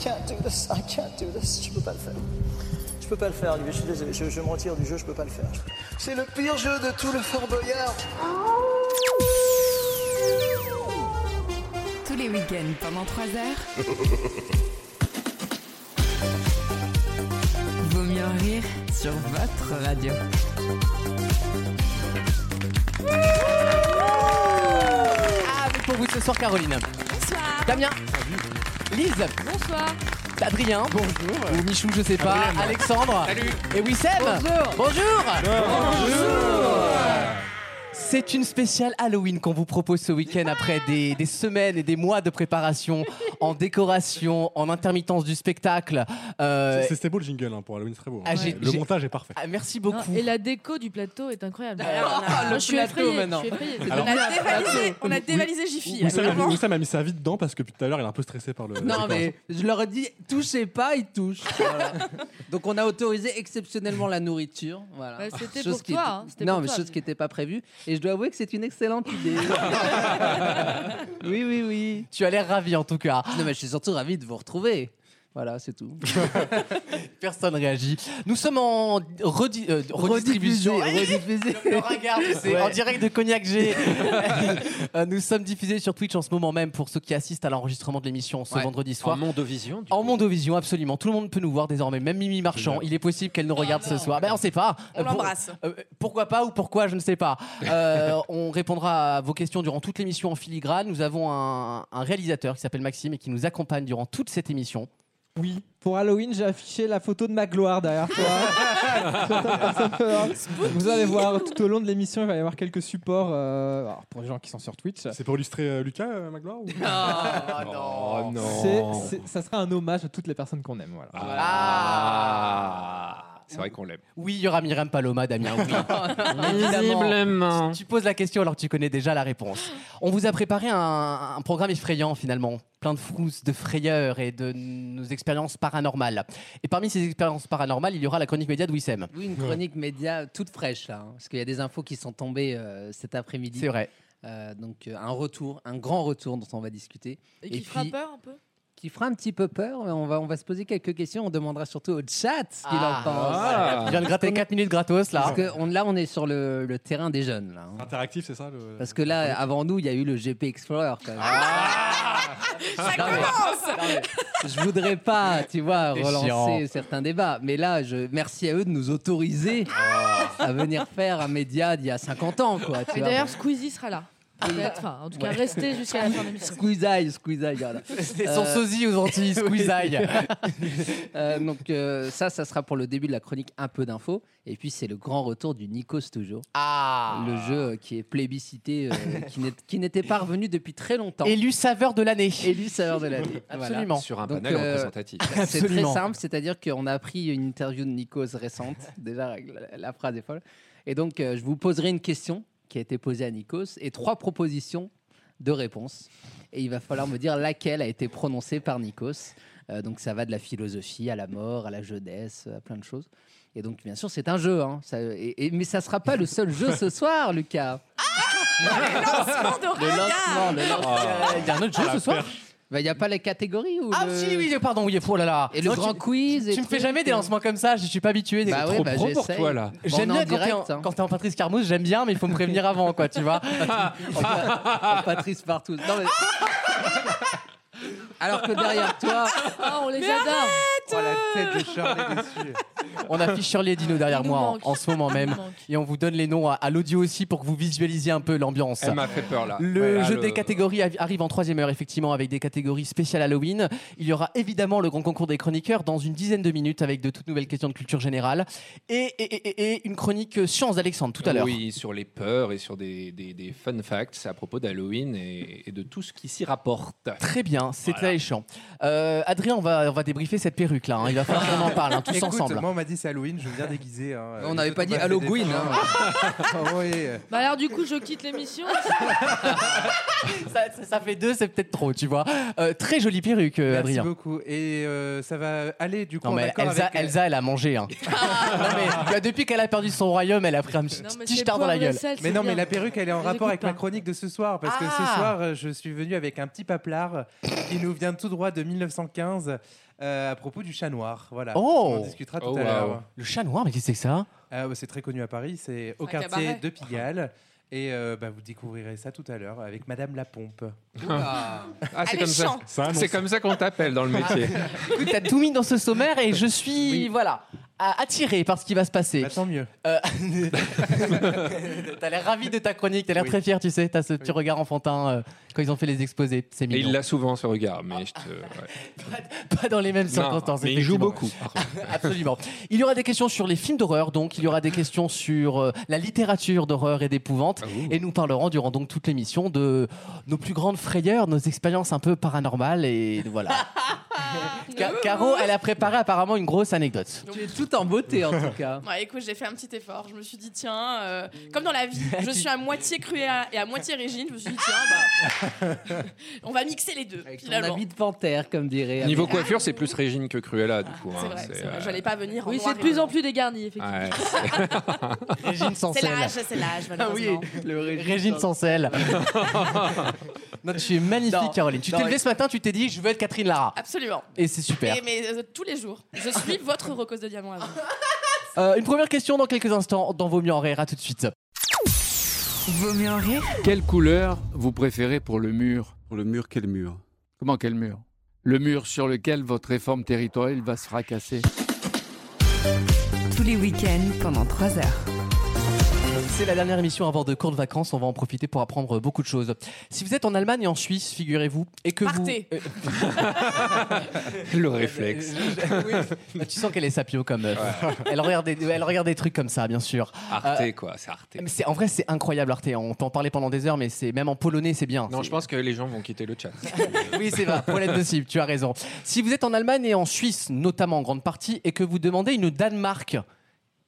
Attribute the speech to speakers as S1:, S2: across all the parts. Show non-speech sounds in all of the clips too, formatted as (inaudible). S1: can't do this, I can't do this. Je peux pas le faire. Je peux pas le faire, Olivier, je suis désolé, je, je me retire du jeu, je peux pas le faire. C'est le pire jeu de tout le Fort Boyard.
S2: Tous les week-ends pendant 3 heures. Vaut mieux en rire sur votre radio.
S3: Avec pour vous ce soir Caroline.
S4: Bonsoir.
S3: Damien. Lise.
S4: Bonsoir.
S3: Adrien. Bonjour. Ou Michou, je sais pas. Alexandre. Et Wissem. Bonjour. Bonjour. C'est une spéciale Halloween qu'on vous propose ce week-end après des, des semaines et des mois de préparation en décoration, en intermittence du spectacle. Euh,
S5: C'est- C'était beau le jingle hein, pour Halloween, c'est très beau. hein.
S3: Ah, j'ai-
S5: Le
S3: j'ai-
S5: montage est parfait.
S3: ah, merci beaucoup.
S4: Et la déco du plateau est incroyable.
S3: Ah, le
S4: je suis
S3: plateau,
S4: effrayée,
S3: maintenant.
S4: je suis effrayée.
S5: Alors-
S6: On a dévalisé, on a dévalisé Jiffy.
S5: Wissam a
S6: vraiment.
S5: mis- Wissam a mis sa vie dedans parce que depuis tout à l'heure, il est un peu stressé par le.
S7: Non, mais je leur ai dit, touchez pas, ils touchent. Voilà. Donc, on a autorisé exceptionnellement la nourriture. Voilà.
S4: Ouais, c'était
S7: Chose
S4: pour
S7: qui
S4: toi,
S7: était-
S4: hein, c'était
S7: Non,
S4: pour
S7: mais
S4: toi.
S7: chose qui n'était pas prévue. Et je dois avouer que c'est une excellente
S3: (laughs)
S7: idée. oui, oui, oui.
S3: Tu as l'air ravi en tout cas.
S7: Non, mais je suis surtout ravi de vous retrouver. Voilà, c'est tout.
S3: (laughs) Personne réagit. Nous sommes en redi- euh, redistribution.
S7: Rediffusé.
S3: (laughs) Le regard, c'est en direct de Cognac G. (laughs) Euh, Nous sommes diffusés sur Twitch en ce moment même pour ceux qui assistent à l'enrelement de l'émission ce
S8: Ouais.
S3: vendredi soir.
S8: En mondovision. du
S3: En
S8: coup.
S3: mondovision, absolument. Tout le monde peut nous voir désormais, même Mimi Marchand. Il est possible qu'elle nous regarde ce soir. Ben, on sait pas.
S6: Ah, On
S3: Euh, pour-
S6: l'embrasse.
S3: euh, pourquoi pas ou pourquoi, je ne sais
S8: (laughs)
S3: pas. Euh, on répondra à vos questions durant toute l'émission en filigrane. Nous avons un, un réalisateur qui s'appelle Maxime et qui nous accompagne durant toute cette émission.
S9: Oui. Pour Halloween, j'ai affiché la photo de ma gloire
S5: (laughs)
S9: derrière toi. Certaines personnes peuvent- hein. Vous allez voir, tout au long de l'émission, il va y avoir quelques supports euh, alors, pour les gens qui sont sur Twitch.
S5: C'est pour illustrer euh, Lucas, euh, Magloire ou- Oh,
S3: non.
S9: C'est- c'est- ça sera un hommage à toutes les personnes qu'on aime. Voilà.
S8: Ah. C'est vrai qu'on l'aime.
S3: Oui, il y aura Myriam Paloma, Damien.
S7: (laughs)
S3: Oui.
S8: Visiblement.
S3: Tu poses la question alors que tu connais déjà la réponse. On vous a préparé un, un programme effrayant finalement, plein de frousses, de frayeurs et de nos expériences paranormales. Et parmi ces expériences paranormales, il y aura la chronique média de Wissem.
S7: Oui, une chronique média toute fraîche, là, hein, parce qu'il y a des infos qui sont tombées euh, cet après-midi.
S3: C'est vrai.
S7: Euh, donc, euh, un retour, un grand retour dont on va discuter.
S6: Et
S7: Et
S6: qui fera
S7: puis-
S6: peur un peu
S7: qui fera un petit peu peur. mais On va, on va se poser quelques questions. On demandera surtout au chat ce qu'il
S3: Ah.
S7: en pense.
S3: Il vient de gratter 4 minutes gratos là.
S7: Parce que on, là, on est sur le, le terrain des jeunes. Là, hein.
S5: Interactif, c'est ça le...
S7: Parce que
S3: Ah
S7: là, avant nous, il y a eu le GP Explorer. Quand même.
S6: Ça
S7: Non, mais-
S6: commence
S7: Non, mais je voudrais
S3: (laughs)
S7: pas, tu vois,
S3: C'est
S7: relancer
S3: chiant.
S7: certains débats. Mais là, je, merci à eux de nous autoriser
S3: Ah.
S7: à venir faire un média d'il y a 50 ans. Quoi, tu
S4: Et
S7: vois.
S4: d'ailleurs, Squeezie sera là. Peut-être. Enfin, en tout cas, restez jusqu'à la fin de l'émission.
S7: Squeeze Eye, Squeeze Eye, voilà.
S3: (laughs) C'est son
S7: Euh,
S3: sosie aux Antilles,
S7: (laughs)
S3: Squeeze Eye.
S7: Euh, donc euh, ça, ça sera pour le début de la chronique un peu d'infos. Et puis c'est le grand retour du Nikos Toujours,
S3: Ah
S7: le jeu euh, qui est plébiscité, euh, qui n'est- qui n'était pas revenu depuis très longtemps.
S3: Élu saveur de l'année.
S7: Élu saveur de l'année. Voilà.
S3: Absolument.
S8: Sur un
S7: Donc,
S8: panel
S7: euh, (laughs)
S8: représentatif.
S7: C'est très
S3: Absolument.
S7: simple, c'est-à-dire qu'on a pris une interview de Nikos
S3: (laughs)
S7: récente, déjà la, la phrase est folle. Et donc euh, je vous poserai une question qui a été posée à Nikos et trois propositions de réponses. Et il va falloir me dire laquelle a été prononcée par Nikos. Euh, donc ça va de la philosophie à la mort, à la jeunesse, à plein de choses. Et donc bien sûr c'est un jeu, hein. Ça- et- et- mais ça sera pas le seul jeu
S3: (laughs)
S7: ce soir, Lucas.
S3: Le lancement, le
S6: Oh.
S3: lancement.
S6: Ah.
S3: Euh, Il y a un autre jeu ce soir
S7: Bah, Il n'y a pas les catégories ou
S3: Ah
S7: le-
S3: si, oui, pardon, oui, oh là là.
S7: Et le
S3: Non,
S7: grand
S3: tu,
S7: quiz. et
S3: tu me fais
S7: trucs,
S3: jamais des
S7: euh.
S3: lancements comme ça, je suis pas habitué.
S7: Bah ouais,
S8: Trop
S7: bah
S8: pro pour
S7: j'essaye.
S8: toi, là.
S7: Bon,
S3: J'aime
S7: on est en
S3: bien
S7: direct.
S3: quand t'es en,
S7: hein.
S3: quand t'es en Patrice Carmouze, j'aime bien, mais il faut me prévenir avant, quoi,
S8: (laughs)
S3: tu vois.
S8: Ah,
S7: Oh, Patrice partout. Non, mais-
S4: (laughs)
S7: Alors que derrière toi,
S4: Ah, on les adore.
S8: la tête de
S10: (laughs)
S8: Charles dessus.
S3: On affiche sur les dinos derrière
S4: Il nous
S3: moi en-
S4: manque.
S3: en ce moment même. Et on vous donne les noms à, à l'audio aussi pour que vous visualisiez un peu l'ambiance.
S8: Elle m'a fait peur là.
S3: Le
S8: Ouais, là,
S3: jeu
S8: le-
S3: des catégories arri- arrive en troisième heure, effectivement, avec des catégories spéciales Halloween. Il y aura évidemment le grand concours des chroniqueurs dans une dizaine de minutes avec de toutes nouvelles questions de culture générale et, et- et- et une chronique euh, science d'Alexandre tout à l'heure.
S8: Oui, sur les peurs et sur des, des- des fun facts à propos d'Halloween et, et de tout ce qui s'y rapporte.
S3: Très bien, c'est
S8: Voilà.
S3: alléchant. Euh, Adrien, on va, on va débriefer cette perruque là. hein. Il va falloir qu'on en parle, hein, tous
S10: Écoute,
S3: ensemble. (laughs)
S10: Moi, on m'a dit c'est Halloween, je viens déguisé. hein.
S7: on
S10: Les
S7: n'avait
S10: autres,
S7: pas
S10: on
S7: dit
S10: m'a fait
S7: Allo
S10: des
S7: Gwyn.
S10: plans.
S7: hein.
S10: (laughs) Ah ouais.
S4: Bah alors, du coup, je quitte l'émission.
S3: ça, ça- ça fait deux, c'est peut-être trop, tu vois. Euh, très jolie perruque, euh,
S10: Merci
S3: Adrien.
S10: beaucoup. Et euh, ça va aller du coup.
S3: Non
S10: en
S3: mais
S10: accord
S3: Elsa,
S10: avec- euh, Ah.
S3: Elsa, elle a mangé.
S10: (laughs)
S3: Hein. non, mais, tu vois, depuis qu'elle a perdu son royaume, elle a pris un petit
S4: Non, mais
S3: petit
S4: c'est
S3: jetard dans la
S4: poivre et
S3: gueule.
S4: sel,
S10: Mais
S4: c'est
S10: non,
S4: bien.
S10: mais la perruque, elle est en
S4: Je
S10: rapport
S4: l'écoute
S10: avec
S4: pas.
S10: ma chronique de ce soir. Parce que
S3: Ah.
S10: ce soir, euh, je suis venu avec un petit paplard qui nous vient tout droit de 1915. euh, à propos du chat noir. Voilà.
S3: Oh
S10: On en discutera tout
S3: Oh,
S10: à
S3: wow.
S10: l'heure.
S3: Le chat noir, mais qu'est-ce que c'est que ça hein
S10: Euh, bah, C'est très connu à Paris, c'est au
S3: Un
S10: quartier
S3: cabaret.
S10: de Pigalle. Et euh, bah, vous découvrirez ça tout à l'heure avec Madame la Pompe.
S8: Ah. Ah, c'est comme ça- Alléchant. ça annonce. C'est comme ça qu'on
S3: (laughs)
S8: t'appelle dans le métier.
S3: Écoute, t'as tout mis dans ce sommaire et je suis, voilà, a- attiré par ce qui va se passer.
S10: Bah, tant mieux.
S3: Euh,
S8: (laughs)
S3: (laughs) t'as l'air ravi de ta chronique, t'as l'air
S8: Oui.
S3: très fier, tu sais, t'as ce petit regard enfantin euh, quand ils ont fait les exposés. C'est
S8: Et
S3: mignon.
S8: il l'a souvent ce regard, mais je te. ouais.
S3: Pas dans les mêmes
S8: Non,
S3: circonstances.
S8: mais il joue
S3: effectivement.
S8: beaucoup, par contre.
S3: (laughs) Absolument. Il y aura des questions sur les films d'horreur, donc il y aura des questions sur euh, la littérature d'horreur et
S8: Ah
S3: d'épouvante. et nous parlerons durant donc toute l'émission de nos plus grandes frayeurs, nos expériences un peu paranormales et voilà. Ca- Caro, elle a préparé apparemment une grosse anecdote.
S7: Tu es tout en beauté en tout cas.
S6: Ouais, écoute, j'ai fait un petit effort. Je me suis dit, tiens, euh, comme dans la vie, je suis à moitié Cruella et à moitié Régine. Je me suis dit, tiens, bah, on va mixer les deux.
S7: Ton
S6: Finalement.
S7: habit de panthère, comme dirait.
S8: Niveau coiffure, c'est plus Régine que Cruella, du coup. hein.
S6: C'est vrai, c'est vrai.
S8: euh,
S6: J'allais pas venir.
S4: Oui, c'est de plus en plus dégarni, effectivement.
S8: ouais.
S6: (laughs)
S3: Régine sans
S6: C'est
S3: sel.
S6: l'âge, c'est l'âge, malheureusement.
S7: le
S3: Régine sans sel.
S6: (laughs)
S3: non, tu es magnifique,
S6: Non,
S3: Caroline. Tu
S6: non,
S3: t'es levée
S6: et-
S3: ce matin, tu t'es dit, je veux être Catherine Lara.
S6: Absolument.
S3: Et c'est super.
S6: Mais, mais, euh, tous les jours, je suis votre rocose de diamant. avant.
S3: Euh, une première question dans quelques instants dans Vaut mieux en rire. À tout de suite.
S2: Vaut mieux en rire
S11: Quelle couleur vous préférez pour le mur Pour le mur, quel mur Comment quel mur Le mur sur lequel votre réforme territoriale va se fracasser.
S2: tous les week-ends pendant 3 heures.
S3: C'est la dernière émission avant de courtes vacances. On va en profiter pour apprendre beaucoup de choses. Si vous êtes en Allemagne et en Suisse, figurez-vous, et que
S6: Partez.
S3: vous. (laughs)
S8: Le réflexe.
S3: Bah, tu sens qu'elle est sapio comme meuf. Elle, regarde des, elle regarde des trucs comme ça, bien sûr.
S8: Arte,
S3: Euh,
S8: quoi, c'est Arte.
S3: mais c'est- en vrai, c'est incroyable, Arte. On peut en parler pendant des heures, mais c'est même en polonais, c'est bien.
S8: Non, je pense que les gens vont quitter le chat.
S3: (laughs) Oui, c'est vrai, problème de cible, tu as raison. Si vous êtes en Allemagne et en Suisse, notamment en grande partie, et que vous demandez une Danemark,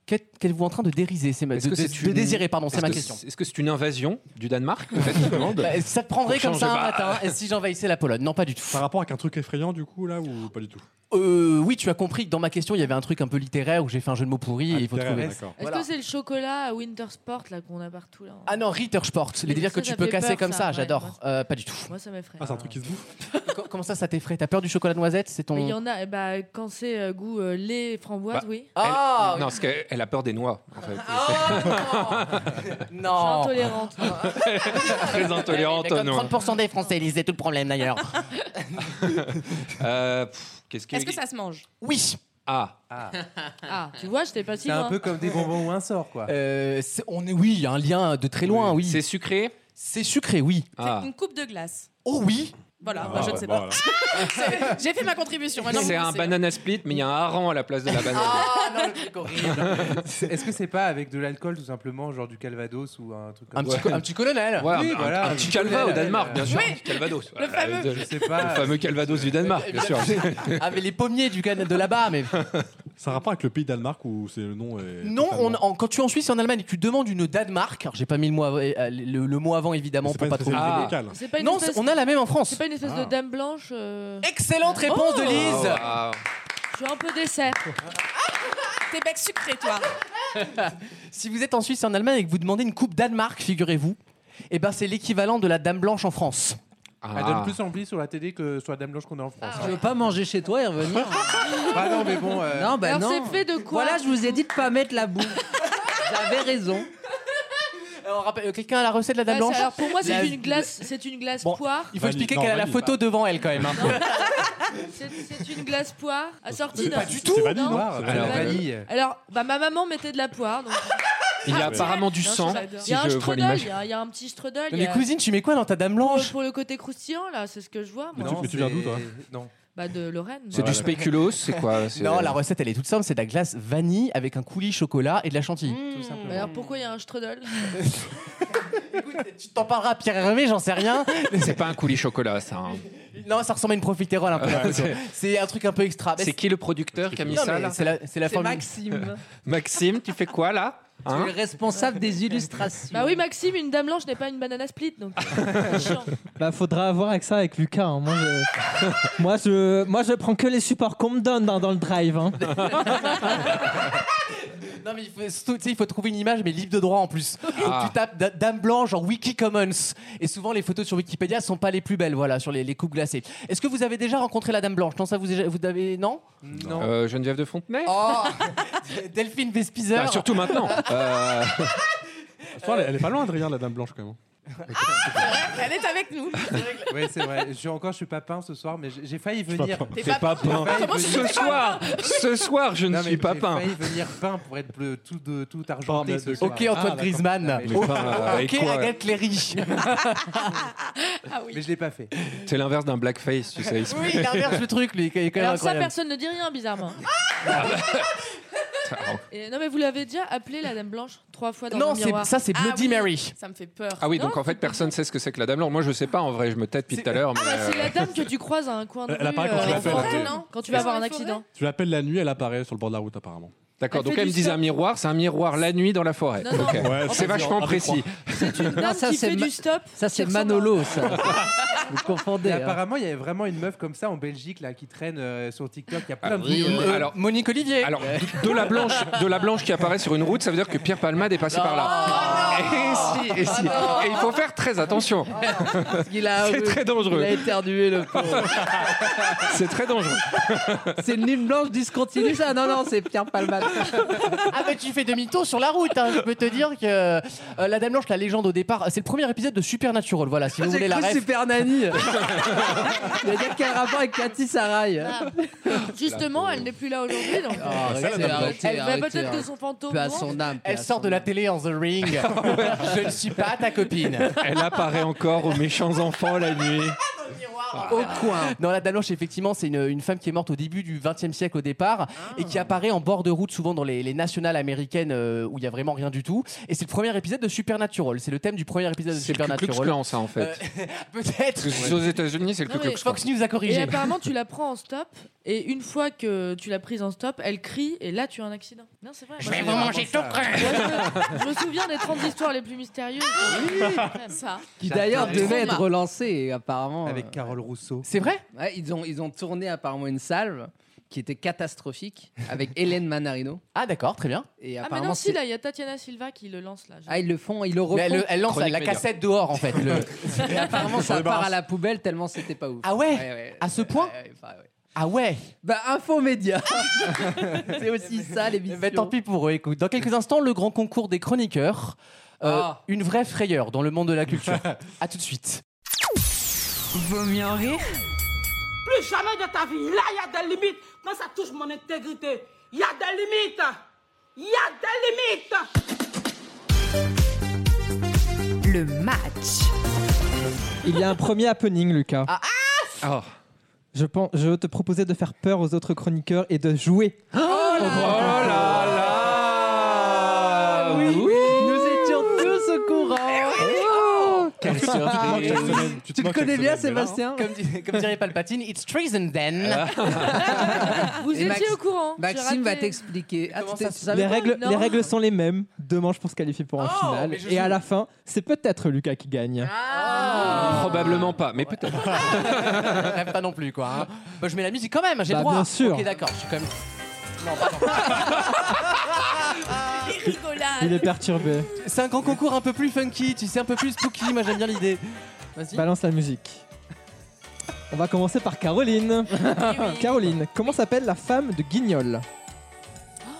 S3: qu'êtes- qu'êtes-vous en train de dériser c'est ma-
S8: Est-ce
S3: de,
S8: que
S3: de-
S8: c'est
S3: de
S8: une-
S3: désirer, pardon, c'est
S8: est-ce
S3: ma
S8: que
S3: question.
S8: c'est- Est-ce que c'est une invasion du Danemark peut-être,
S3: (laughs)
S8: je me demande
S3: Bah, ça te prendrait
S8: Pour
S3: comme ça
S8: changer,
S3: un
S8: bah,
S3: matin, et si j'envahissais la Pologne Non, pas du tout.
S5: Par rapport avec un truc effrayant, du coup, là, ou pas du tout
S3: Euh, oui, tu as compris que dans ma question, il y avait un truc un peu littéraire où j'ai fait un jeu de mots pourri et il faut
S5: Ah, littéraire,
S3: trouver.
S5: d'accord.
S4: Est-ce que c'est le chocolat à Wintersport là qu'on a partout là
S3: Ah non, Rittersport, les
S4: Mais
S3: délires
S4: ça,
S3: que tu
S4: ça
S3: peux
S4: fait
S3: casser
S4: peur,
S3: comme
S4: ça,
S3: ça,
S4: ouais,
S3: j'adore. Euh, pas du tout.
S4: Moi ça m'effraie.
S5: Ah, c'est un truc qui se bouffe
S3: (laughs) Co- Comment ça, ça t'effraie T'as peur du chocolat noisette C'est
S4: Mais il
S3: (laughs)
S4: y
S3: ton.
S4: en a, eh bah, quand c'est euh, goût euh, lait, framboise,
S8: Bah,
S4: oui.
S3: Ah,
S8: Elle- Non, parce qu'elle elle a peur des noix, en fait.
S4: Je
S8: (laughs)
S4: suis
S3: Non
S4: intolérante.
S8: Très intolérante
S3: Mais
S8: aux
S3: comme
S8: noix.
S3: 30% des Français lisent, c'est tout le problème
S4: (laughs)
S3: d'ailleurs.
S8: (laughs) Euh, pff, Qu'est-ce que.
S6: Est-ce que ça se mange
S3: Oui
S8: Ah,
S4: Ah, tu vois, j'étais pas si
S10: C'est un
S4: loin.
S10: peu comme des bonbons ou un sort, quoi.
S3: Euh, c'est- on est, oui, il y a un lien de très loin, oui.
S8: c'est sucré
S3: C'est sucré, oui.
S8: Ah.
S6: Une coupe de glace.
S3: Oh oui
S6: Voilà, bah, je
S3: Ah,
S6: ne sais pas. (laughs) J'ai fait ma contribution. maintenant, vous Ah,
S8: C'est un
S6: bossez.
S8: banana split, mais il y a un hareng à la place de la banane.
S10: C'est- Est-ce que c'est pas avec de l'alcool, tout simplement, genre du calvados ou un truc comme
S3: Un
S10: ça
S3: petit, co- un petit colonel
S8: Ouais,
S10: Oui,
S8: un,
S10: voilà,
S8: un
S10: un
S8: petit
S10: petit
S8: calva au
S10: colonel.
S8: Danemark, bien sûr.
S6: Oui.
S8: un petit calvados.
S6: Ah. Le fameux.
S8: de-
S10: Je sais pas.
S8: le fameux calvados du Danemark, bien sûr.
S3: Ah, mais les pommiers du Canada de là-bas, mais.
S5: Ça a rapport avec le pays Danemark ou c'est le nom est
S3: Non,
S5: totalement-
S3: on, en- quand tu es en Suisse et en Allemagne et que tu demandes une Danemark, alors j'ai pas mis le mot, av- euh, le, le mot avant évidemment
S5: C'est
S3: pour pas
S5: pas une
S3: trop.
S5: spécialité
S8: Ah.
S5: locale.
S4: C'est pas une
S3: Non,
S4: espèce,
S3: c'est- on a la même en France.
S4: c'est pas une espèce
S5: Ah.
S4: de dame blanche. euh,
S3: Excellente réponse
S4: Oh.
S3: de Lise
S8: Ah,
S4: Je suis un peu (laughs) dessert.
S6: T'es bec sucré, toi.
S3: Si vous êtes en Suisse et en Allemagne et que vous demandez une coupe Danemark, figurez-vous, eh ben c'est l'équivalent de la Dame Blanche en France.
S8: Ah.
S10: Elle
S3: Ah.
S10: donne plus envie sur la télé que sur la Dame Blanche qu'on a en France.
S7: Tu veux pas manger chez toi et revenir
S10: Ah non, mais bon. euh,
S7: Non, bah
S4: Alors
S7: non.
S4: c'est fait de quoi
S7: Voilà, je vous ai dit de pas mettre la boue. J'avais raison.
S3: Alors, rappel- euh, Quelqu'un a la recette de la
S4: Ouais,
S3: Dame
S4: Ah, c'est-
S3: Blanche
S4: Alors pour moi,
S3: La-
S4: c'est une glace, c'est une glace
S3: Bon.
S4: poire.
S3: Il faut
S5: Valide.
S3: expliquer
S5: Non,
S3: qu'elle a la
S5: valide.
S3: photo devant elle quand même. hein.
S4: C'est c'est une glace poire assortie
S5: C'est
S4: d'un.
S5: pas du tout,
S4: non
S10: noir,
S5: C'est
S10: alors,
S4: valide.
S10: vanille.
S4: Alors, bah, ma maman mettait de la poire. Donc...
S8: Il y a
S4: Ah,
S8: apparemment du
S4: Non,
S8: sang,
S4: j'adore. Il
S8: si
S4: y a un
S8: je vois
S4: strudel, il
S8: l'image.
S4: y, a- il y a un petit strudel. il y
S3: Mais
S4: a-
S3: cousine, tu mets quoi dans ta Dame Blanche
S4: Pour le côté croustillant, là, c'est ce que je vois. moi.
S5: tu- mais tu viens d'où, toi
S10: c'est- Non.
S4: Bah, de Lorraine.
S8: C'est
S4: moi.
S8: du spéculoos, c'est quoi c'est-
S3: (laughs) Non, la recette elle est toute simple, c'est de la glace vanille avec un coulis chocolat et de la chantilly.
S4: Mm. Hmm. Mais alors pourquoi il y a
S3: (laughs)
S4: un strudel
S3: Tu t'en parleras à Pierre Hermé, j'en sais rien.
S8: C'est pas un coulis chocolat, ça. hein.
S3: non, ça ressemble à une profiterole un peu. la photo. Bah, c'est un truc un peu extra. Mais
S8: C'est qui le producteur qui a mis
S3: Non,
S8: ça
S3: mais
S8: là
S3: C'est la, c'est la
S7: C'est
S3: formule.
S7: Maxime.
S8: (laughs) Maxime, tu fais quoi là
S7: Tu es
S8: Hein
S7: le responsable des illustrations.
S4: Bah oui, Maxime, une dame blanche n'est pas une banana split, donc. Chiant.
S9: Bah, faudra avoir avec ça avec Lucas. hein. Moi, je...
S5: (laughs)
S9: moi, je... moi, je prends que les supports qu'on me donne dans, dans le drive. hein.
S3: Non, mais il faut, surtout, tu sais, il faut trouver une image, mais libre de droit en plus.
S8: Ah.
S3: Donc, tu tapes da- Dame Blanche en Wikicommons. Et souvent, les photos sur Wikipédia sont pas les plus belles, voilà, sur les, les coupes glacées. Est-ce que vous avez déjà rencontré la Dame Blanche Non, ça, vous, vous avez. Non
S10: Non.
S8: Euh, Geneviève de Fontenay
S3: Oh (laughs) Delphine Vespizer.
S8: Bah, surtout maintenant. Euh,
S5: Attends, elle, elle est pas loin, Adrien, la dame blanche quand même.
S6: Elle est avec nous.
S10: Oui, c'est vrai. Je suis encore, je suis pas peint ce soir, mais j'ai j'ai failli venir.
S5: peint. T'es T'es pas pas peint. peint. Comment
S10: J'ai
S5: tu
S10: failli
S5: dis
S10: venir-
S5: pas peint
S8: Ce soir, je ne
S10: Non, mais
S8: suis pas
S10: j'ai
S8: peint.
S10: failli venir peint pour être bleu, tout, de, tout argenté. ce soir.
S3: Ok, Antoine
S10: Ah,
S3: Griezmann.
S10: d'accord.
S3: Ok, Agathe
S10: (laughs)
S3: Cléry.
S5: Ah
S10: Mais je l'ai pas fait.
S8: C'est l'inverse d'un blackface, tu sais.
S4: Oui, il inverse le
S3: truc, lui. Est
S4: Alors ça, personne ne dit rien, bizarrement. (laughs) Et non, mais vous l'avez déjà appelé la Dame Blanche trois fois dans
S3: Non,
S4: le
S3: c'est-
S4: miroir.
S3: ça, c'est
S4: Ah
S3: Bloody
S4: oui,
S3: Mary.
S4: Ça me fait peur.
S8: Ah oui, donc
S4: Non,
S8: en fait, personne sait ce que c'est que la dame blanche. Moi, je sais pas en vrai, je me tête depuis tout à l'heure.
S4: Ah
S8: mais,
S4: bah, c'est
S8: euh,
S4: la dame que tu croises à un coin de
S5: Elle
S4: rue,
S5: apparaît quand tu
S4: euh,
S5: l'appelles.
S4: en forêt,
S5: Elle-
S4: non Quand tu vas avoir un accident.
S5: Tu l'appelles la nuit, elle apparaît sur le bord de la route apparemment.
S8: D'accord,
S4: Elle
S8: donc
S4: fait
S8: elle
S4: du
S8: me disait
S4: stop.
S8: un miroir, c'est un miroir la nuit dans la forêt.
S4: Non, non.
S8: Ok.
S4: Ouais, en fait,
S8: c'est vachement
S5: un
S8: précis.
S4: Une dame
S7: ça,
S4: qui
S7: c'est
S4: fait
S7: ma-
S4: du stop.
S7: Ça, c'est Manolo,
S4: (laughs)
S7: ça. Vous confondez.
S10: Et
S7: hein.
S10: apparemment, il y avait vraiment une meuf comme ça en Belgique là qui traîne euh, sur TikTok. Il y a plein
S8: Ah,
S10: de
S8: oui,
S10: vidéos.
S8: euh,
S10: (laughs)
S8: alors-
S3: Monique Olivier.
S8: Alors, de la, blanche, de la blanche qui apparaît sur une route, ça veut dire que Pierre Palmade est passé par là. Et si, et si. Et il faut faire très attention.
S7: Il a-
S8: C'est très dangereux.
S7: Il a éternué le pauvre.
S8: C'est très dangereux.
S7: C'est une ligne blanche discontinue, ça Non, non, c'est Pierre Palmade.
S3: Ah bah tu fais demi-tour sur la route, hein. je peux te dire que euh, la Dame Blanche, la légende au départ, c'est le premier épisode de Supernatural, voilà, si vous
S7: Ah, J'ai
S3: voulez la
S7: cru
S3: ref.
S7: Super Nanny. Il a dire quel rapport avec Cathy Sarai
S4: (laughs) Justement, elle n'est plus là aujourd'hui. donc, euh,
S3: Ah,
S7: arrêtez, arrêtez,
S4: Elle va
S7: arrêtez,
S4: peut-être que
S7: arrêtez.
S4: son fantôme.
S7: Paix euh, à
S4: monte.
S7: son âme.
S3: Elle sort de la télé en The
S7: (laughs)
S3: Ring. je ne suis pas ta copine.
S8: Elle apparaît encore aux méchants enfants la nuit.
S3: Au coin. Non, la Dame Blanche, effectivement, c'est une, une femme qui est morte au début du XXe siècle au départ et
S7: Ah.
S3: qui apparaît en bord de route souvent dans les, les nationales américaines euh, où il y a vraiment rien du tout. Et c'est le premier épisode de Supernatural. C'est le thème du premier épisode de
S8: C'est le Ku Klux
S3: Supernatural. Euh,
S8: Klan, ça, en fait.
S3: (laughs) Peut-être.
S8: Parce que Aux États-Unis, c'est le Ku
S4: Non, mais
S8: Klux Klan.
S3: Fox News a corrigé.
S4: Et apparemment, tu la prends en stop. Et une fois que tu l'as prise en stop, elle crie. Et là, tu as un accident. Non, c'est vrai.
S3: Je
S4: Moi,
S3: vais
S4: je-
S3: vous manger tout
S4: Je me souviens des 30 histoires les plus mystérieuses. ça.
S7: Qui d'ailleurs
S4: J'adore.
S7: devait être
S4: Trauma.
S7: relancé, apparemment.
S10: Avec Carole Rousseau.
S3: C'est vrai
S7: ouais, ils, ont, ils ont tourné apparemment une salve qui était catastrophique
S3: (laughs)
S7: avec Hélène Manarino.
S3: Ah, d'accord, très bien.
S7: Et
S4: Ah, mais
S7: apparemment,
S4: non, si,
S7: c'est-
S4: là, il y a Tatiana Silva qui le lance, là.
S7: Ah, ils le font, ils le refont.
S3: Mais elle, elle lance la
S7: Chronique
S3: la
S7: média. (laughs)
S3: cassette dehors en fait. le-
S7: Et apparemment,
S3: Ils
S7: ça
S3: s'en
S7: part
S3: débarrassent.
S7: à la poubelle tellement c'était pas ouf.
S3: Ah ouais,
S7: ouais.
S3: À ce point
S7: Enfin, ouais.
S3: Ah ouais
S7: Bah,
S3: (laughs)
S7: infomédia. c'est aussi
S3: Eh
S7: ça, l'émission.
S3: Mais ben, tant pis pour eux, écoute. Dans quelques instants, le grand concours des chroniqueurs. Euh,
S7: Ah.
S3: Une vraie frayeur dans le monde de la
S7: (laughs)
S3: culture. à tout de suite.
S2: Vaut mieux en rire.
S12: Plus jamais de ta vie. Là, il y a des limites. Quand ça touche mon intégrité, il y a des limites. Il y a des limites.
S2: Le match.
S9: Il y a un premier happening, Lucas.
S8: Oh.
S9: Je, pense, je te proposais de faire peur aux autres chroniqueurs et de jouer. Oh là là Oui, Nous étions tous
S3: Eh
S9: au
S3: Oh.
S9: courant
S5: Quelle surprise. Chaque semaine,
S7: Oh. Tu te connais bien, Sébastien
S3: Comme, di- comme dirait Palpatine, it's treason then.
S7: (laughs)
S3: Ah
S4: Vous
S7: Et
S4: étiez
S7: Max-
S4: au courant. J'ai
S7: Maxime va
S4: raté.
S7: t'expliquer. Ah, tu t'es- tu savais
S9: les
S7: pas
S9: règles,
S7: Non.
S9: les règles sont les mêmes. Deux manches pour se qualifier pour en
S7: Oh,
S9: finale.
S7: mais je
S9: Et à
S7: joue.
S9: la fin, c'est peut-être Lucas qui gagne.
S8: (laughs)
S6: Ah.
S8: Probablement pas, mais peut-être.
S3: (laughs) Rêve pas non plus, quoi. hein. Bah, je mets la musique quand même, j'ai
S9: Bah,
S3: le droit.
S9: bien sûr.
S3: Ok, d'accord, je suis quand même.
S9: (laughs) Il est perturbé.
S3: C'est un grand concours un peu plus funky, tu sais, un peu plus spooky. Moi, j'aime bien l'idée. Vas-y.
S9: Balance la musique. On va commencer par Caroline.
S6: Eh
S9: Caroline, comment s'appelle la femme de Guignol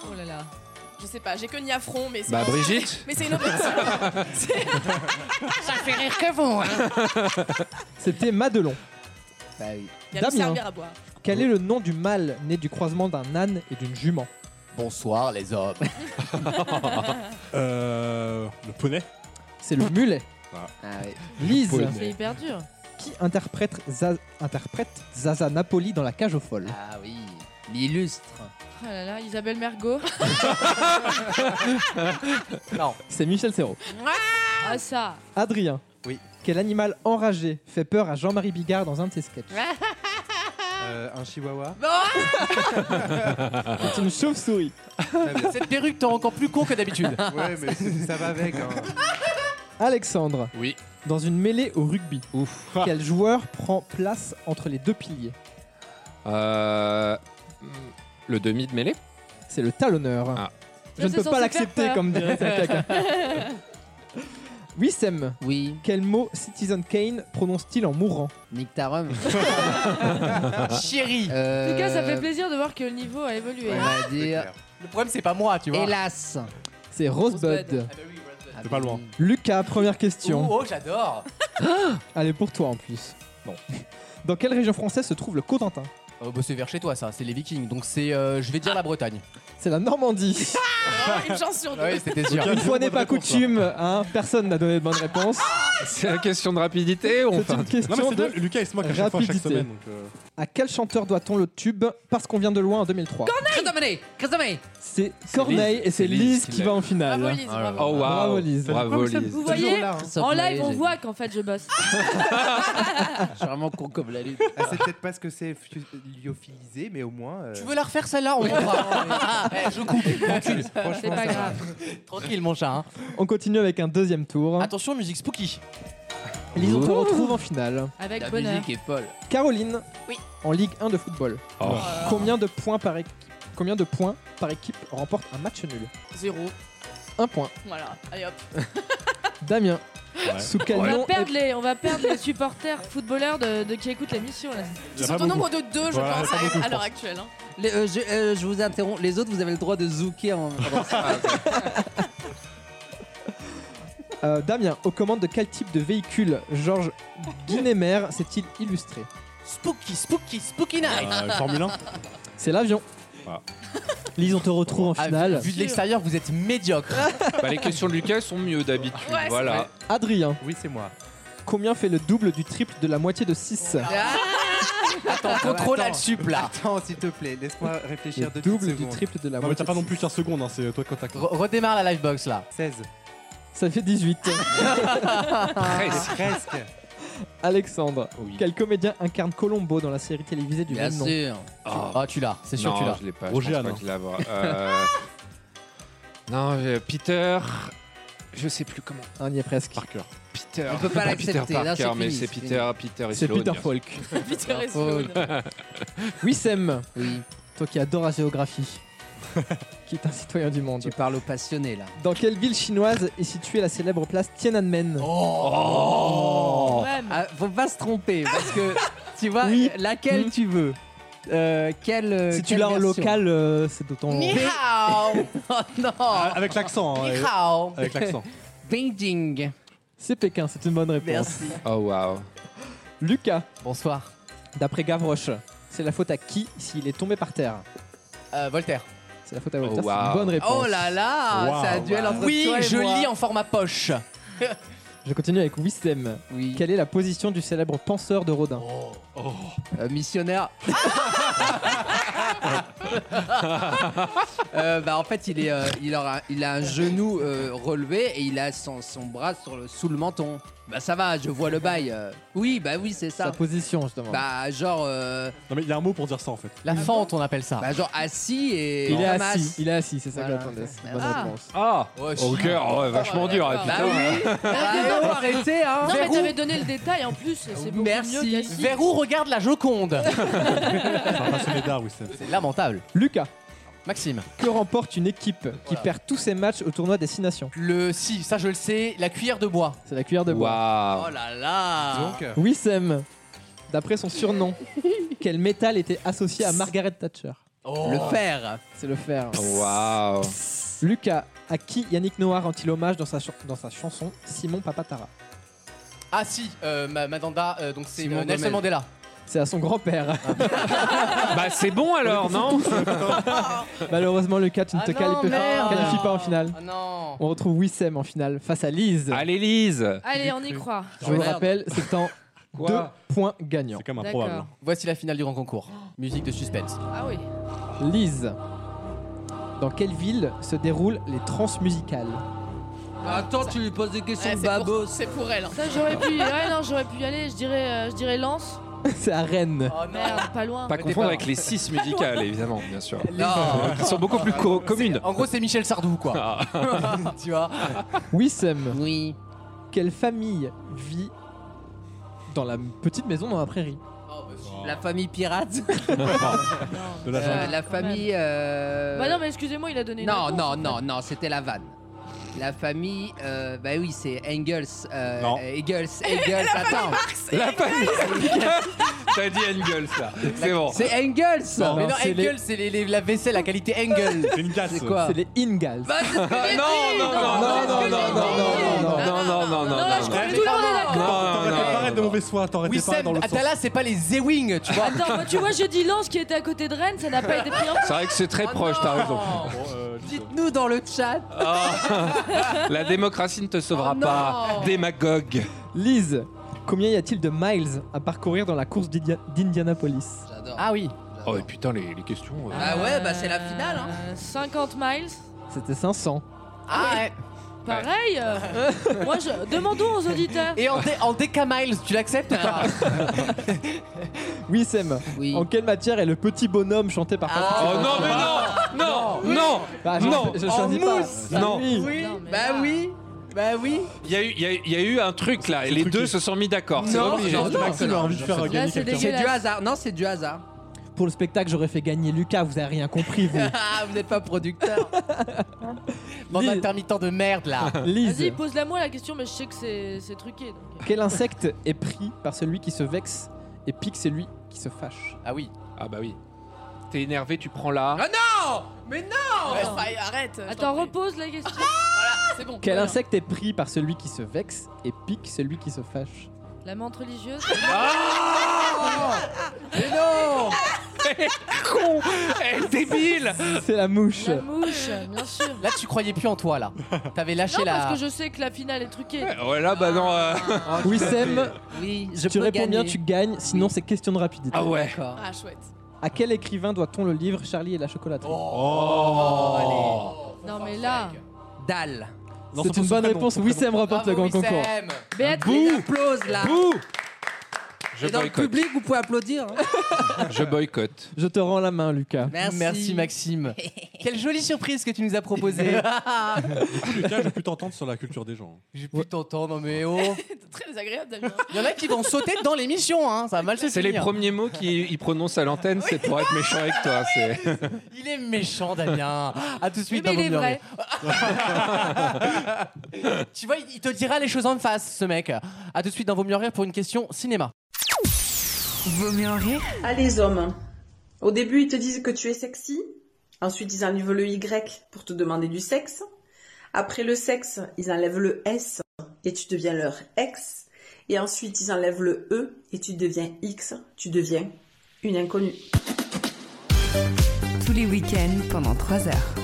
S4: Oh là là.
S6: Je sais pas, j'ai que Niafron, mais c'est.
S9: Bah,
S6: pas-
S9: Brigitte.
S6: Mais c'est une autre personne. C'est-
S3: Ça fait rire que vous.
S9: (laughs) C'était Madelon.
S5: Bah
S6: Il y a me
S9: Damien.
S6: servir à boire.
S9: Quel est le nom du mâle né du croisement d'un âne et d'une jument
S3: Bonsoir, les
S9: (laughs)
S3: hommes.
S7: Ah.
S6: Ah.
S5: Euh, le poney
S9: C'est le mulet.
S5: Ah.
S9: Lise,
S5: Le
S4: C'est hyper dur. Oh
S9: qui interprète, Za- interprète Zaza Napoli dans La Cage aux Folles
S7: Ah oui,
S3: (laughs)
S7: l'illustre.
S4: Oh là là,
S7: (laughs)
S4: Isabelle Mergot.
S3: Non.
S9: C'est Michel Serrault.
S4: Ah, ça.
S9: Adrien.
S10: Oui.
S9: Quel animal enragé fait peur à Jean-Marie Bigard dans un de ses sketchs
S10: Euh, un chihuahua.
S9: C'est une chauve-souris.
S3: (laughs) Cette perruque t'en rend encore plus con que d'habitude.
S10: (laughs) Ouais, mais c'est- ça va avec. hein.
S9: (laughs) Alexandre.
S8: Oui.
S9: Dans une mêlée au rugby,
S8: Ouf.
S9: quel joueur prend place entre les deux piliers
S8: Euh, le demi de mêlée
S9: C'est le talonneur.
S8: Ah.
S9: Je ne peux pas l'accepter, comme dirait
S4: (laughs)
S9: Sakaka. Oui, Sam.
S7: Oui.
S9: Quel mot Citizen Kane prononce-t-il en mourant
S7: Nick
S5: (laughs)
S7: Tarum.
S3: Chérie.
S4: En tout cas, ça fait plaisir de voir que le niveau a évolué.
S7: Euh, On va dire.
S3: Le problème, c'est pas moi, tu
S9: vois.
S7: Hélas.
S9: C'est Rosebud.
S5: C'est pas loin.
S9: Lucas, première question.
S3: Oh, j'adore.
S9: (gasps) Elle est pour toi en plus. Bon. Dans quelle région française se trouve le Cotentin
S3: Oh, bah, c'est vers chez toi, ça. C'est les Vikings. Donc, c'est, euh, je vais dire la Bretagne.
S9: C'est la Normandie.
S3: (laughs)
S6: Une chance sur deux.
S3: Ouais, c'était sûr.
S9: Une fois n'est pas coutume, hein, personne n'a donné de bonne réponse.
S8: (laughs) C'est une question de rapidité ou on
S9: C'est une question
S5: Non, mais c'est
S9: de
S5: bien, Lucas, il se moque à chaque fois, chaque
S9: rapidité.
S5: semaine, donc, euh.
S9: À quel chanteur doit-on le tube Parce qu'on vient de loin en 2003
S7: Corneille Corneille
S9: C'est Corneille
S7: Lise.
S9: et c'est
S7: C'est Lise
S9: Ah, Lise
S7: qui
S9: qui
S7: l'a
S9: va
S7: eu.
S9: en finale.
S7: Bravo, Lise, bravo.
S8: Oh, wow.
S9: Bravo Lise.
S8: Bravo, Lise.
S4: Vous voyez,
S7: hein.
S4: en live, on voit qu'en fait, je bosse.
S7: Je suis vraiment con comme la lutte.
S10: Ah, c'est peut-être pas ce que c'est fu- lyophilisé, mais au moins. euh,
S3: Tu veux la refaire celle-là On verra. Eh, je coupe. (laughs) Tranquille.
S10: C'est pas
S3: ça va. Tranquille, mon chat. hein.
S9: On continue avec un deuxième tour.
S3: Attention, musique spooky.
S9: Lise, on te retrouve en finale.
S4: Avec
S7: La
S4: bonheur.
S7: musique est folle.
S9: Caroline,
S6: Oui.
S9: en Ligue 1 de football,
S7: Oh.
S9: combien, de points par équi- combien de points par équipe remporte un match nul
S6: Zéro.
S9: Un point.
S6: Voilà, allez hop.
S9: Damien, sous quel
S4: On va,
S9: nom
S4: perdre les, on va perdre les supporters footballeurs de, de- qui écoutent l'émission. là.
S6: Ils sont au nombre de deux, je pense, à- à l'heure actuelle. hein.
S7: Les- euh, je, euh, je vous interromps. Les autres, vous avez le droit de zouker en.
S9: Euh, Damien, aux commandes de quel type de véhicule Georges Guinemer s'est-il illustré
S3: Spooky, spooky, spooky night.
S9: C'est l'avion. Lise, on te retrouve en finale.
S3: Ah, Vu de l'extérieur, vous êtes médiocre.
S8: Bah, les questions de Lucas sont mieux d'habitude.
S3: Ouais, c'est
S8: voilà.
S9: Adrien,
S10: Oui, c'est moi.
S9: combien fait le double du triple de la moitié de 6
S3: Ah. Attends, contrôle à le sup là.
S10: Attends, s'il te plaît, laisse-moi réfléchir
S9: Le
S10: deux petites
S9: double du
S10: secondes.
S9: triple de la
S5: Non, mais t'as pas
S9: moitié.
S5: non plus 15 secondes, hein, c'est toi quand t'as.
S3: Re- redémarre la livebox là.
S10: 16.
S9: Ça fait (laughs) 18.
S10: Presque. Presque.
S9: Alexandre, quel comédien incarne Colombo dans la série télévisée du
S7: Bien
S9: même nom
S7: sûr.
S8: Oh.
S3: Ah, tu l'as, c'est sûr
S8: non,
S3: que tu l'as.
S8: je l'ai pas.
S3: Roger
S8: je pense
S3: Hanne.
S8: pas qu'il l'a, avoir. Euh, non, euh, Peter. Je sais plus comment.
S9: On y est presque.
S5: Parker.
S8: Peter.
S7: On peut pas
S8: Ah,
S7: l'accepter,
S8: Peter
S7: là,
S8: Parker,
S7: c'est
S8: mais
S7: fini,
S8: c'est
S7: c'est
S8: Peter, Peter et
S9: C'est
S8: Sloane,
S9: Peter
S8: bien sûr. (laughs)
S9: Falk.
S6: Peter et Sloan.
S9: (laughs) Oui, Sam,
S7: Oui.
S9: toi qui adores la (laughs) géographie, qui est un citoyen du monde.
S7: Tu parles aux passionnés là.
S9: Dans quelle ville chinoise est située la célèbre place Tiananmen
S8: Oh.
S4: Ouais, mais-
S7: Ah, faut pas se tromper parce
S9: (laughs)
S7: que tu vois
S9: Oui.
S7: euh, laquelle
S9: Mm.
S7: tu veux. Euh, quelle, euh,
S9: Si tu
S7: quelle
S9: l'as en
S7: version
S9: local, euh, c'est d'autant.
S3: Ni hao.
S7: Oh non.
S5: Avec l'accent. hein,
S3: Ni
S5: ouais.
S3: hao.
S5: Avec l'accent.
S7: (laughs) Beijing.
S9: C'est Pékin, c'est une bonne réponse.
S3: Merci.
S8: Oh, waouh.
S9: Lucas,
S3: Bonsoir.
S9: d'après Gavroche, c'est la faute à qui s'il est tombé par terre
S3: Euh, Voltaire.
S9: C'est la faute à
S8: Oh,
S9: Walter, c'est une
S8: wow.
S9: bonne réponse.
S7: Oh là là,
S5: Wow,
S7: c'est un duel entre
S3: Oui,
S7: toi et
S3: je
S7: moi.
S3: lis en format poche.
S9: Je continue avec Wissem.
S7: Oui.
S9: Quelle est la position du célèbre penseur de Rodin
S7: Euh, missionnaire. (laughs) Euh, bah, en fait, il, est, euh, il, aura, il a un genou euh, relevé et il a son, son bras sur le, sous le menton. Bah ça va, je vois le bail. euh. Oui, bah oui, c'est
S9: Sa
S7: ça.
S9: position, justement.
S7: Bah genre, euh,
S5: Non, mais il y a un mot pour dire ça en fait.
S3: La fente, on appelle ça.
S7: bah, genre assis et
S9: il est
S7: ramasse.
S9: assis, il est assis, c'est ça
S7: Voilà.
S9: que j'attendais. c'est une Bonne
S7: Ah.
S9: réponse.
S8: Ah
S3: Ouais,
S8: Au
S3: si.
S8: cœur, ouais, vachement dur. hein,
S7: Bah
S8: putain.
S7: oui. Bah,
S3: Ah,
S7: faut arrêter, hein.
S4: Non, mais t'avais donné le détail en plus. C'est beaucoup
S7: Merci.
S4: mieux qu'assis.
S3: Vers où regarde la (laughs) Joconde
S5: C'est un passionné d'art, oui. c'est-
S3: C'est lamentable.
S9: Lucas,
S3: Maxime.
S9: que remporte une équipe qui perd tous ses matchs au tournoi des Six Nations
S3: Le si, ça je le sais, la cuillère de bois.
S9: C'est la cuillère de bois.
S8: Waouh.
S3: Oh là là
S10: Donc, euh,
S9: Wissem, d'après son surnom,
S3: (laughs)
S9: quel métal était associé à Margaret Thatcher
S3: Oh.
S7: Le fer.
S9: C'est le fer.
S8: Waouh.
S9: Lucas, à qui Yannick Noah rend-il hommage dans sa, chan- dans sa chanson Simon Papatara
S3: Ah si, euh, Ma- Madanda, euh, donc c'est
S7: Simon
S3: euh, Nelson
S7: Gomez.
S3: Mandela.
S9: C'est à son grand-père.
S8: Bah, c'est bon alors, non
S9: (laughs) Malheureusement, Lucas, tu ne
S3: Ah
S9: te
S3: non,
S9: qualifies,
S3: merde.
S9: qualifies pas en finale.
S3: Oh non
S9: On retrouve Wissem en finale face à Lise.
S8: Allez, Lise.
S4: Allez, on y croit.
S9: Je vous
S7: Merde.
S9: rappelle, c'est (laughs) en deux
S8: Quoi
S9: points gagnants.
S5: C'est quand même improbable.
S4: D'accord.
S3: Voici la finale du grand concours. Musique de suspense.
S4: Ah oui.
S9: Lise, dans quelle ville se déroulent les transmusicales (laughs)
S7: Attends, tu lui poses des questions
S6: Ouais,
S7: de
S6: c'est,
S7: babos.
S6: pour, c'est pour elle. hein.
S4: Ça, j'aurais pu. Ouais, non, j'aurais pu y aller. Je dirais, euh, je dirais Lance.
S9: C'est à Rennes.
S3: Oh
S4: Merde, pas loin.
S8: Pas
S3: Mettez
S8: confondre
S3: pas.
S8: avec les six musicales, évidemment, bien sûr.
S7: Non.
S8: Qui sont beaucoup plus co- communes.
S3: En gros, c'est Michel Sardou, quoi. (laughs) tu vois
S9: Wissem,
S7: Oui.
S9: quelle famille vit dans la petite maison dans la prairie
S3: Oh,
S7: La famille
S9: (laughs)
S7: pirate.
S5: de la
S7: Euh,
S5: jungle.
S7: la famille. euh,
S4: Bah non, mais excusez-moi, il a donné une
S7: non,
S4: réponse,
S7: non,
S4: en fait.
S7: non, non, c'était la vanne. La famille, euh, bah oui, c'est Engels, euh,
S4: (laughs)
S8: Non.
S7: Engels,
S8: Et
S7: Engels,
S8: la famille
S7: attends.
S8: Marx, La Engels. famille- T'as dit Engels là, c'est bon.
S7: C'est Engels.
S3: Oh. Non, mais non, Engels, c'est les- les- la vaisselle, la qualité (laughs) Engels.
S9: C'est quoi C'est les Ingalls.
S3: Bah, c'est ce que (laughs) j'ai
S8: Non,
S3: dit.
S8: non, non,
S9: non, non, non, non,
S8: non, non, non, non, non, non.
S3: Tout le monde est d'accord.
S5: T'aurais
S8: non,
S5: été pas arrête de mauvaise foi, t'aurais été pas
S3: Wissem,
S5: dans l'autre sens.
S3: Atala, c'est pas les Z-Wing, tu vois.
S4: Attends, moi, tu vois, Oh j'ai dit Lens qui était à côté de Rennes, ça n'a pas été pris
S8: (laughs)
S4: en
S8: C'est vrai que c'est très proche, t'as raison.
S5: euh,
S7: Dites-nous dans le chat.
S8: Ah, (laughs) la démocratie ne te sauvera
S9: Oh,
S8: pas.
S9: non.
S8: Démagogue.
S9: Lise, combien y a-t-il de miles à parcourir dans la course d'India- d'Indianapolis
S7: Ah
S3: oui.
S8: Oh, et putain, les, les questions. euh.
S7: Ah ouais, bah c'est la finale. Hein.
S4: 50 Euh, miles.
S9: C'était 500.
S3: Ah ouais.
S4: Pareil. euh, moi, je... demandons aux auditeurs.
S3: Et en, dé en déca-miles, tu l'acceptes ou pas (laughs)
S9: Oui, Sam. En quelle matière est le petit bonhomme chanté
S7: Ah.
S9: par Patrick
S8: Oh non, mais non Non, non,
S9: Bah, je-
S8: non,
S9: je- je choisis pas. Ah,
S8: Non.
S9: oui.
S7: bah oui, bah oui.
S8: Il y, a eu- il y a eu- il y a eu un truc là, les deux se sont mis d'accord. C'est
S7: Non,
S8: obligé.
S7: non, non,
S9: Maxime a envie de faire gagner
S7: C'est
S9: quelqu'un.
S7: du hasard. Non, c'est du hasard.
S9: Pour le spectacle, j'aurais fait gagner Lucas, vous avez rien compris, vous.
S7: (laughs) Ah, vous n'êtes pas
S9: (laughs)
S7: producteur.
S3: Bande intermittent de merde, là.
S9: Lise,
S4: Vas-y, pose-la moi la question, mais je sais que c'est c'est truqué. donc.
S9: quel insecte est pris par celui qui se vexe et pique celui qui se fâche
S3: Ah oui.
S8: Ah bah oui. T'es énervé, tu prends la.
S7: Ah non Mais non
S6: Arrête.
S4: Attends, repose la question.
S6: C'est bon.
S9: Quel
S7: Bah
S4: Voilà.
S9: insecte est pris par celui qui se vexe et pique celui qui se fâche
S4: La menthe religieuse.
S7: Mais non
S8: Con
S3: (laughs)
S8: Elle débile
S9: C'est la mouche.
S4: La mouche, bien sûr.
S3: Là, tu croyais plus en toi, là. T'avais lâché
S4: Non,
S3: la.
S4: parce que je sais que la finale est truquée.
S8: Ouais, là, bah non. euh.
S3: Ah,
S5: (laughs)
S9: Oui, Sam,
S7: Oui,
S9: si tu réponds bien, tu gagnes, sinon c'est question de rapidité.
S8: Ah ouais.
S6: Ah, chouette.
S9: À quel écrivain doit-on le livre Charlie et la chocolaterie
S7: Oh.
S10: Oh.
S6: Oh,
S4: Non, mais là.
S7: Dalle.
S9: C'est une bonne réponse. Wissem remporte le grand concours.
S7: Béatrice, applause là.
S8: Je
S7: Et dans le
S8: boycotte.
S7: public, vous pouvez
S9: (laughs)
S7: applaudir. hein.
S8: Je boycotte.
S9: Je te rends la main, Lucas.
S7: Merci. (laughs)
S3: (laughs) Maxime. Quelle jolie surprise que tu nous as (laughs) proposée.
S5: Lucas, je veux plus t'entendre sur la culture des gens.
S3: J'ai pu t'entendre, mais oh.
S6: Très désagréable, Damien.
S3: Il y en a qui vont sauter dans l'émission, hein. Ça va mal se
S8: C'est les
S3: finir.
S8: premiers mots qu'ils prononcent à l'antenne, c'est pour être méchant avec toi. c'est-
S3: Il est méchant, Damien. À tout de suite,
S4: Oui, mais
S3: dans
S4: il
S3: Vaut
S4: est
S3: mieux rire. tu vois, il te dira les choses en face, ce mec. À tout de suite dans Vaut mieux rire pour une question cinéma.
S2: Vaut mieux en rire
S13: Ah, les hommes. Au début, ils te disent que tu es sexy. Ensuite, ils enlèvent le Y pour te demander du sexe. Après le sexe, ils enlèvent le S et tu deviens leur ex. Et ensuite, ils enlèvent le E et tu deviens X. Tu deviens une inconnue.
S2: tous les week-ends pendant 3 heures.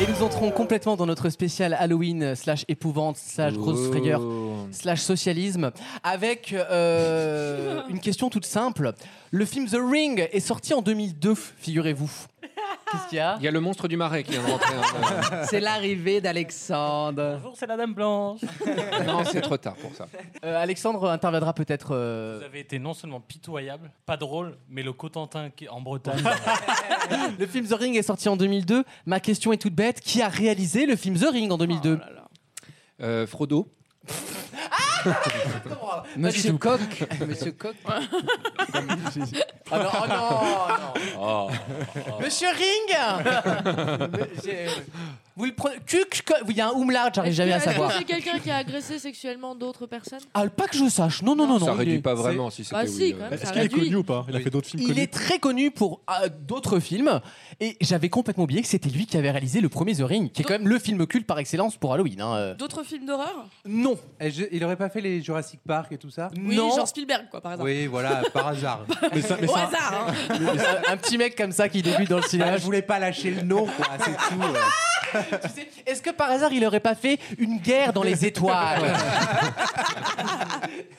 S3: Et nous entrons complètement dans notre spécial Halloween slash épouvante slash grosse
S8: Oh.
S3: frayeur slash socialisme avec euh, une question toute simple. Le film The Ring est sorti en 2002, figurez-vous. (laughs) Qu'est-ce qu'il y a
S8: Il y a le monstre du marais qui vient de rentrer. hein.
S7: C'est l'arrivée d'Alexandre.
S14: Bonjour, c'est la Dame Blanche.
S8: (laughs) Non, c'est trop tard pour ça.
S3: Euh, Alexandre interviendra peut-être. euh,
S14: Vous avez été non seulement pitoyable, pas drôle, mais le Cotentin qui est en
S8: (laughs)
S14: Bretagne.
S3: (laughs) Le film The Ring est sorti en 2002. Ma question est toute bête. Qui a réalisé le film The Ring en 2002
S8: Euh, Frodo.
S3: (laughs)
S7: Monsieur
S8: (laughs)
S7: Coq. Monsieur Coq. Ah
S3: Oh non, oh non,
S8: Oh.
S3: non. Monsieur
S8: (laughs)
S9: (laughs)
S3: Ring J'ai- Vous le prenez. Cuc, co- Il y a un umlaut, j'arrive jamais à
S4: Est-ce que-
S3: savoir.
S4: Est-ce que c'est quelqu'un qui a agressé sexuellement d'autres personnes
S3: Ah, pas que je sache. Non, non, non, non.
S8: Ça
S3: il
S8: réduit
S3: est-
S8: pas vraiment si
S3: Bah,
S8: c'était
S4: Ah,
S8: oui,
S4: si,
S8: euh.
S4: quand même,
S5: Est-ce
S4: ça
S5: qu'il est
S4: réduit.
S5: connu ou pas Il a fait d'autres films
S3: Il
S5: connus
S3: est très connu pour euh, d'autres films et j'avais complètement oublié que c'était lui qui avait réalisé le premier The Ring, qui est quand même le film culte par excellence pour Halloween. hein, euh.
S6: D'autres films d'horreur
S3: Non.
S10: Eh, il aurait pas fait les Jurassic Park et tout ça
S6: Oui, genre Spielberg, quoi, par exemple.
S10: Oui, voilà, par hasard. mais ça,
S6: Au hasard, hein.
S3: un, un petit mec comme ça qui débute dans le cinéma.
S10: Bah, je voulais pas lâcher le nom, quoi, c'est tout. euh.
S3: Est-ce que par hasard il aurait pas fait une guerre dans les étoiles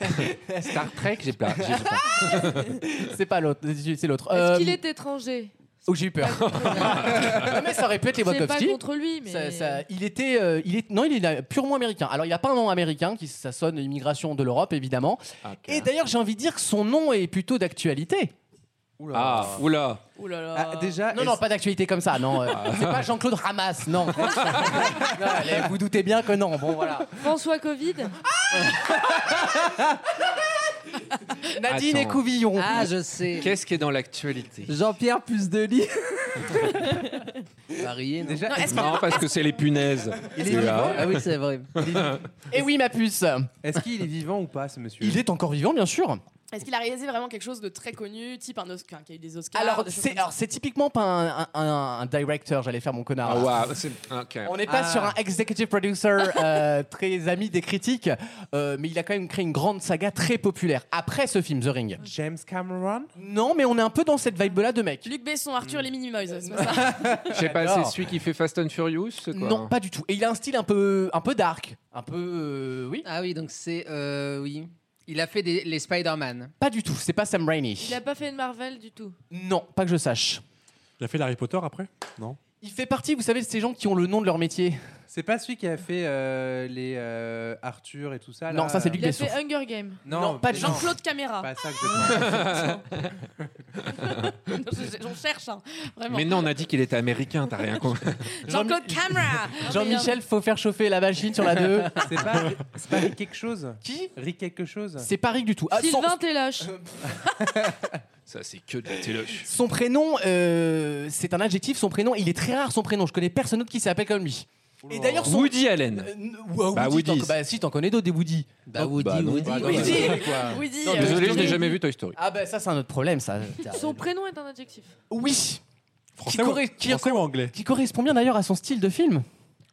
S10: euh.
S8: Star Trek, j'ai pas. j'ai pas.
S3: (laughs) C'est pas l'autre, c'est l'autre.
S4: Est-ce
S3: Euh,
S4: qu'il est étranger
S3: Oh, j'ai eu peur. Non, mais ça aurait pu être les
S4: C'est pas
S3: Wachowski.
S4: contre lui, mais.
S3: Ça- ça- il était, euh, il est, non, il est là, purement américain. Alors, il n'a pas un nom américain, qui, ça sonne immigration de l'Europe, évidemment. Et d'ailleurs, j'ai envie de dire que son nom est plutôt d'actualité.
S8: Ah, oula.
S6: Ouh là là.
S10: déjà,
S3: Non, non, pas d'actualité comme ça, non.
S8: Ah.
S3: euh, c'est pas Jean-Claude Ramas,
S8: (laughs)
S3: non. Non, allez, vous doutez bien
S10: (laughs)
S3: que non. Bon, voilà.
S4: François Covid
S3: Nadine
S8: Attends.
S3: et Couvillon.
S7: Ah, je sais.
S8: Qu'est-ce qui est dans l'actualité
S7: Jean-Pierre plus de lit. (laughs)
S8: Déjà,
S7: Non, est-ce
S8: non,
S7: que-
S8: parce que c'est les punaises. Ah,
S7: Il est
S8: Tu
S7: vivant
S8: vois
S7: Ah oui, c'est
S8: (laughs)
S7: vrai.
S3: Et oui, ma puce.
S10: Est-ce qu'il est vivant ou pas, ce monsieur
S3: Il est encore vivant, bien sûr.
S6: (laughs) Est-ce qu'il a réalisé vraiment quelque chose de très connu, type un Oscar, qui a eu des Oscars
S3: Alors,
S6: des choses
S3: c'est,
S6: comme ça
S3: alors, c'est typiquement pas un, un- un- un director, j'allais faire mon connard.
S8: Ah, waouh, c'est- ok.
S3: On n'est pas
S8: Ah.
S3: sur un executive producer euh, très ami des critiques, euh, mais il a quand même créé une grande saga très populaire après ce film, The Ring.
S10: James Cameron
S3: Non, mais on est un peu dans cette vibe-là de mec.
S6: Luc Besson,
S3: Hmm.
S6: Arthur, les Minimoys, c'est pas
S3: (laughs)
S6: ça (laughs)
S8: Je sais pas, c'est celui qui fait Fast and Furious quoi
S3: Non, pas du tout. Et il a un style un peu, Euh, un peu dark, un peu, euh, oui.
S7: Ah oui, donc c'est. euh, oui. Il a fait des- les Spider-Man.
S3: Pas du tout. C'est pas Sam Raimi.
S4: Il a pas fait de Marvel du tout.
S3: Non, pas que je sache.
S5: Il a fait l'Harry Potter après Non.
S3: Il fait partie, vous savez, de ces gens qui ont le nom de leur métier.
S10: C'est pas celui qui a fait euh, les euh, Arthur et tout ça
S3: Non,
S10: là,
S3: ça, c'est
S10: euh,
S3: Luc
S4: Il a fait Hunger Games.
S10: Non, Non, pas du tout.
S6: Jean-Claude Caméra.
S10: Pas ça que je
S3: (laughs)
S6: Non, je- J'en cherche, hein, vraiment.
S8: (laughs) Mais non, on a dit qu'il était américain, t'as rien compris.
S3: (laughs)
S6: Jean-Claude Caméra
S3: Jean-Michel, faut faire chauffer la machine sur la 2.
S10: C'est pas, c'est pas Rick quelque chose
S3: Qui
S10: Rick quelque chose
S3: C'est pas Rick du tout. Ah, son-
S4: Sylvain Téloche.
S8: Ça, c'est que de la téloche.
S3: Son prénom, euh, c'est un adjectif. Son prénom, il est très rare. Son prénom, je connais personne d'autre qui s'appelle comme lui. Et d'ailleurs, son... Euh,
S8: Woody Allen.
S3: Wow,
S8: Bah,
S3: Woody, t'en-
S8: Woody's.
S3: bah, si, t'en connais d'autres des Woody. Bah, Woody, (laughs)
S8: Woody,
S3: Woody.
S4: Woody,
S3: Non,
S4: euh,
S3: désolé,
S8: je n'ai jamais vu Toy Story.
S3: Ah, bah, ça, c'est un autre problème, ça.
S4: Son prénom est un adjectif.
S3: Oui.
S8: Français ou- français
S3: ou
S5: anglais
S3: Qui correspond bien d'ailleurs à son style de film.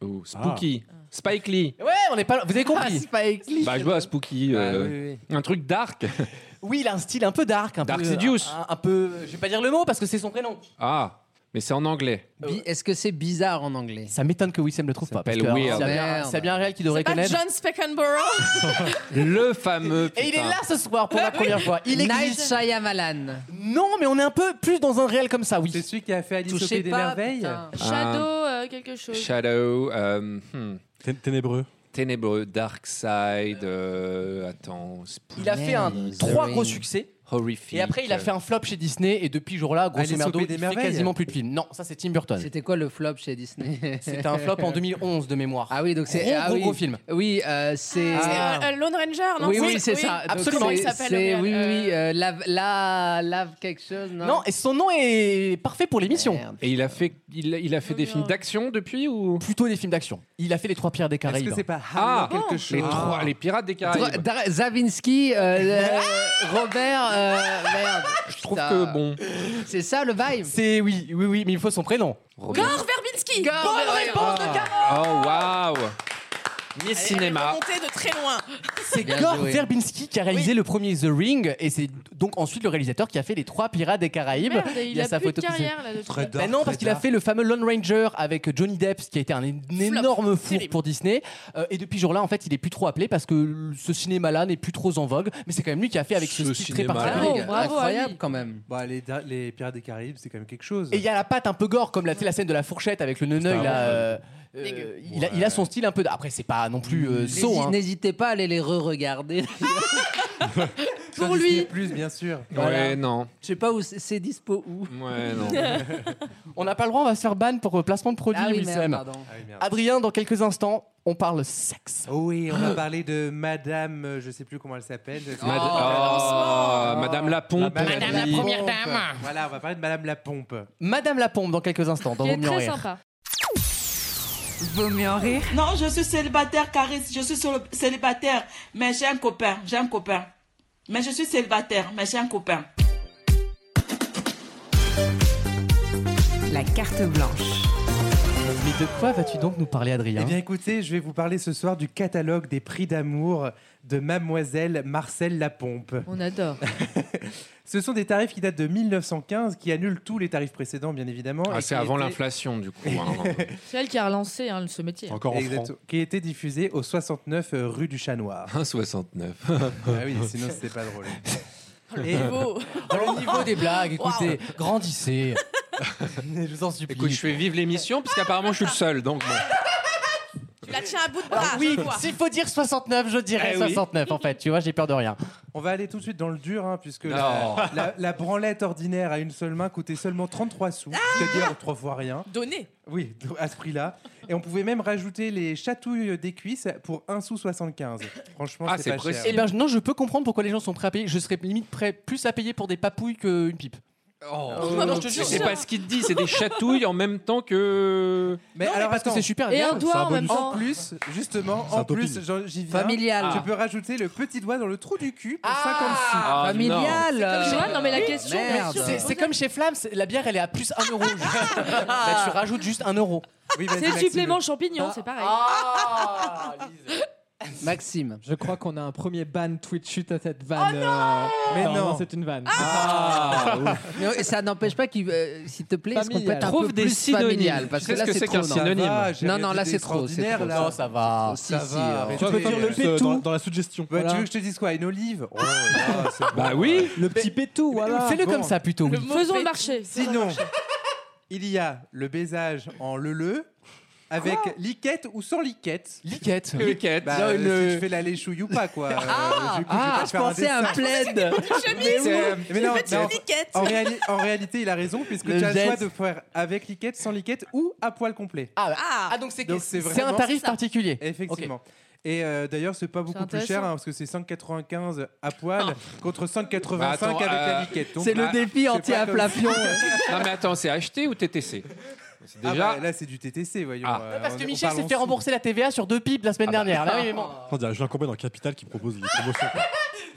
S7: Ah.
S8: Oh, Spooky. Spike Lee.
S3: Ouais, on est pas. Vous avez compris.
S8: Bah, je vois Spooky.
S7: Ah,
S8: euh, Un truc dark. (laughs)
S3: Oui, il a un style un peu dark, un
S8: Dark
S3: peu. euh,
S8: Sidious.
S3: Un, un peu. Je vais pas dire le mot parce que c'est son prénom.
S8: Ah, mais c'est en anglais.
S3: Euh,
S7: Bi- Est-ce que c'est bizarre en anglais
S3: Ça m'étonne que Wissem le trouve pas. Parce
S8: s'appelle
S3: que alors,
S8: Weird.
S3: s'il y a bien-
S7: Ah,
S8: Merde.
S3: s'il y a bien un réel qui
S6: C'est
S3: devrait
S6: pas
S3: connaître.
S6: John Speckenborough
S8: Le fameux.
S3: Et il est
S8: putain.
S3: là ce soir
S6: (laughs)
S8: (laughs)
S3: pour la première fois. Il
S7: Night
S3: existe.
S7: Shyamalan.
S3: Non, mais on est un peu plus dans un réel comme ça, oui. C'est
S10: celui qui a fait Alice
S7: au Touchez Pays des pas, Merveilles putain.
S4: Shadow, euh, quelque chose.
S8: Shadow. euh, hmm.
S5: Ténébreux.
S8: Ténébreux, Dark Side. euh, attends. Spooky.
S3: Il a fait un
S8: The
S3: trois
S8: Ring.
S3: gros succès.
S8: Horrifique.
S3: Et après, il a fait un flop chez Disney. Et depuis jour-là, grosso
S7: Alice au
S3: merdo,
S7: Pays
S3: il
S7: des
S3: fait
S7: Merveilles.
S3: quasiment plus de films. Non, ça c'est Tim Burton.
S7: C'était quoi le flop chez Disney
S3: C'était un flop en 2011 de mémoire.
S7: Ah oui, donc c'est
S3: Gros,
S7: ah
S3: gros,
S7: oui.
S3: gros film.
S7: Oui, euh, c'est.
S6: C'est, euh, euh, Lone Ranger, non
S7: oui, oui, c'est ça. Donc
S6: Absolument,
S7: c'est-
S6: il s'appelle.
S7: c'est-
S6: au
S7: Oui,
S6: réel.
S7: oui, euh, lave, la- lave quelque chose, non
S3: Non, et son nom est parfait pour l'émission.
S8: Et il a fait, il, a- il a fait des films d'action depuis ou
S3: Plutôt des films d'action. Il a fait les trois pierres des Caraïbes.
S8: c'est
S10: pas
S8: Ah,
S3: Halo
S8: les,
S3: quelque chose
S8: trois-
S3: Ah.
S8: les pirates des
S7: Dra-
S8: Caraïbes.
S7: Dra- Zavinsky, euh, euh, Robert, euh, merde. Je
S8: trouve que bon.
S7: C'est ça le vibe.
S3: C'est oui, oui, oui, mais il faut son prénom.
S6: Gore Verbinski Gore
S7: Bonne
S6: réponse de Caro
S8: Oh waouh Miss Cinéma.
S6: Monté de très loin
S3: C'est Gore Verbinski qui a réalisé le premier The Ring, et c'est donc ensuite le réalisateur qui a fait les trois Pirates des Caraïbes.
S4: Merde, et il a plus de carrière, là, depuis. Très
S3: Bah
S4: dark,
S3: non,
S4: très
S3: parce qu'il a
S4: dark.
S3: fait le fameux Lone Ranger avec Johnny Depp, ce qui a été un, é- un énorme four pour Disney. Euh, et depuis ce jour-là, en fait, il est plus trop appelé parce que l- ce cinéma-là n'est plus trop en vogue. Mais c'est quand même lui qui a fait avec ce, style très particulier.
S7: quand même.
S10: Bah, les, da- les Pirates des Caraïbes, c'est quand même quelque chose.
S3: Et il y a la patte un peu gore, comme la, tu sais, la scène de la fourchette avec le
S10: Star
S3: neuneuil.
S10: Wars,
S3: là, euh,
S10: ouais.
S3: euh,
S10: Dégueu.
S3: il, a, il a son style un peu. d- Après, c'est pas non plus euh,
S7: N'hési-
S3: saut. hein.
S7: N'hésitez pas à aller les re-regarder.
S10: Sur
S7: Pour
S10: Disney
S7: lui.
S10: Plus, bien sûr.
S7: Voilà.
S8: Ouais, non.
S7: Je sais pas où c'est c'est dispo où.
S8: Ouais, non.
S3: On n'a pas le droit, on va se faire ban pour euh, placement de produits,
S7: Ah oui, merde,
S3: Wissem.
S7: pardon.
S3: Adrien, dans quelques instants, on parle sexe.
S10: Oh Oui, on va parler de Madame, euh, je sais plus comment elle s'appelle.
S8: Mad- Oh, oh, Madame la pompe. Madame la première
S10: dame. Voilà, on va parler de Madame la pompe.
S3: Madame la pompe dans quelques instants, dans
S10: Qui est
S3: Vaut mieux en
S10: très
S3: rire.
S4: sympa.
S2: Vaut mieux en rire.
S12: Non, je suis célibataire, Caris. Je suis sol- célibataire, mais j'ai un copain. J'ai un copain. Mais je suis célibataire, mais j'ai un copain.
S2: La carte blanche.
S3: Mais de quoi vas-tu donc nous parler, Adrien
S10: Eh bien, écoutez, je vais vous parler ce soir du catalogue des prix d'amour de Mademoiselle Marcel Lapompe.
S4: On adore.
S10: (laughs) Ce sont des tarifs qui datent de 1915, qui annulent tous les tarifs précédents, bien évidemment.
S8: Ah,
S10: et
S8: c'est
S10: qui
S8: avant
S10: étaient- (laughs)
S8: l'inflation du coup. hein.
S4: C'est elle qui a relancé hein, ce métier.
S10: Exacto- Qui était diffusé au 69 euh, rue du Chat Noir.
S8: 1,69.
S10: ah oui, sinon c'était
S8: (laughs)
S10: pas drôle.
S3: (laughs) Et- Oh, le niveau des blagues, écoutez, grandissez. (laughs) je vous en supplie.
S8: Écoute, je fais vivre l'émission parce qu'apparemment je suis le seul. Donc bon.
S6: la tient à bout de bras.
S3: Ah, oui,
S6: je vois.
S3: s'il faut dire 69, je dirais
S10: ah, Eh oui.
S3: 69 en fait. Tu vois, j'ai peur de rien.
S10: On va aller tout de suite dans le dur, hein, puisque
S3: Non.
S10: la, la- la branlette ordinaire à une seule main coûtait seulement 33 sous, c'est-à-dire trois fois rien.
S6: Donné.
S10: Oui, do- à ce prix-là. Et on pouvait même rajouter les chatouilles des cuisses pour 1 sous 75. Franchement, c'est pas cher.
S3: Eh ben, je- non, je peux comprendre pourquoi les gens sont prêts à payer. Je serais limite prêt plus à payer pour des papouilles qu'une pipe.
S8: Oh,
S3: Non, je te jure.
S8: c'est pas ce qu'il te dit, c'est des chatouilles en même temps que.
S10: Mais alors,
S8: parce que
S10: attends.
S8: c'est super Et agréable. un doigt C'est un en bonus. même temps.
S10: En plus, justement,
S8: C'est un
S10: en plus,
S8: doping.
S10: j'en- j'y viens.
S8: Familial.
S10: Tu peux rajouter le petit doigt dans le trou du cul pour 50 sous.
S3: Ah,
S10: Familial.
S3: C'est comme chez-
S4: non, mais la question, bien sûr.
S3: C'est- C'est comme chez Flamme, c'est- la bière elle est à plus 1 euro. Là, tu rajoutes juste 1 euro.
S4: C'est le supplément
S10: Ah.
S4: champignon, c'est pareil.
S7: Maxime.
S9: Je crois qu'on a un premier ban Twitch shoot à cette
S5: Oh
S9: vanne. euh,
S7: Mais non.
S9: non, non, c'est une vanne. Ah.
S7: Mais ça n'empêche pas qu'il, euh, s'il te plaît, est-ce qu'on peut
S9: Familial.
S7: être un
S9: Trouve
S7: peu
S9: des
S7: plus
S9: synonymes.
S7: familial Parce
S9: Tu
S7: que
S9: sais
S7: là,
S9: ce que
S7: c'est
S9: c'est
S7: trop.
S9: qu'un
S7: non.
S9: synonyme
S7: Ça va,
S9: j'ai
S7: Non,
S9: rien
S7: non,
S9: dit
S7: là,
S9: des
S7: c'est trop. c'est
S10: extraordinaires,
S7: trop.
S10: là. Non, ça
S3: va.
S7: Si,
S10: Ça
S7: si,
S10: va,
S7: euh,
S10: arrêtez. Tu peux dire le
S7: Voilà.
S10: pétou.
S5: Dans la suggestion.
S10: Bah, Tu
S9: Voilà.
S10: veux que je te dise quoi Une olive Oh, là, c'est bon.
S8: Bah oui.
S9: Le petit pétou, voilà.
S10: Fais-le comme ça, plutôt, oui.
S4: Faisons le marché.
S10: Sinon, il y a le baisage en le-le, avec
S8: Oh.
S10: liquette ou sans liquette.
S3: Liquette.
S8: Liquette.
S10: Bah,
S8: Là,
S10: euh,
S8: une-
S10: si tu fais la léchouille ou pas, quoi.
S8: Ah.
S10: Euh, du coup,
S8: Ah,
S10: vais
S8: je
S10: faire
S8: pensais à un (laughs)
S10: dessin.
S8: plaid.
S10: Mais oui.
S8: Chemise. C'est-
S10: Mais non,
S8: une petite
S10: mais en-
S8: liquette.
S10: En, réali- en réalité, il a raison, puisque
S3: Le
S10: tu as le choix
S3: geste.
S10: de faire avec liquette, sans liquette ou à poil complet.
S3: Ah, bah. Ah, donc c'est c'est un
S10: vraiment-
S3: tarif particulier.
S10: Effectivement. Et euh, d'ailleurs, c'est pas beaucoup plus
S3: intéressant.
S10: cher hein, parce que c'est 5,95 à poil contre 5,85
S8: Bah, attends,
S10: avec
S8: euh,
S10: la liquette. Donc, bah, c'est pas comme-
S8: non, mais attends, c'est acheté ou TTC C'est
S10: Ah
S8: déjà.
S10: bah, là, c'est du TTC, voyons.
S8: Ah.
S10: euh,
S3: Parce que
S10: on- on
S3: Michel
S10: parle
S3: s'est
S10: en
S3: fait
S10: sous.
S3: rembourser la TVA sur deux pipes la semaine dernière. Là, oui, mais bon.
S5: Attends, j'ai un combien dans Capital qui propose des promotions. quoi.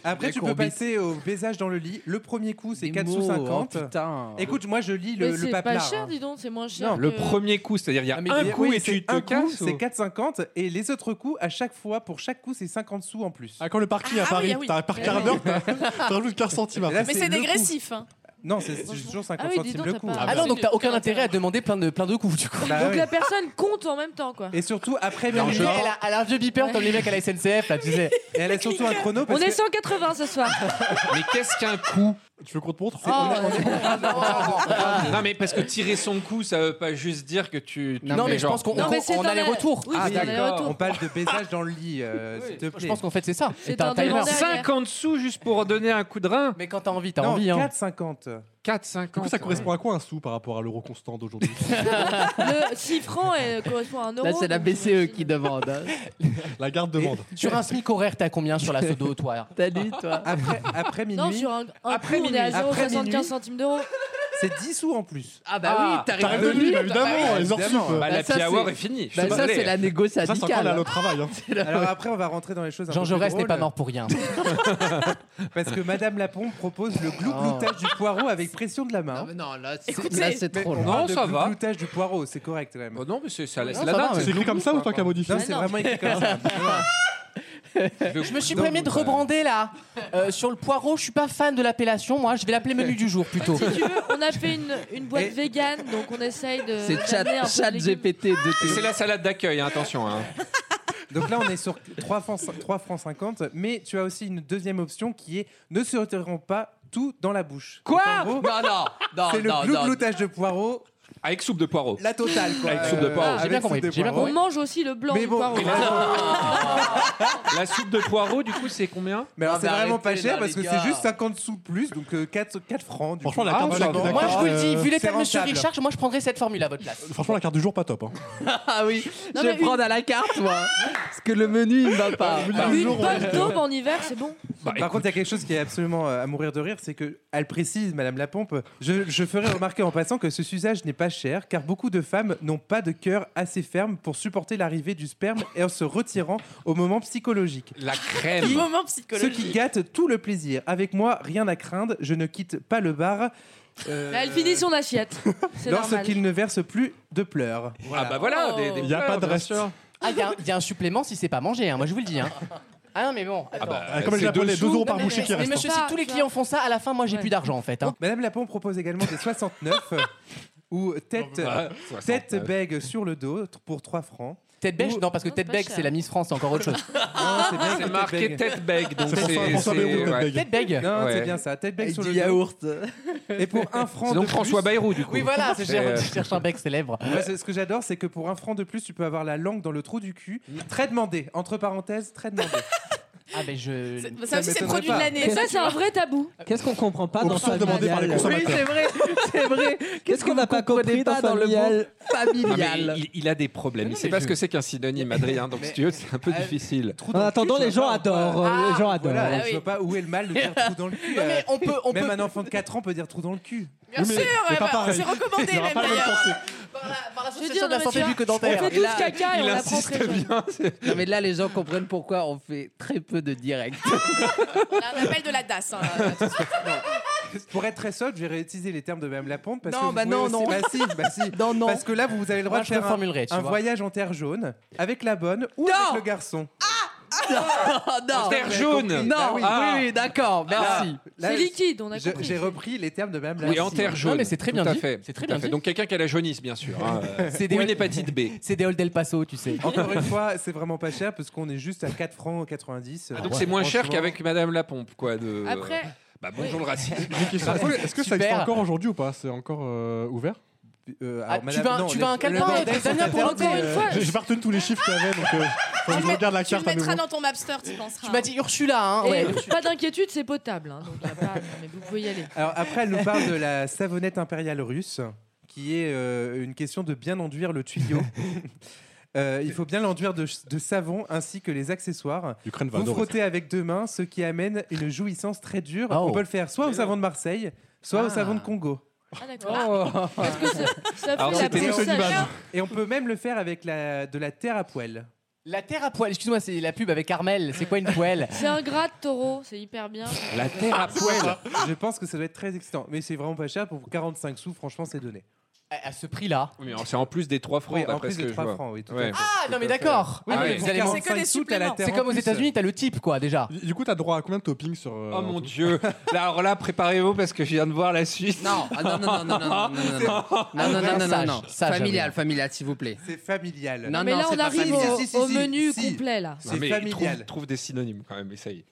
S10: Après, tu peux passer au baisage dans le lit. Le premier coup, c'est 4 sous
S5: mots,
S10: 50.
S5: oh, putain.
S10: Écoute, moi, je lis
S4: Mais
S10: le, le
S4: c'est pas
S10: papelard.
S4: cher,
S10: hein.
S4: dis donc, c'est moins cher.
S8: le
S4: que-
S8: premier coup, c'est-à-dire il y a
S10: Ah, Mais
S8: un
S10: il-
S8: coup
S10: oui,
S8: et
S10: c'est
S8: tu te
S10: un coup,
S8: casses.
S10: C'est 4,50 et les autres coups, à chaque fois, pour chaque coup, c'est 50 sous en plus.
S5: Ah, quand le parking à Paris,
S10: oui.
S5: t'as un parking
S10: Ah
S5: à
S10: oui.
S5: beurre, t'as t'as rajoute 15 centimes. après.
S6: Mais c'est dégressif. Hein.
S10: Non, c'est c'est toujours 50
S6: Ah oui, dis
S10: centimes
S6: donc,
S10: le
S6: t'as
S10: coup.
S6: pas-
S3: Ah non, donc t'as aucun intérêt à demander plein de, plein de coups, du coup.
S10: Bah
S4: Donc la personne compte en même temps, quoi.
S10: Et surtout, après,
S3: Non,
S10: même
S3: je- elle, a, elle a un vieux beeper comme les mecs à la SNCF, là, tu sais.
S10: Et elle a surtout un chrono
S4: On est 180 ce
S10: (laughs)
S4: soir.
S8: Mais qu'est-ce qu'un coup
S5: Tu veux qu'on te montre
S3: Ah, (laughs)
S8: Non, mais parce que tirer son coup, ça veut pas juste dire que tu. tu
S3: Non, mais
S8: fais
S3: je
S8: genre-
S3: pense qu'on- Non, mais c'est on dans a les la- retours. oui,
S8: Ah,
S3: c'est dans les
S8: d'accord.
S3: retours.
S10: On parle de baisage dans le lit, euh, s'il te plaît.
S3: Je pense qu'en fait, c'est ça.
S10: C'est
S3: Et t'as
S10: un
S3: un timer.
S10: demandeur hier.
S8: 50 sous juste pour donner un coup de rein.
S3: Mais quand t'as envie, t'as
S10: Non,
S3: envie. Hein.
S10: 4,50.
S8: 4,50.
S5: Du coup, ça correspond à quoi un sou par rapport à l'euro constant d'aujourd'hui
S4: Le 6 francs euh, correspond à un euro.
S7: Là, c'est la
S4: donc-
S7: BCE qui demande. hein.
S5: La garde demande.
S3: Sur un SMIC horaire, t'as combien sur la Sodo, toi
S7: T'as dit, toi
S10: Après, après minuit,
S4: Non, sur un, un
S10: Après
S4: coup, on est à
S10: minuit. Après
S4: 0,75
S10: minuit.
S4: centimes d'euros.
S10: c'est 10 sous en plus.
S7: Ah
S8: bah oui, t'arrives
S5: t'arrives de nuit, bah évidemment, les heures
S10: évidemment.
S5: sup.
S8: Bah, la happy hour est finie.
S7: Bah, ça, c'est la négo
S5: Ça, c'est encore
S7: syndicale.
S5: la loi au
S10: (laughs)
S5: travail.
S3: (laughs)
S5: hein.
S10: Alors après, on va rentrer dans les choses un
S3: Jean
S10: peu plus
S3: Jaurès n'est
S10: drôles.
S3: pas mort pour rien.
S10: (laughs) Parce que Madame Lapombe propose le glougloutage du poireau avec pression de la main.
S7: Non, là,
S8: Écoutez, là, c'est
S10: Mais
S8: trop
S10: on
S8: long.
S10: parle
S8: Non,
S10: de
S8: ça va. Oh
S10: Glougloutage du poireau, c'est correct quand même.
S8: non, mais c'est ça,
S10: Non,
S8: c'est
S10: ça
S8: la
S10: va,
S8: date.
S10: mais
S5: C'est écrit comme ça ou tant qu'à modifier
S10: Non,
S5: (laughs)
S10: c'est vraiment écrit comme ça.
S3: Je me suis permis de rebrander là. Euh, sur le poireau, je suis pas fan de l'appellation. Moi, je vais l'appeler menu du jour plutôt.
S4: Si tu veux, on a fait une, une boîte vegan, donc on essaye de.
S7: C'est chat,
S4: d'amener un peu de
S7: chat
S4: légumes.
S7: GPT de
S8: Et C'est la salade d'accueil, hein, attention. hein.
S10: Donc là, on est sur 3 francs, 3 francs 50, mais tu as aussi une deuxième option qui est ne se retireront pas tout dans la bouche.
S7: Quoi
S10: En gros,
S7: Non, non, non,
S10: (laughs) C'est le
S7: non, non.
S10: glougloutage de poireau,
S8: Avec soupe de poireau.
S10: la totale quoi.
S8: Avec soupe de poireau.
S10: Avec soupe de poireau.
S4: On mange aussi le blanc
S10: Mais
S4: du
S10: bon,
S4: poireau.
S10: mais là-
S8: (laughs) La soupe de poireau, du coup, c'est combien
S10: Mais alors,
S8: Ah,
S10: c'est
S8: bah,
S10: vraiment
S8: arrêtez,
S10: pas cher
S8: là, les
S10: parce que
S8: gars.
S10: c'est juste 50 sous de plus, donc 4, francs. Du
S5: Franchement,
S10: coup.
S5: la carte de la- la
S3: Moi, je vous le dis,
S5: Euh,
S3: vu l'état
S10: c'est
S3: de Monsieur
S10: rentable.
S3: Richard, moi, je prendrais cette formule à votre place.
S5: Franchement, la carte du jour, pas top. hein.
S7: Ah oui, je
S4: Non, mais
S7: vais
S4: une-
S7: prendre à la carte, moi. Parce que le menu, il me va pas.
S4: Une pomme d'aube en hiver, c'est bon.
S8: Bah,
S10: Par contre, il y a quelque chose qui est absolument euh, à mourir de rire, c'est que elle précise, Madame la pompe, je, je ferai remarquer en passant que ce usage n'est pas cher, car beaucoup de femmes n'ont pas de cœur assez ferme pour supporter l'arrivée du sperme et en se retirant au moment psychologique.
S8: La crème.
S10: Qui-
S6: Moment
S10: Ce qui
S6: psychologique.
S10: gâte tout le plaisir. Avec moi, rien à craindre, je ne quitte pas le bar. euh,
S4: Là, Bah, elle finit son assiette. C'est normal.
S10: Lorsqu'il ne verse plus de pleurs.
S8: Ah bah voilà, des,
S3: Il
S8: des
S3: y a
S8: pleurs,
S3: pas de
S8: bien
S3: reste.
S8: sûr.
S3: Ah, il y a un- il y, a un supplément si c'est pas mangé, hein, moi, je vous le dis. hein. Ah non, mais bon. attends.
S8: bah,
S5: Ah, comme les Japonais, 2 euros par
S3: Mais-
S5: bouchée qui
S3: Mais
S5: reste.
S3: monsieur,
S5: hein.
S3: si tous les clients font ça, à la fin, moi, j'ai plus d'argent en fait. hein.
S10: Madame Lapon propose également des 69 euh, ou tête,
S8: bah,
S10: tête euh,
S8: 69.
S10: bègue sur le dos t- pour 3 francs.
S3: Tête bèche Non, parce que tête bègue, c'est la Miss France, c'est encore autre chose.
S8: c'est bien C'est que marqué tête bègue. tête bègue, donc C'est François- c'est- François Bayrou, c'est- tête ouais.
S3: Tête
S8: bègue.
S3: bègue.
S10: Non,
S8: Ouais.
S10: c'est bien ça. Tête bec
S3: Avec
S10: sur
S3: du
S10: le
S3: yaourt.
S10: Et pour un franc
S8: C'est donc
S10: de
S8: François
S10: plus-
S8: Bayrou, du coup.
S3: Oui, voilà, c'est-
S8: C'est, euh,
S3: je cherche un bec célèbre.
S10: Moi, c'est- ce que j'adore, c'est que pour un franc de plus, tu peux avoir la langue dans le trou du cul. Très demandé. Entre parenthèses, très demandé.
S3: Ah, mais je.
S10: ça Ça aussi, c'est le m'étonnerait produit de pas. l'année,
S4: Et ça,
S10: ça,
S4: c'est un vrai tabou.
S9: Qu'est-ce qu'on comprend pas dans
S4: Option
S9: ça
S4: demandée par les consommateurs.
S7: Oui, c'est
S5: (laughs)
S7: vrai, c'est vrai.
S9: Qu'est-ce qu'on n'a pas compris dans,
S7: dans le mot
S9: familial
S8: Non,
S5: Ah,
S8: mais
S7: familial
S8: il, il a des problèmes. Il sait pas ce que c'est qu'un synonyme, Adrien. Donc, si tu veux, c'est un peu difficile.
S9: En attendant, les gens adorent.
S5: Ah.
S9: euh, les gens adorent.
S10: Voilà, je vois pas où est le mal de dire trou dans le cul.
S9: Non, mais
S10: euh,
S9: on peut- on
S10: Même
S9: peut-
S10: un enfant de 4 ans peut dire trou dans le cul.
S6: Bien sûr,
S13: eh
S6: ouais,
S10: eh ben,
S13: ben,
S6: bah, c'est
S10: (laughs)
S6: recommandé, même d'ailleurs.
S3: l'association de la santé bucco-dentaire.
S7: Et là,
S8: il insiste bien.
S7: Non, mais là, les gens comprennent pourquoi on fait très peu de direct.
S6: On a un appel de la DAS. hein.
S10: (laughs) Pour être très soft, je vais réutiliser les termes de Mme Lapente. Parce
S7: Non,
S10: que vous
S7: bah
S10: pouvez
S7: non,
S10: aussi-
S7: non.
S10: Bah si, bah si.
S7: Non, non.
S10: Parce que là, vous avez le droit
S3: Moi,
S10: de
S3: je
S10: faire
S3: le
S10: un,
S3: formulerai, tu
S10: un
S3: vois.
S10: voyage en terre jaune avec la bonne ou avec le garçon.
S7: non,
S10: Terre jaune.
S7: Non,
S10: Bah oui.
S7: oui, oui, d'accord, merci.
S10: Là,
S4: liquide, on a
S10: je-
S4: compris.
S10: J'ai repris les termes de Mme Lapente.
S8: Oui, en terre jaune. Tout à fait.
S3: C'est très
S8: Tout
S3: bien
S8: à fait.
S3: dit.
S8: Donc, quelqu'un qui a la jaunisse, bien sûr. hein.
S3: C'est des-
S8: Ou une hépatite B.
S3: C'est des Old Del Paso, tu sais.
S10: Encore une fois, c'est vraiment pas cher parce qu'on est juste à 4 francs euh, 90.
S8: Ah, Donc, c'est moins cher qu'avec Madame la pompe, quoi. De...
S10: Après-
S8: Bah, bonjour le racisme.
S7: (laughs)
S5: Est-ce que ça existe encore aujourd'hui ou pas C'est encore euh, ouvert Euh,
S10: Ah, alors, tu madame, vas- non, tu les- vas à un le calepin, bordel, Damien, c'est pour interdit, encore une euh, fois.
S5: J'ai j'ai pas retenu tous les chiffres qu'il y avait, donc euh, faut que je regarde la
S6: Tu le
S5: carte à nouveau.
S6: mettras dans ton Mapster, tu penseras.
S3: Tu m'as dit Ursula, hein.
S4: Et
S3: ouais.
S4: Pas d'inquiétude, c'est potable. hein, donc y a pas- non, mais vous pouvez y aller.
S10: Alors après, elle nous parle de la savonnette impériale russe, qui est euh, une question de bien enduire
S8: (laughs)
S10: le tuyau. Euh, il faut bien l'enduire de, de savon ainsi que les accessoires.
S5: L'Ukraine va
S10: Vous
S5: adorer
S10: frottez avec deux mains, ce qui amène une jouissance très dure.
S5: Oh.
S10: On peut le faire soit au savon de Marseille, soit au
S5: Ah.
S10: savon de Congo.
S4: Ah, d'accord.
S10: Oh.
S4: Parce que ça, ça fait
S10: Alors,
S4: la
S10: c'était
S4: peau
S10: sur du
S4: sèche.
S10: bal. Et on peut même le faire avec la, de la terre à poêle.
S3: La terre à poêle, excuse-moi, c'est la pub avec Carmel. C'est quoi une poêle
S4: C'est un Ah. gras de taureau, c'est hyper bien.
S10: Je pense que ça doit être très excitant, mais c'est vraiment pas cher pour 45 sous. Franchement, c'est donné.
S3: À ce prix-là.
S8: Oui, mais c'est en plus des 3 francs,
S10: Oui, en
S8: d'après
S10: plus
S8: ce
S10: des
S8: que je
S10: trois
S8: vois.
S10: francs, oui, tout à
S8: Ouais.
S10: fait.
S3: Ah, non, mais d'accord.
S5: Oui,
S3: Ah,
S5: mais
S3: mais
S5: pour
S3: vous allez
S5: 45
S3: manger-
S5: sous, t'as la suppléments. terre
S3: C'est
S5: en
S3: comme aux
S5: plus.
S3: États-Unis, t'as le type, quoi, déjà.
S5: Du coup, t'as droit à combien de toppings sur. euh,
S8: Oh mon
S5: en tout
S8: dieu Là, alors là, préparez-vous parce que je viens de voir la suite.
S7: Non, ah, non, non, non, non, non,
S8: (laughs)
S7: non, non, non, non,
S8: Ah,
S7: non, non, non, non,
S8: sage,
S7: non,
S8: sage,
S7: familial, familial, s'il vous plaît.
S10: C'est familial.
S7: Non,
S4: mais
S7: non,
S4: là,
S7: c'est
S4: on
S7: pas
S4: arrive
S7: familial.
S4: au,
S7: Si, si,
S4: au
S7: si,
S4: menu
S7: si.
S4: complet, là.
S8: Non,
S10: C'est
S8: mais il
S10: familial.
S8: Trouve, trouve des synonymes quand même, essaye.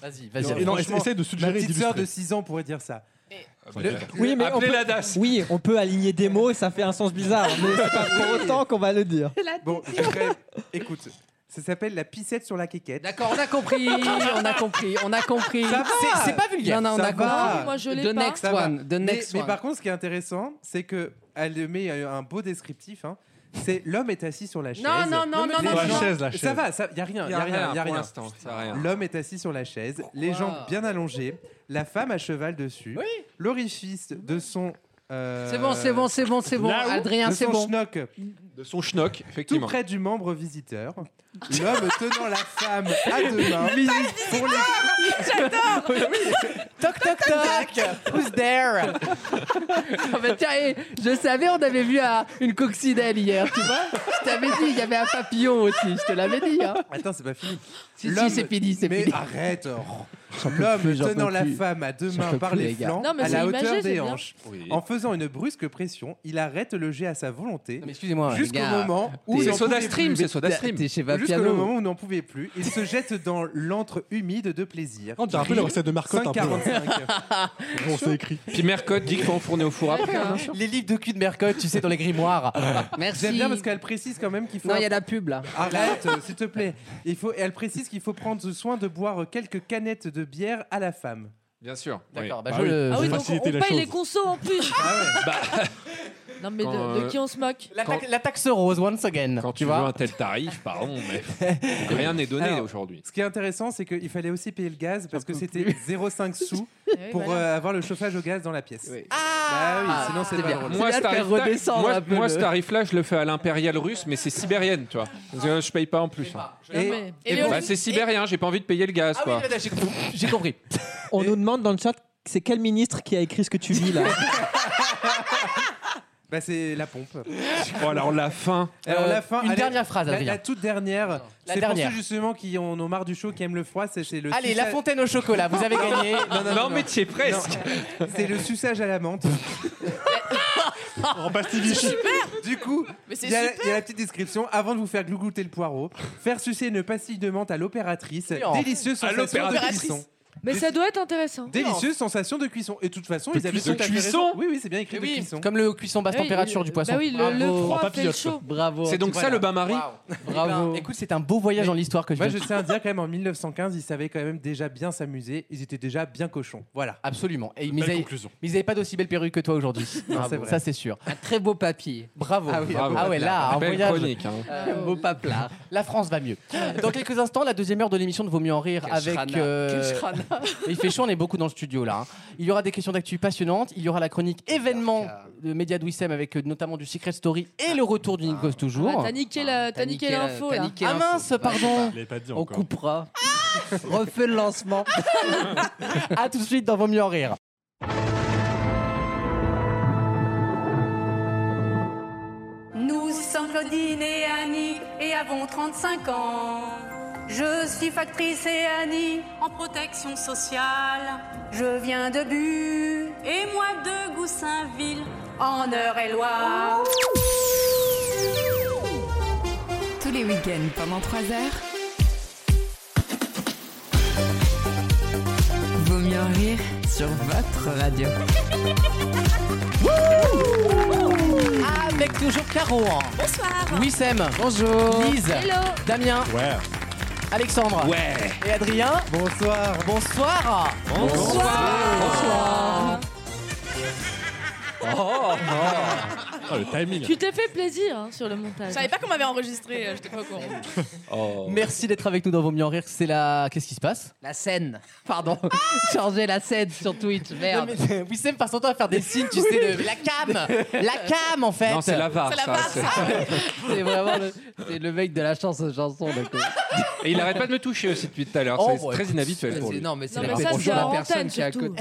S3: Vas-y,
S10: Non,
S5: Et non,
S10: franchement,
S5: essaye de suggérer
S10: Ma petite
S5: d'illustrer.
S10: sœur de Ah, 6 ans pourrait dire ça. bah,
S5: Le-
S9: Oui, mais on
S8: Appelez
S9: peut,
S8: la DAS.
S9: oui, on peut aligner des mots et ça fait un sens bizarre. Mais c'est pas pour autant qu'on va le dire.
S10: Bon, je dirais- écoute, ça s'appelle la pissette sur la quéquette.
S7: D'accord, on a compris, on a compris, on a compris.
S10: Ça va.
S7: C'est- c'est pas vulgaire. Non, non, on
S10: Ça
S7: a
S10: va.
S3: Ah,
S7: compris. Oui, moi, je l'ai The pas. next
S10: Ça va.
S7: one, the
S10: Mais-
S7: next
S10: mais,
S7: one.
S10: par contre, ce qui est intéressant, c'est que elle met euh, un beau descriptif. hein. C'est l'homme est assis sur la chaise.
S6: non, non, non,
S10: Les
S6: non,
S10: gens-
S6: non. La chaise, la
S10: Ça
S6: chaise.
S10: va, ça, y a rien, y a rien, y
S8: pour
S10: a rien.
S8: l'instant, ça a rien.
S10: L'homme est assis sur la chaise, les jambes bien allongées, la femme à cheval dessus, l'orifice de son. euh,
S7: C'est bon, c'est bon, c'est bon, c'est bon.
S10: Là où
S7: Adrien,
S10: de
S7: c'est
S10: son
S7: bon.
S10: schnock.
S8: De son schnock,
S10: Tout
S8: effectivement.
S10: près du membre visiteur, l'homme tenant la femme à deux mains. pour les-
S3: Toc, toc, toc. Who's
S7: (laughs)
S3: there
S7: Ah bah tiens, eh, je savais, on avait vu un- une coccinelle hier, tu vois. Je t'avais dit, il y avait un papillon aussi, je te l'avais dit. Hein.
S10: Attends, c'est pas fini.
S7: Si, si,
S10: L'homme-
S7: c'est fini, c'est
S10: Mais
S7: fini.
S10: arrête. oh.
S7: J'en peux
S10: L'homme
S7: plus, j'en
S10: tenant
S7: peux
S10: la
S7: plus.
S10: femme à deux
S7: J'en
S10: mains
S7: peux
S10: par
S7: plus,
S10: les
S7: les gars.
S10: flancs,
S7: Non, mais
S10: à
S7: c'est
S10: la
S7: imagé,
S10: hauteur
S7: c'est
S10: des
S7: bien.
S10: hanches.
S8: Oui.
S10: En faisant une brusque pression, il arrête le jet à sa volonté.
S3: excusez-moi,
S10: Jusqu'au
S3: les gars,
S10: moment où
S8: t'es-
S10: il en
S8: C'est Soda
S10: pouvait
S8: Stream,
S10: plus.
S8: c'est Soda Stream. T'es chez Vapiano.
S10: Jusqu'au moment où il n'en pouvait plus, il se jette dans l'antre humide de plaisir.
S5: On dirait un peu la recette de Marcotte, un peu.
S10: 5,45.
S5: Bon, c'est écrit.
S8: Puis Mercotte dit qu'il faut enfourner au four après. hein.
S3: Les livres de cul de Mercotte, tu sais, dans les
S8: (laughs)
S3: grimoires.
S10: J'aime bien parce qu'elle précise quand même qu'il faut.
S7: Non, il y a la pub là.
S10: Arrête, euh, s'il te plaît. Il faut, et elle précise qu'il faut prendre soin de boire quelques canettes de bière à la femme.
S8: Bien sûr.
S3: D'accord,
S8: bah,
S10: je le-
S4: Ah oui,
S10: J'ai
S4: donc on,
S10: facilité la
S4: paye
S10: chose.
S4: les consos en plus. (laughs) non, mais de,
S8: Quand,
S4: de
S8: euh,
S4: qui on se moque
S3: La, taxe- la taxe rose, once again.
S8: Quand tu,
S3: tu
S8: veux
S3: vois
S8: un tel tarif, pardon,
S3: (laughs)
S8: mais rien n'est donné
S10: Alors,
S8: aujourd'hui.
S10: Ce qui est intéressant, c'est qu'il fallait aussi payer le gaz parce que c'était
S7: (laughs)
S10: 0,5 sous
S4: oui,
S10: pour
S4: voilà.
S10: euh, avoir le chauffage au gaz dans la pièce. bah oui, sinon c'est
S7: Ah, c'est
S10: pas
S7: bien.
S10: drôle.
S7: Moi, C'est bien de faire
S8: tarif-là-
S7: redescendre
S8: moi-
S7: un peu
S8: moi,
S7: le-
S8: ce tarif-là, je le fais à l'impérial russe, mais c'est sibérienne, tu vois. Parce que, euh, Je paye pas en plus. hein.
S10: Et-
S9: Et
S8: Bah, c'est sibérien, j'ai pas envie de payer le gaz, quoi.
S3: J'ai compris.
S9: On nous demande dans le chat, c'est quel ministre qui a écrit ce que tu lis là
S10: Bah, c'est
S3: (laughs)
S10: la pompe.
S8: Bon, alors la fin.
S10: Alors
S3: Euh,
S10: la fin,
S3: une
S10: allez,
S3: dernière phrase,
S10: la,
S3: Adrien.
S10: la toute dernière.
S3: La
S10: C'est pour
S3: dernière.
S10: ceux justement qui en ont marre du chaud, qui aiment le froid. C'est c'est le.
S3: Allez,
S10: suçage-
S3: la fontaine au chocolat, vous avez gagné.
S10: Non, non, non, non.
S8: mais tu es presque.
S3: (laughs)
S10: C'est le suçage à la menthe.
S6: Super
S10: Du coup,
S6: Mais c'est
S10: il y, a-
S6: super
S10: il y a la petite description. Avant de vous faire glouglouter le poireau, faire sucer une pastille de menthe à l'opératrice.
S4: Oui, en-
S10: Délicieuse
S4: À
S10: sensation de
S4: l'opératrice.
S10: cuisson.
S4: Mais
S10: Des-
S4: ça doit être intéressant.
S10: Délicieuse sensation de cuisson. Et de toute façon,
S3: De
S10: ils avaient
S3: cuisson.
S10: tout à fait
S3: De
S10: raison.
S3: cuisson
S10: Oui, oui, c'est bien écrit de
S3: Oui,
S10: cuisson.
S3: Comme le cuisson basse
S10: Ah oui,
S3: température
S10: oui,
S3: du
S10: bah
S3: poisson.
S10: oui, le- le Bravo. froid En papillote. fait le chaud.
S7: Bravo.
S10: Tu vois, là. (laughs)
S3: Bravo. Écoute, c'est un beau voyage en l'histoire que je
S10: Moi,
S3: viens
S10: je
S3: de
S10: tiens à dire quand même, en 1915, ils savaient quand même déjà bien s'amuser. Ils étaient déjà bien cochons. Voilà.
S3: Absolument. Et ils avaient- mais ils n'avaient pas d'aussi belle perruque que toi aujourd'hui.
S10: (laughs) Non,
S3: Bravo.
S10: c'est vrai.
S3: Ça, c'est sûr.
S7: Un très beau papier.
S3: Bravo.
S7: Ah oui, un beau
S3: ouais,
S7: papier.
S3: là, un
S7: Belle
S3: voyage.
S7: chronique, hein. Euh, beau paplard.
S3: La France va mieux. Euh, Dans quelques instants, la deuxième heure de l'émission de Vaut mieux en rire
S7: Quel
S3: avec. euh,
S7: schrana. Quel schrana.
S3: (laughs) Il fait chaud, on est beaucoup dans le studio là. hein. Il y aura des questions d'actu passionnantes. Il y aura la chronique événement de Média de Wissem avec euh, notamment du Secret Story et le retour du Nikos toujours.
S4: Ah, T'as niqué la- t'as niqué l'info là.
S3: Ah mince, pardon. On coupera. Refais le lancement. (laughs) à tout de suite dans Vaut mieux en rire.
S15: Nous sommes Claudine et Annie et avons 35 ans. Je suis factrice et Annie en protection sociale. Je viens de Bu et moi de Goussainville en Eure-et-Loire.
S2: Tous les week-ends pendant 3 heures. Vaut mieux en rire sur votre radio.
S3: Avec toujours Caro.
S4: hein.
S15: Bonsoir.
S3: Wissem. Bonjour. Lise.
S15: Hello.
S3: Damien.
S5: Ouais.
S3: Alexandre.
S5: Ouais.
S3: Et Adrien.
S10: Bonsoir.
S3: Bonsoir.
S4: Bonsoir.
S5: Oh, le timing.
S4: Tu t'es fait plaisir hein, sur le montage.
S6: Je savais pas qu'on m'avait enregistré, euh, j'étais pas au courant.
S3: Merci d'être avec nous dans Vos mieux en rire. C'est la. Qu'est-ce qui se passe
S7: La scène. Pardon. (laughs) Changer la scène sur Twitch. Merde.
S3: Non, mais, euh, Wissem passe son temps
S7: (laughs)
S3: à faire des signes, tu sais, de la cam, la cam en fait.
S7: Non,
S3: (laughs)
S7: c'est la VAR, C'est la ça, VAR, c'est-
S3: c'est...
S7: C'est vraiment le, c'est le mec de la chance aux chansons. le con.
S8: Et il arrête pas de me toucher aussi depuis tout à l'heure.
S7: Oh,
S8: c'est
S7: ouais,
S8: très
S7: écoute,
S8: inhabituel
S7: c'est-
S8: pour lui.
S7: non, mais c'est
S3: Non, mais ça, c'est hors antenne, surtout.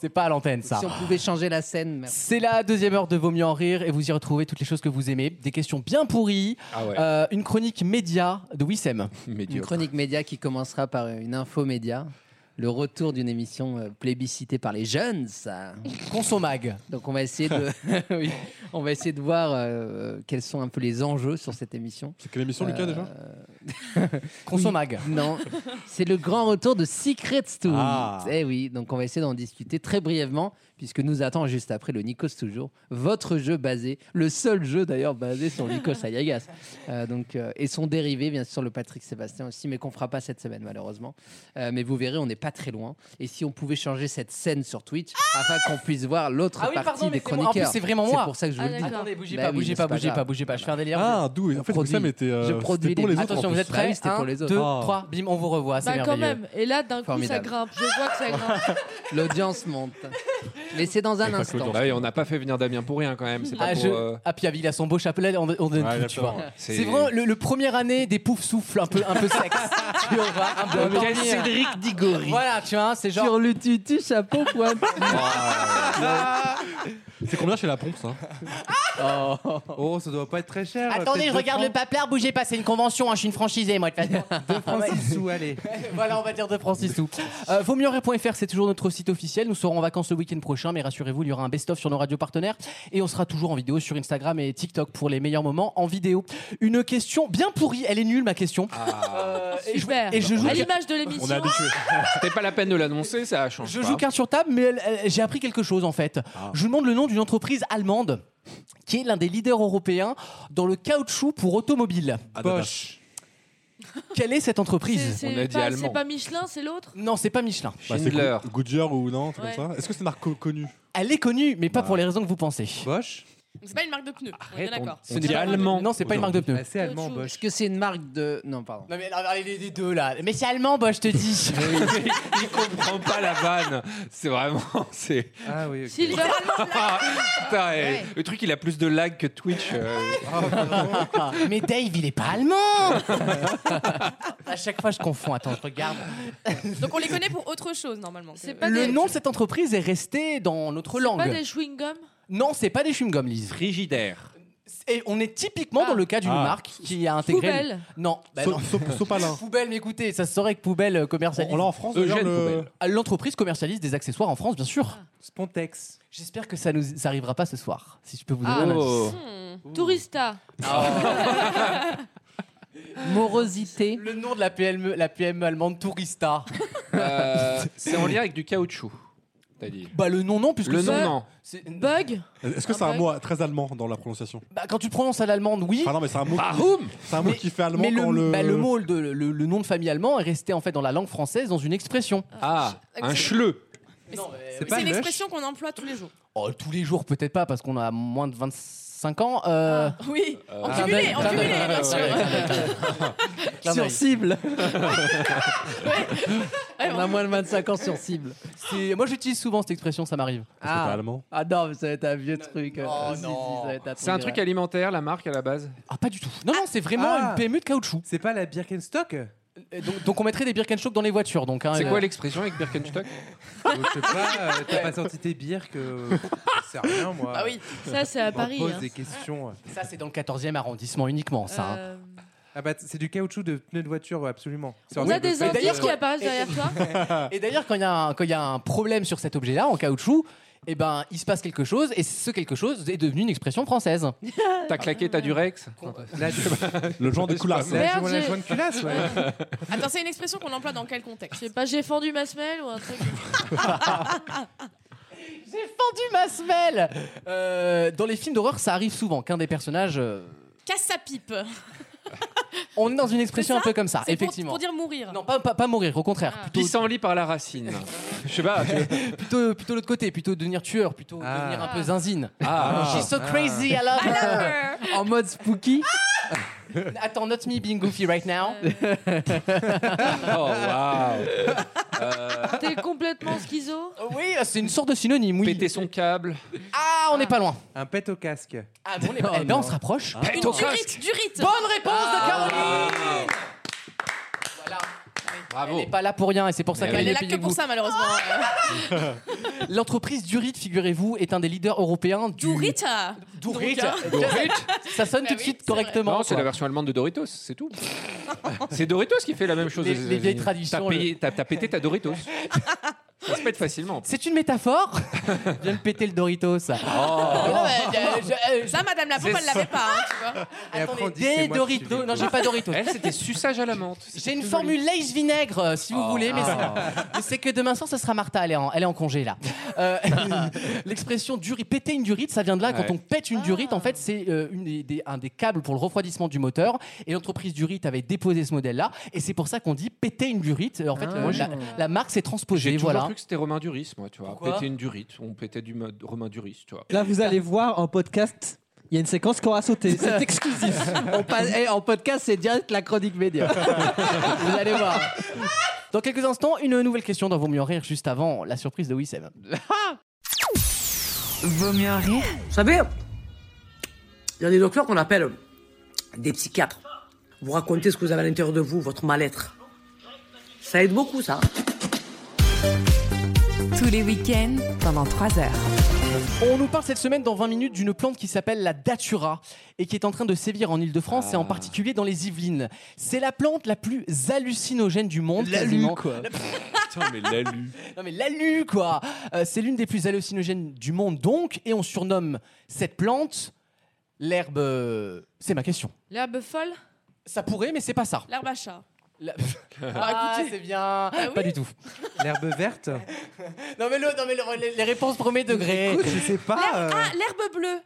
S3: C'est pas à l'antenne ça.
S7: Si on pouvait changer la scène. merde.
S3: C'est la deuxième heure de Vaut mieux en rire et vous y retrouvez toutes les choses que vous aimez. Des questions bien pourries,
S7: Ah ouais.
S3: euh, une chronique média de (laughs) Wissem.
S7: Une chronique média qui commencera par une info média. Le retour d'une émission euh, plébiscitée par les jeunes, ça.
S3: Consommag.
S7: Donc on va essayer de, (laughs)
S3: (laughs)
S7: oui, on va essayer de voir euh, quels sont un peu les enjeux sur cette émission. Euh, C'est
S5: quelle émission, Lucas, déjà
S3: Consommag.
S7: Non, c'est le grand retour de Secret Story.
S3: Ah.
S7: Eh oui, donc on va essayer d'en discuter très brièvement puisque nous attend juste après le Nikos toujours, votre jeu basé, le seul jeu d'ailleurs basé sur Nikos Ayagas. Euh, donc euh, et son dérivé bien sûr le Patrick Sébastien aussi, mais qu'on fera pas cette semaine malheureusement. Euh, mais vous verrez, on n'est pas très loin. Et si on pouvait changer cette scène sur Twitch afin qu'on puisse voir l'autre
S3: Ah oui,
S7: partie
S3: pardon, mais
S7: des
S3: c'est moi. En
S7: chroniqueurs.
S3: plus, c'est vraiment moi.
S7: C'est pour ça que je vous
S3: Ah,
S7: le dis.
S3: d'accord. Attendez, bougez
S7: Bah
S3: pas,
S7: oui,
S3: bougez
S7: mais
S3: pas,
S7: c'est
S3: bougez
S7: grave.
S3: pas, bougez pas, je fais un délire.
S5: Ah, d'où En
S3: Je
S5: fait,
S3: produis.
S5: Wissem était. euh,
S3: Je
S5: c'était
S3: produis
S5: pour
S3: les-
S5: les autres.
S3: Attention,
S5: en
S3: vous
S5: plus.
S3: êtes
S7: Ah
S3: prêts 2, 3, bim, on vous revoit, Ah, c'est
S4: Bah
S3: merveilleux.
S4: quand même. Et là, d'un coup, ça
S7: Formidable.
S4: grimpe. Je vois que ça grimpe.
S7: L'audience monte. Mais c'est dans un instant.
S8: Bah oui, on n'a pas fait venir Damien pour rien quand même. C'est
S3: Ah,
S8: pas pour.
S3: je-
S8: euh,
S3: ah, puis il a son beau chapelet, on, on donne
S8: Ouais,
S3: tout, tu vois.
S8: exactement.
S3: C'est,
S8: C'est-
S3: vraiment le, le première année des poufs souffles un peu, un
S7: (laughs)
S3: peu sexe. tu vois, un peu
S7: Quel Cédric Diggory.
S3: Voilà, tu vois, c'est genre.
S7: Sur le tutu, chapeau, pointe.
S5: C'est combien chez la hein pompe, ça
S7: oh.
S10: ça doit pas être très cher.
S3: Attendez,
S10: peut-être
S3: je regarde
S10: deux
S3: le paplard, bougez pas, c'est une convention, hein, je suis une franchisée, moi, de toute façon.
S10: francs, deux francs,
S3: Ah
S10: six sous, allez.
S3: (laughs) voilà, on va dire de Francis tout. Euh, vaut mieux en rire.fr, c'est toujours notre site officiel. Nous serons en vacances le week-end prochain, mais rassurez-vous, il y aura un best-of sur nos radios partenaires et on sera toujours en vidéo sur Instagram et TikTok pour les meilleurs moments en vidéo. Une question bien pourrie, elle est nulle ma question.
S6: Ah,
S3: Euh, et je-
S4: Super.
S3: et je joue
S4: à
S3: que-
S4: l'image de l'émission.
S8: C'était pas la peine de l'annoncer, ça change.
S3: Je
S8: pas.
S3: joue carte sur table, mais elle- elle- j'ai appris quelque chose en fait. Je vous demande le nom d'une entreprise allemande qui est l'un des leaders européens dans le caoutchouc pour automobile. Bosch. Quelle est cette entreprise
S4: C'est pas, c'est pas Michelin, c'est l'autre.
S3: Non, c'est pas Michelin.
S5: Bah, c'est Good- Goodyear ou non, un truc
S4: Ouais.
S5: comme ça. Est-ce que c'est une marque co- connue
S3: Elle est connue, mais pas pour les raisons que vous pensez.
S5: Bosch
S6: C'est pas une marque de pneus, on est bien d'accord.
S3: Ce n'est pas allemand. Non, c'est pas une marque de pneus.
S7: Bah, C'est allemand, Bosch. Est-ce que c'est une marque de. Non, pardon.
S3: Non mais alors, les, les deux là. Mais c'est allemand, bah je te
S5: (laughs)
S3: dis.
S8: (laughs) Il comprend pas la vanne. C'est vraiment. C'est.
S10: Ah oui.
S4: Si, littéralement,
S8: Putain, eh, Le truc, il a plus de lag que Twitch. euh.
S10: Ah,
S3: mais Dave, il est pas allemand. à chaque fois, je confonds. Attends, je regarde.
S6: Donc on les connaît pour autre chose normalement. C'est
S3: Le nom de cette entreprise est resté dans notre
S4: C'est
S3: langue.
S4: pas des chewing-gums
S3: Non, c'est pas des chewing-gums, Lise.
S8: Frigidaire.
S3: Et on est typiquement dans le cas d'une
S14: Ah.
S3: marque qui a intégré.
S14: Poubelle.
S3: Non, bah
S14: So-
S3: non.
S14: so- Sopalin.
S3: (laughs) Poubelle, mais écoutez, ça se saurait que Poubelle euh, commercialise.
S14: On l'a en France, d'ailleurs, Eugène le- Poubelle.
S3: Ah, L'entreprise commercialise des accessoires en France, bien sûr.
S8: Ah.
S10: Spontex.
S3: J'espère que ça nous ça arrivera pas ce soir, si je peux vous
S4: Ah.
S3: donner un
S4: Oh.
S3: indice.
S4: Tourista.
S3: Ah.
S4: (laughs)
S3: Morosité. Le nom de la PME, la PME allemande Tourista. (laughs)
S8: Euh, c'est en lien avec du caoutchouc, t'as dit.
S3: Bah le nom non, puisque
S8: Le
S3: c'est-
S8: nom non.
S3: c'est- Bug.
S5: Est-ce que c'est un mot très allemand dans la prononciation
S3: Bah, quand tu le prononces à l'allemande, oui.
S5: Ah non, mais c'est un mot.
S3: Warum
S5: C'est un mot
S3: Mais-
S5: qui fait allemand
S3: mais
S5: quand
S3: le,
S5: le.
S3: bah, le mot, de- le, le nom de famille allemand est resté en fait dans la langue française dans une expression.
S8: Ah,
S6: un
S8: schleu.
S3: C'est
S6: C'est l'expression qu'on emploie tous les jours.
S3: Oh, tous les jours, peut-être pas, parce qu'on a moins de 25 ans. euh,
S6: (laughs) Ah, Oui, en
S3: clin
S6: cumulé,
S3: d'œil,
S6: en
S3: clin
S6: cumulé,
S3: d'œil.
S6: bien sûr.
S3: Clin d'œil.
S7: Sur
S3: (laughs)
S7: cible.
S3: On a moins de 25 ans sur cible. Moi, j'utilise souvent cette expression, ça m'arrive.
S7: Ah. Ah non, mais ça va être un vieux truc.
S3: Oh,
S7: Si, si,
S3: non.
S7: ça va être
S8: C'est un truc alimentaire, la marque à la base
S3: Ah, pas du tout. Non, non, c'est vraiment
S8: Ah.
S3: une PMU de caoutchouc. Euh,
S10: C'est pas la Birkenstock
S3: donc, donc, on mettrait des Birkenstock dans les voitures. Donc, hein,
S8: C'est
S3: euh,
S8: quoi l'expression avec Birkenstock
S10: Je sais pas, euh, t'as pas sorti tes bières que. C'est rien, moi.
S6: Ah oui, ça, c'est à
S10: On te
S6: Paris,
S10: pose
S6: hein.
S10: des questions.
S3: Ça, c'est dans le 14e arrondissement uniquement, ça. hein.
S6: Euh,
S10: Ah bah, c'est du caoutchouc de pneus de voiture, ouais, absolument. C'est
S3: On
S10: un
S3: a
S10: truc de
S3: des
S10: fait.
S3: indices D'ailleurs,
S6: qui apparaissent derrière
S4: (laughs)
S6: toi.
S3: Et d'ailleurs, quand il y, a un- quand il y a un problème sur cet objet-là, en caoutchouc, eh ben, il se passe quelque chose, et ce quelque chose est devenu une expression (laughs) française.
S8: T'as claqué ta Durex (laughs)
S5: Le genre de coulasse.
S8: La
S6: Merde,
S8: joint-
S6: j'ai-
S8: la joint de culasse, ouais.
S6: Attends, c'est une expression qu'on emploie dans quel contexte
S4: Je sais pas, j'ai fendu ma semelle ou
S3: (laughs)
S4: un truc.
S3: J'ai fendu ma semelle Euh, Dans les films d'horreur, ça arrive souvent qu'un des personnages. euh,
S6: Casse sa pipe.
S3: on est dans une expression
S6: C'est
S3: un peu comme ça,
S6: C'est pour-
S3: effectivement.
S6: Pour dire mourir. Ah.
S3: Non, pas, pas, pas mourir, au contraire.
S8: Pissenlit par la
S3: (laughs)
S8: racine. Je sais pas. (laughs)
S3: plutôt plutôt l'autre côté, plutôt devenir tueur, plutôt devenir un peu zinzine.
S8: Ah.
S3: She's so
S8: Ah.
S3: crazy, I love
S8: I love Ah.
S3: her. En mode spooky. (laughs) Attends, not me being goofy right
S8: (laughs)
S3: now.
S8: (laughs) Oh, waouh. Euh,
S4: T'es complètement schizo.
S3: Oui, c'est une sorte de synonyme. Oui.
S8: Péter son câble. Oh,
S3: Ah, on n'est pas loin.
S10: Un pet au casque.
S3: Ah bon, on est pas- eh ben, on se rapproche.
S8: Ah,
S6: Une
S3: Pète au
S6: durite, durite.
S3: Bonne réponse de Caroline.
S8: Bravo.
S3: Elle n'est pas là pour rien et c'est pour ça
S6: Elle,
S3: qu'elle
S6: est là que pour ça, malheureusement.
S3: Ah. (laughs) L'entreprise Durit, figurez-vous, est un des leaders européens du.
S6: Durite. Durite.
S3: Ça sonne tout de suite correctement.
S8: Non, c'est
S3: quoi.
S8: la version allemande de Doritos, c'est tout. c'est Doritos qui fait la même chose.
S3: Les-
S8: aux
S3: les
S8: États-Unis.
S3: vieilles traditions,
S8: T'as, payé- t'as- t'as pété
S3: (laughs)
S8: ta Doritos. Ça se pète facilement.
S3: C'est une métaphore. (laughs) Je viens de péter le Doritos.
S6: Ah
S3: Eh
S6: (laughs) ouais,
S3: ben,
S6: euh, je- euh, ça, Madame la Pompe,
S3: C'est
S6: elle l'avait pas, hein, tu vois.
S3: Attendez, des Doritos. Non, j'ai pas Doritos.
S8: Elle, c'était suçage à la menthe.
S3: J'ai une formule Lays vinaigre, euh, si vous voulez, mais
S8: Ah.
S3: c'est- mais c'est que demain soir, ce sera Martha. Elle est en, elle est en congé, là. Euh, (laughs) L'expression duri, péter une durite, ça vient de là. Quand
S8: Ouais.
S3: on pète une durite, en fait, c'est euh, une des- des- un des câbles pour le refroidissement du moteur. Et l'entreprise durite avait déposé ce modèle-là. Et c'est pour ça qu'on dit péter une durite. En fait,
S8: Ah.
S3: euh,
S8: Moi, j'ai-
S3: la, la marque s'est transposée.
S8: J'ai toujours
S3: voilà.
S8: cru que c'était Romain Duris, moi, tu vois.
S3: Pourquoi
S8: péter une durite, on pétait du mode Romain Duris,
S3: (laughs)
S8: tu vois.
S9: Là, vous allez voir en podcast, il y a une séquence qu'on va sauter. C'est exclusif.
S7: On passe- eh, en podcast, c'est direct la chronique média. Vous allez voir.
S3: Dans quelques instants, une nouvelle question dans Vaut mieux en rire, juste avant la surprise de Wissem. Ah
S16: Vaut mieux en rire. Vous savez, il y a des docteurs qu'on appelle des psychiatres. Vous racontez ce que vous avez à l'intérieur de vous, votre mal-être. Ça aide beaucoup, ça.
S2: Tous les week-ends pendant 3 heures.
S3: On nous parle cette semaine dans 20 minutes d'une plante qui s'appelle la datura et qui est en train de sévir en Ile-de-France
S8: Ah.
S3: et en particulier dans les Yvelines. C'est la plante la plus hallucinogène du monde. quasiment. La- (laughs)
S8: Putain, mais l'alu.
S3: Non mais l'alu quoi Euh, C'est l'une des plus hallucinogènes du monde donc et on surnomme cette plante l'herbe... euh, C'est ma question.
S4: L'herbe folle
S3: Ça pourrait mais c'est pas ça.
S4: L'herbe à chat.
S3: La- (laughs)
S4: Ah,
S3: c'est bien. Pas du tout.
S10: L'herbe verte
S3: Non mais, le, non, mais le- les, les réponses premier degré.
S10: Écoute, je sais pas. euh,
S6: Ah, l'herbe bleue.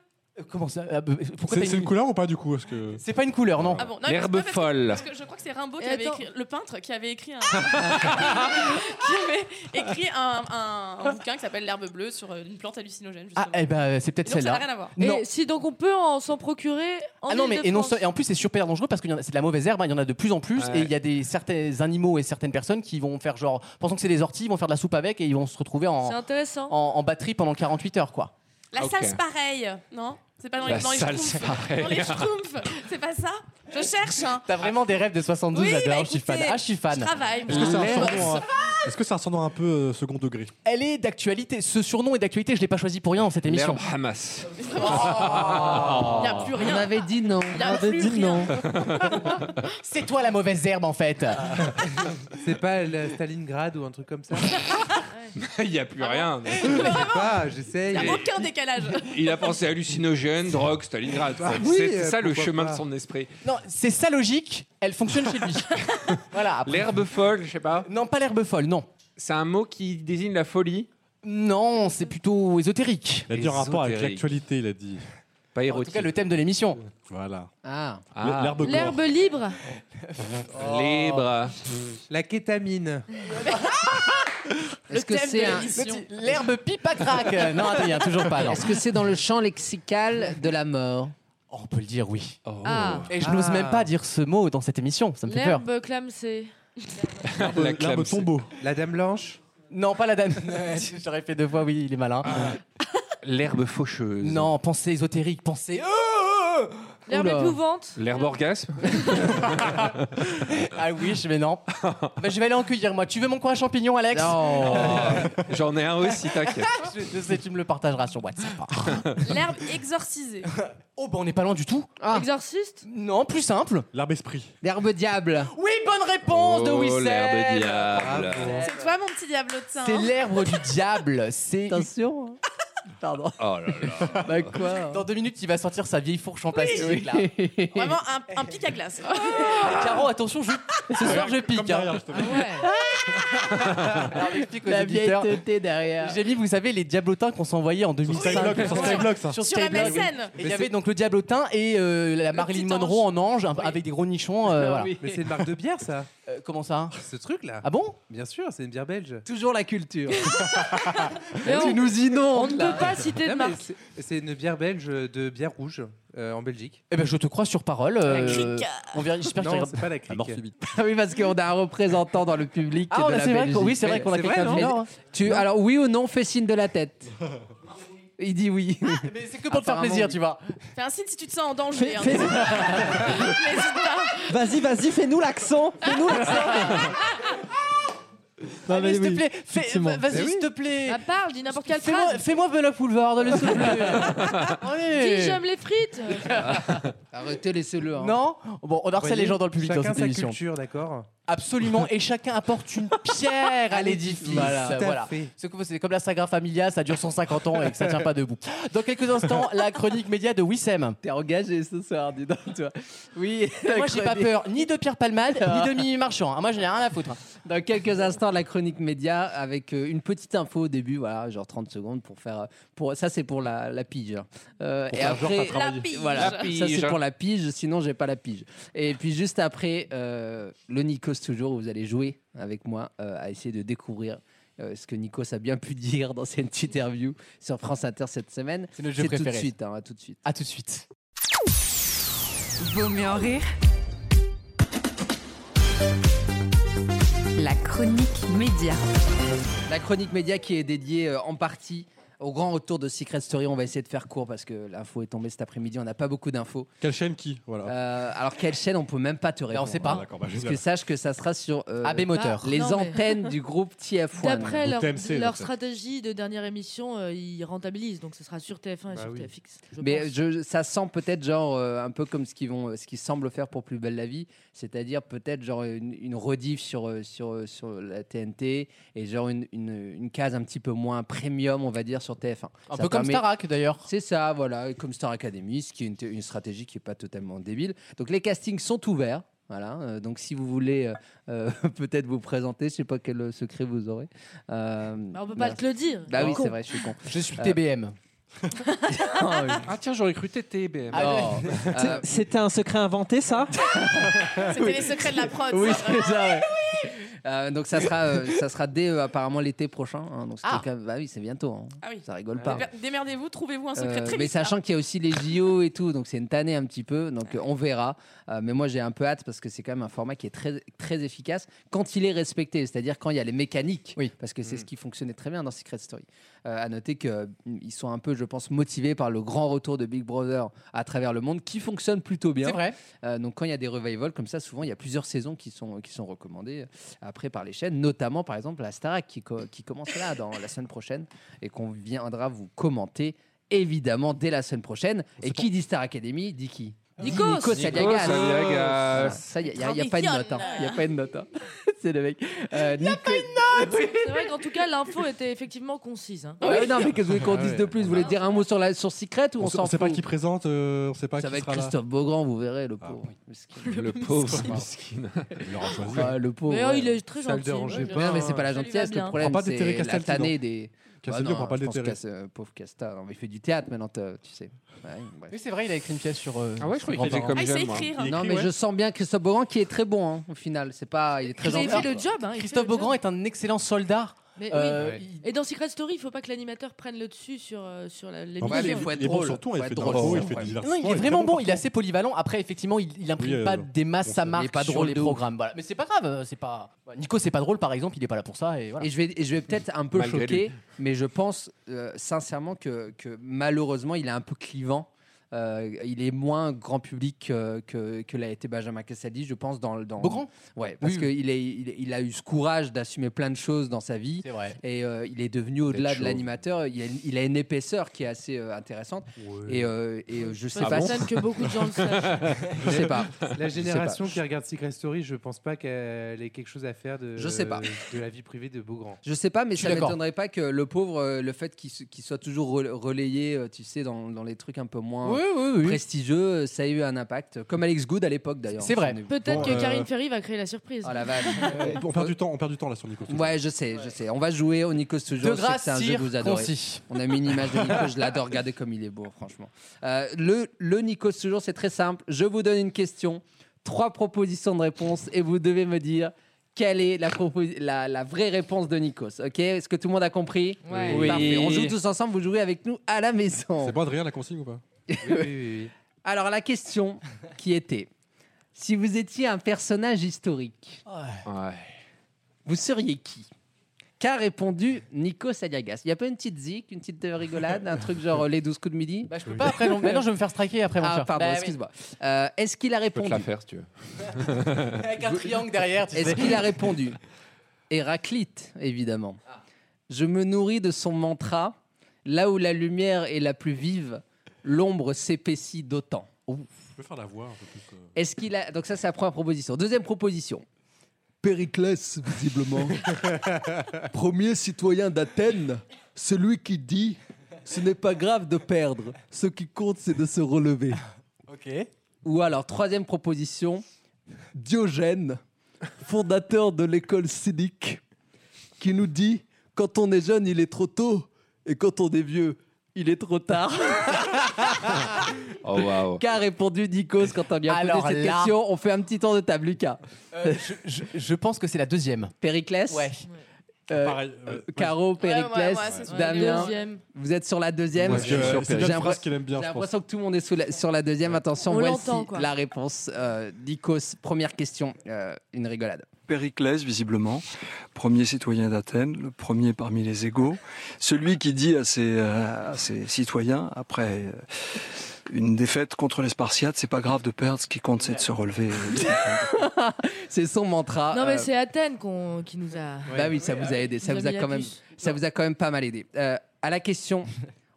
S3: Comment ça Ah, bah, pourquoi
S5: C'est
S3: t'as
S5: c'est une couleur ou pas du coup parce que...
S3: C'est pas une couleur, Oh non.
S6: Ah bon, non, mais c'est pas parce que- Parce que je crois que c'est Rimbaud qui
S4: Et
S6: avait
S4: attends.
S6: écrit, le peintre qui avait
S4: (laughs)
S6: écrit un, (laughs) qui avait écrit un, un- un bouquin qui s'appelle L'herbe bleue sur euh, une plante hallucinogène.
S3: Ah eh ben c'est peut-être
S6: Et donc, ça n'a
S3: celle-là.
S6: rien à voir.
S3: Non.
S4: Et si donc on peut en- s'en procurer en
S3: Ah non mais et non
S4: Île-de-France.
S3: seul- et en plus c'est super dangereux parce que c'est de la mauvaise herbe, hein, il y en a de plus en plus
S8: Ouais.
S3: et il y a des certains animaux et certaines personnes qui vont faire genre pensant que c'est des orties, ils vont faire de la soupe avec et ils vont se retrouver en
S4: C'est intéressant.
S3: en, en batterie pendant 48 heures quoi.
S6: La
S3: Ok.
S6: salle, c'est pareil, non C'est pas dans les,
S3: La
S6: dans les
S3: salle,
S6: Schtroumpfs.
S3: c'est pareil.
S6: Dans les Schtroumpfs, c'est pas ça Je cherche. hein.
S3: T'as vraiment des rêves de 72,
S6: Oui, bah
S3: j'adore, je suis fan.
S6: écoutez,
S3: Ah je suis fan.
S6: je travaille,
S3: Parce
S6: moi.
S3: que c'est un
S6: L'herbe-
S3: surnom, hein.
S5: Est-ce que c'est un surnom un peu euh, second degré
S3: Elle est d'actualité. Ce surnom est d'actualité. Je l'ai pas choisi pour rien dans cette émission. Oh.
S8: L'herbe Hamas.
S3: Il
S6: n'y a plus rien.
S7: On avait dit non.
S6: Il y a plus rien.
S3: (laughs) C'est toi la mauvaise herbe en fait.
S10: C'est pas le Stalingrad ou un truc comme ça
S8: Il n'y a plus rien.
S10: Je sais
S5: Ah,
S10: pas, j'essaye.
S6: Il n'y a aucun décalage.
S8: Il a pensé hallucinogène, drogue, Stalingrad.
S3: Ah
S10: Bah
S8: C'est-
S10: oui,
S8: c'est
S10: euh,
S8: ça le
S10: pourquoi
S8: chemin
S10: pas.
S8: de son esprit.
S3: Non, c'est sa logique. Elle fonctionne chez lui. voilà.
S8: L'herbe folle, je sais pas.
S3: Non, pas l'herbe folle, non.
S8: C'est un mot qui désigne la folie.
S3: Non, c'est plutôt ésotérique.
S5: Il a dit un rapport avec
S8: Ésotérique.
S5: l'actualité, il a dit.
S8: Pas
S3: En tout cas, le thème de l'émission.
S5: Voilà.
S7: Ah.
S5: Ah. L'herbe gore.
S4: L'herbe libre.
S8: Libre.
S10: Oh. La kétamine.
S7: Est-ce que c'est un-
S3: L'herbe pipe
S7: (laughs)
S3: à craque. Non, Adrien, toujours pas. non.
S7: Est-ce que c'est dans le champ lexical de la mort
S3: Oh, On peut le dire, oui.
S8: Oh.
S4: Ah.
S3: Et je n'ose
S7: Ah.
S3: même pas dire ce mot dans cette émission. Ça me fait peur.
S4: L'herbe clamsée.
S8: La clame, c'est-
S5: tombeau.
S10: La dame blanche.
S3: Non, pas la dame. J'aurais fait deux fois, oui, il est malin.
S8: L'herbe faucheuse.
S3: Non, pensée ésotérique, pensée. euh,
S4: L'herbe
S3: Oula.
S4: épouvante.
S8: L'herbe orgasme.
S3: Ah oui, mais non. Bah, je vais aller en cueillir, moi. Tu veux mon coin à champignons, Alex
S8: Non. (laughs) J'en ai un aussi, t'inquiète.
S3: (laughs) je, je sais, tu me le partageras sur WhatsApp.
S6: (laughs)
S3: hein.
S6: L'herbe exorcisée.
S3: Oh, bah on n'est pas loin du tout.
S6: Ah. Exorciste
S3: Non, plus simple.
S5: L'herbe esprit.
S7: L'herbe diable.
S3: Oui, bonne réponse de Wissem.
S8: l'herbe diable.
S6: C'est toi, mon petit diablotin.
S3: C'est
S6: hein.
S3: l'herbe du diable. C'est. (laughs) Attention. Pardon.
S8: Oh là là.
S3: Bah quoi Dans deux minutes, il va sortir sa vieille fourche en plastique. là.
S6: (laughs) Vraiment un, un pic à
S7: (laughs)
S6: glace.
S7: Ah
S3: Caro, attention, je... ce soir je pique. hein.
S6: Ah,
S3: (laughs) Alors, on explique aux
S7: La vieille
S3: auditeurs.
S7: teuté (laughs) derrière.
S3: J'ai mis, vous savez, les diablotins qu'on s'envoyait en 2005.
S5: Skyblock, sur Skyblock, ça.
S6: Sur la
S3: Skyblock, oui.
S6: MSN.
S3: Et il y avait donc le diablotin et euh, la Marilyn
S6: petit ange.
S3: Monroe en ange un- avec des gros nichons. euh, voilà.
S10: Mais c'est une marque de bière,
S7: (laughs)
S10: ça.
S3: Euh, comment ça
S10: Ce truc-là.
S3: Ah bon
S10: Bien sûr, c'est une bière belge.
S7: Toujours la
S10: (laughs)
S7: culture.
S4: Mais on-
S7: nous
S4: On
S7: inondes.
S4: ne peut pas citer de
S10: Non, mais
S4: marque.
S10: c'est- C'est une bière belge de bière rouge euh, en Belgique.
S3: Eh ben, je te crois sur parole. euh,
S6: crique.
S3: on verra- J'espère que
S10: Non,
S3: j'ai-
S10: c'est pas la crique.
S3: (laughs)
S7: Ah oui, parce qu'on a un représentant dans le public.
S3: Ah, on
S7: de
S3: a-
S7: la
S3: c'est vrai
S7: Belgique.
S3: qu'on- oui, c'est vrai qu'on a
S7: Mais-
S3: quelqu'un
S7: mais-
S3: du Nord.
S7: Tu, alors oui ou non, fais signe de la tête. Il dit oui.
S3: Mais c'est que pour te faire
S7: Apparemment,
S3: plaisir,
S7: oui.
S3: tu vois.
S6: Fais un signe si tu te sens en danger. hein.
S9: Fais-
S6: N'hésite pas.
S9: Vas-y, vas-y, fais-nous l'accent. Fais-nous l'accent. Non,
S3: Allez,
S9: mais
S3: s'il te
S9: oui,
S3: plaît, fais-
S9: effectivement.
S3: vas-y,
S7: Eh
S9: Mais oui.
S3: s'il te plaît.
S4: Bah, parle, dis n'importe quelle
S3: Fais-moi
S4: phrase.
S3: fais-moi Benoît Poulevard, le s'il te
S6: (laughs)
S3: plaît.
S4: Dis
S3: Allez.
S4: j'aime les frites.
S7: Arrêtez, laissez-le. hein.
S3: Non Bon, on harcèle
S10: Voyez,
S3: les gens dans le public dans
S10: Chacun
S3: cette
S10: sa
S3: émission.
S10: culture, d'accord
S3: Absolument,
S10: (laughs)
S3: et chacun apporte une pierre à l'édifice.
S10: Voilà.
S3: Voilà.
S10: Tout à
S3: Voilà.
S10: fait.
S3: C'est comme- C'est comme la Sagra Familia, ça dure 150 ans et que ça tient pas debout. Dans quelques instants, la chronique média de Wissem.
S7: T'es engagé ce soir, dis donc, toi. Oui.
S3: (laughs) Moi, j'ai pas peur ni de
S7: (laughs)
S3: Pierre Palmade, ni de Mimi Marchand. hein. Moi, j'en ai rien à foutre.
S7: Dans quelques instants, la chronique média avec euh, une petite info au début, voilà, genre 30 secondes pour faire. euh, Pour, ça, c'est pour la, la pige. hein. Euh, et
S5: faire genre,
S7: après,
S5: t'as
S6: La
S5: Travailler.
S6: pige.
S7: voilà,
S8: La pige.
S7: ça c'est pour la pige, sinon j'ai pas la pige. Et puis juste après, euh, le Nikos toujours, vous allez jouer avec moi euh, à essayer de découvrir euh, ce que Nikos a bien pu dire dans cette interview sur France Inter cette semaine.
S3: C'est notre jeu
S7: tout de
S3: préféré.
S7: suite, hein, à tout de suite.
S3: À tout de suite.
S2: Vaut mieux en rire. La chronique média.
S7: La chronique média qui est dédiée euh, en partie au grand retour de Secret Story. On va essayer de faire court parce que l'info est tombée cet après-midi, on n'a pas beaucoup d'infos.
S5: Quelle chaîne qui Voilà.
S7: Euh, alors quelle chaîne on peut même pas te répondre.
S3: Ben, on sait pas.
S7: hein.
S5: D'accord, bah,
S7: Parce
S5: génial.
S7: que sache que ça sera sur euh,
S3: AB Moteur.
S7: les
S4: Non, mais-
S7: antennes du groupe TF1.
S4: D'après
S5: Ou
S4: leur,
S5: TMC,
S4: leur
S5: peut-être.
S4: stratégie de dernière émission, euh, ils rentabilisent. Donc ce sera sur TF1 et
S3: Bah
S4: sur TFX. je
S7: Bah Mais
S4: pense.
S7: je, ça sent peut-être genre euh, un peu comme ce qu'ils vont, ce qu'ils semblent faire pour Plus belle la vie, c'est-à-dire peut-être genre une, une rediff sur euh, sur euh, sur la TNT et genre une, une, une case un petit peu moins premium, on va dire sur TF1. Ça
S3: Un peu comme
S7: permet-
S3: Starak, d'ailleurs.
S7: C'est ça, voilà, comme Star Academy, ce qui est une, une stratégie qui n'est pas totalement débile. Donc les castings sont ouverts. Voilà, euh, donc si vous voulez euh, euh, (laughs) peut-être vous présenter, je sais pas quel euh, secret vous aurez. Euh,
S4: Bah, on peut
S7: voilà.
S4: pas te le dire.
S7: Bah oui,
S4: Con.
S7: c'est vrai, je suis con.
S3: Je suis
S7: Euh,
S3: TBM.
S7: Ah oui.
S8: Ah tiens, j'aurais cru TTBM.
S9: Ah, (laughs)
S7: Non. Euh,
S9: C'était un secret inventé, ça
S6: (laughs) C'était les secrets de la prod.
S7: Oui,
S6: ça.
S7: c'est ça, ouais. Euh, donc ça sera, euh, ça sera dès euh, apparemment l'été prochain. hein, donc c'était
S6: Ah.
S7: quand même- bah oui, c'est bientôt. hein.
S6: Ah oui.
S7: Ça rigole pas.
S6: Démer- Démerdez-vous, trouvez-vous un secret
S7: Euh,
S6: très hein.
S7: mais
S6: bizarre.
S7: sachant qu'il y a aussi les JO et tout, donc c'est une tannée un petit peu, donc euh, on verra. Euh, mais moi j'ai un peu hâte parce que c'est quand même un format qui est très, très efficace quand il est respecté, c'est-à-dire quand il y a les mécaniques,
S3: Oui. Mm.
S7: parce que c'est ce qui fonctionnait très bien dans Secret Story. Euh, à noter qu'ils sont un peu, je pense, motivés par le grand retour de Big Brother à travers le monde, qui fonctionne plutôt bien.
S3: C'est vrai.
S7: Euh, donc quand il y a des revivals comme ça, souvent il y a plusieurs saisons qui sont, qui sont recommandées. Après, après par les chaînes, notamment par exemple la Starac qui, co- qui commence là dans la semaine prochaine et qu'on viendra vous commenter évidemment dès la semaine prochaine. Et qui dit Star Academy dit qui Dit
S4: Nikos.
S7: Nikos
S4: Nikos
S7: Aliagas.
S4: Aliagas.
S7: Voilà, Ça, il n'y a, y a pas de note. hein. Y a pas de note. hein. (laughs) C'est le mec. Euh, Il n'y a pas
S4: une note
S3: Ah,
S4: C'est vrai qu'en tout cas, l'info était effectivement
S3: (laughs)
S4: concise. hein.
S7: non, mais qu'est-ce que vous voulez qu'on
S5: Ah
S7: dise
S5: ouais.
S7: de plus Vous voulez dire un mot sur, la, sur Secret ou on,
S5: On sait-
S7: s'en
S5: on sait pas
S7: fout
S5: qui présente, euh, on sait pas
S7: Ça
S5: qui
S7: va être
S5: sera là.
S7: Christophe Beaugrand, vous verrez, le pauvre. Mesquin.
S5: Le pauvre. Mesquin. Il l'aura choisi.
S7: Ah, le pauvre.
S4: Mais, oh, il est très
S7: Ça le
S4: gentil,
S7: dérangeait
S4: ouais,
S7: pas.
S4: bien
S7: Non, mais c'est
S4: sûr.
S7: pas la
S4: Ça lui va
S7: gentillesse,
S4: bien.
S7: le
S4: On
S7: problème.
S4: parle pas
S7: C'est
S4: d'Éteré
S7: la
S4: Castaldi,
S7: tannée
S4: non.
S7: des.
S4: Castaldi,
S7: Bah non,
S4: on parle
S7: je
S4: pas
S7: pense
S4: d'Éteré.
S7: qu'à ce Pauvre Casta, non, mais il fait du théâtre maintenant, t'as- tu sais. Ouais, bref.
S3: Oui, c'est vrai, il a écrit une pièce sur. euh,
S7: Ah ouais, je
S3: sur
S7: croyais
S3: Grand
S7: qu'il faisait
S3: Bain.
S7: comme Ah, il sait j'aime, moi. écrire. Non, mais je sens bien Christophe Beaugrand qui est très bon hein, au final. C'est pas, il est très
S4: Il a
S7: gentil.
S4: fait le job, hein, il fait
S3: Christophe
S4: le
S3: Beaugrand
S4: job.
S3: est un excellent soldat.
S4: Mais
S3: Euh,
S4: oui. Et dans Secret Story, il faut pas que l'animateur prenne le dessus sur, euh, sur la- l'émission.
S3: Ouais, mais faut être drôle. Faut être drôle. Non, il est vraiment bon. Il est assez polyvalent. Après, effectivement, il, il imprime
S7: Oui, euh,
S3: pas
S7: non.
S3: des masses
S7: Il
S3: à
S7: est
S3: marque
S7: pas
S3: sur
S7: drôle
S3: les
S7: de ouf.
S3: programmes. Voilà. Mais c'est pas grave. euh, C'est pas. Bah, Nico, c'est pas drôle, par exemple. Il est pas là pour ça. Et, voilà.
S7: Et je vais, et je vais peut-être un peu
S3: Malgré
S7: choquer,
S3: lui.
S7: mais je pense euh, sincèrement que, que malheureusement, il est un peu clivant. Euh, il est moins grand public que, que, que l'a été Benjamin Castaldi, je pense, dans le. Dans...
S3: Beaugrand
S7: Ouais, parce
S3: Oui, oui.
S7: qu'il est- il, il a eu ce courage d'assumer plein de choses dans sa vie.
S3: vrai.
S7: Et euh, il est devenu au-delà
S3: D'être
S7: de
S3: chaud.
S7: l'animateur. Il, a une- il a une épaisseur qui est assez euh, intéressante. Et, euh, et euh, je sais
S4: Ah
S7: pas.
S4: bon que beaucoup de gens le sachent.
S7: (laughs) je sais pas.
S10: La
S7: Je sais pas.
S10: génération qui regarde Secret Story, je pense pas qu'elle ait quelque chose à faire de,
S7: Je sais pas.
S10: de la vie privée de Beaugrand.
S7: Je sais pas, mais
S10: Je suis
S7: ça
S10: d'accord.
S7: m'étonnerait pas que le pauvre, euh, le fait qu'il se- qu'il soit toujours rel- relayé, euh, tu sais, dans, dans les trucs un peu moins
S4: Oui, oui, oui.
S7: prestigieux, euh, ça a eu un impact. Comme Alex Good à l'époque d'ailleurs. hein,
S5: C'est vrai.
S7: Souvenez-vous.
S4: Peut-être
S5: Bon,
S4: que
S5: euh,
S4: Karine Ferry va créer la surprise.
S7: Oh la vache.
S4: (laughs)
S5: On perd du temps, on perd du temps là sur Nico.
S7: Ouais, je sais, je sais. On va jouer au Nikos toujours.
S5: De
S7: Je sais que
S5: grâce,
S7: c'est un jeu
S5: Cyr,
S7: que vous adorez.
S5: concis.
S7: On a mis une image de Nikos, je l'adore. Regardez comme il est beau, franchement. Euh, le, le Nikos toujours, c'est très simple. Je vous donne une question, trois propositions de réponse et vous devez me dire. Quelle est la, proposi- la, la vraie réponse de Nikos Ok, est-ce que tout le monde a compris
S5: Ouais. Oui.
S7: Parfait. On joue tous ensemble. Vous jouez avec nous à la maison.
S5: C'est bon Adrien la consigne ou pas
S7: Alors la question qui était si vous étiez un personnage historique, vous seriez qui Qu'a répondu Nico Saliagas Il y a pas une petite zik, une petite euh, rigolade, un truc genre euh, les 12 coups de midi
S3: Bah, je peux pas
S7: (laughs)
S3: après. mon- Maintenant, je vais me faire striker après. mon
S7: Ah,
S3: cher.
S7: pardon,
S3: Bah, oui.
S7: excuse-moi. Euh, Est-ce qu'il a
S8: peux
S7: répondu
S8: te la faire si tu veux.
S3: Avec un triangle derrière. tu
S7: Est-ce
S3: sais.
S7: qu'il a répondu Héraclite, évidemment.
S8: Ah.
S7: Je me nourris de son mantra. Là où la lumière est la plus vive, l'ombre s'épaissit d'autant.
S5: Je peux faire la voix un peu plus. euh.
S7: Est-ce qu'il a. Donc, ça, c'est la première proposition. Deuxième proposition. Périclès, visiblement.
S8: (laughs)
S7: Premier citoyen d'Athènes, celui qui dit Ce n'est pas grave de perdre, ce qui compte, c'est de se relever.
S3: Ok.
S7: Ou alors, troisième proposition Diogène, fondateur de l'école cynique, qui nous dit Quand on est jeune, il est trop tôt, et quand on est vieux, il est trop tard.
S8: (laughs) Oh
S3: Ah
S8: waouh.
S7: Qu'a répondu Nikos quand on lui a
S3: Alors
S7: posé cette
S3: là-
S7: question On fait un petit tour de table, Lucas.
S3: Euh, je, je- je pense que c'est la deuxième.
S7: Périclès
S3: Ouais.
S7: Euh,
S3: Pareil,
S7: euh,
S3: ouais.
S7: Caro,
S3: Ouais, ouais,
S7: Périclès,
S3: ouais, c'est sur la
S7: Damien.
S4: deuxième.
S7: Vous êtes sur la deuxième.
S5: Moi, je suis Euh, sur c'est Périclès. bien une phrase
S7: J'ai
S5: qu'il aime bien, je
S7: l'impression que tout le monde est sous la- sur la deuxième. Attention,
S4: On
S7: voici
S4: l'entend, quoi.
S7: la réponse. Euh, Nikos, première question. euh, une rigolade.
S17: Périclès, visiblement, premier citoyen d'Athènes, le premier parmi les égaux, celui qui dit à ses, euh, à ses citoyens, après euh, une défaite contre les Spartiates, c'est pas grave de perdre, ce qui compte c'est de se relever.
S7: (laughs) c'est son mantra.
S4: Non, mais
S7: euh,
S4: c'est Athènes qu'on- qui nous a.
S7: Bah oui, ça vous a aidé, ça
S4: nous
S7: vous a
S4: mis la
S7: quand même, (laughs)
S4: puce.
S7: ça vous a quand même pas mal aidé. Euh, à la
S5: (laughs)
S7: question,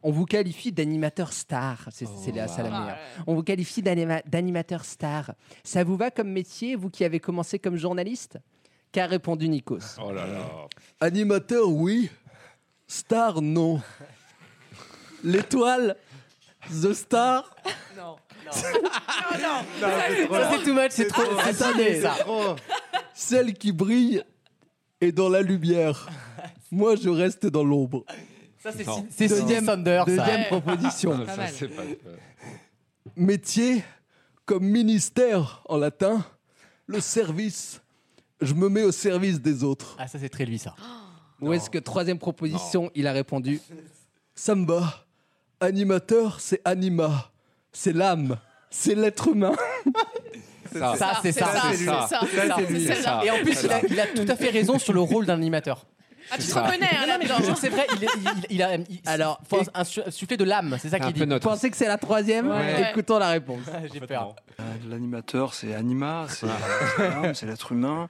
S7: on vous qualifie d'animateur star, c'est
S5: Oh,
S7: c'est la, ça la
S4: wow.
S7: meilleure. On vous qualifie d'anima- d'animateur star. Ça vous va comme métier, vous qui avez commencé comme journaliste Qu'a répondu Nikos
S8: Oh là là.
S7: Animateur, oui. Star, non. L'étoile, the star. (laughs)
S4: Non.
S3: Ah,
S7: Non, c'est trop.
S3: Ça, c'est too much, c'est trop.
S7: Ah,
S3: c'est
S7: attendez.
S3: ça. Oh.
S7: Celle qui brille est dans la lumière. Moi, je reste dans l'ombre.
S3: Ça, c'est
S7: Non.
S3: Sid- c'est Sidney
S7: Deuxième-
S3: Sonder.
S7: deuxième proposition. Pas mal.
S8: c'est pas.
S7: métier comme ministère en latin, le service. Je me mets au service des autres.
S3: Ah, ça, c'est très lui, ça.
S7: Ou est-ce que troisième proposition, il a répondu Samba, animateur, c'est anima, c'est l'âme, c'est l'être humain.
S3: Ah, Ça, c'est ça. Et en plus, il a, il a tout à fait raison sur le rôle d'un animateur.
S6: Ah, tu te
S3: Ça.
S6: reconnais, hein,
S3: Non, non, mais je vous
S6: là-dedans.
S3: jure, c'est vrai, il, est- il- il a. il- alors, faut insu- insuffler de l'âme, c'est ça qu'il dit.
S7: Vous pensez que c'est la troisième
S17: Ouais.
S7: Écoutons la réponse.
S3: J'ai peur.
S17: (laughs) Euh, L'animateur, c'est anima, c'est l'âme, c'est l'être humain.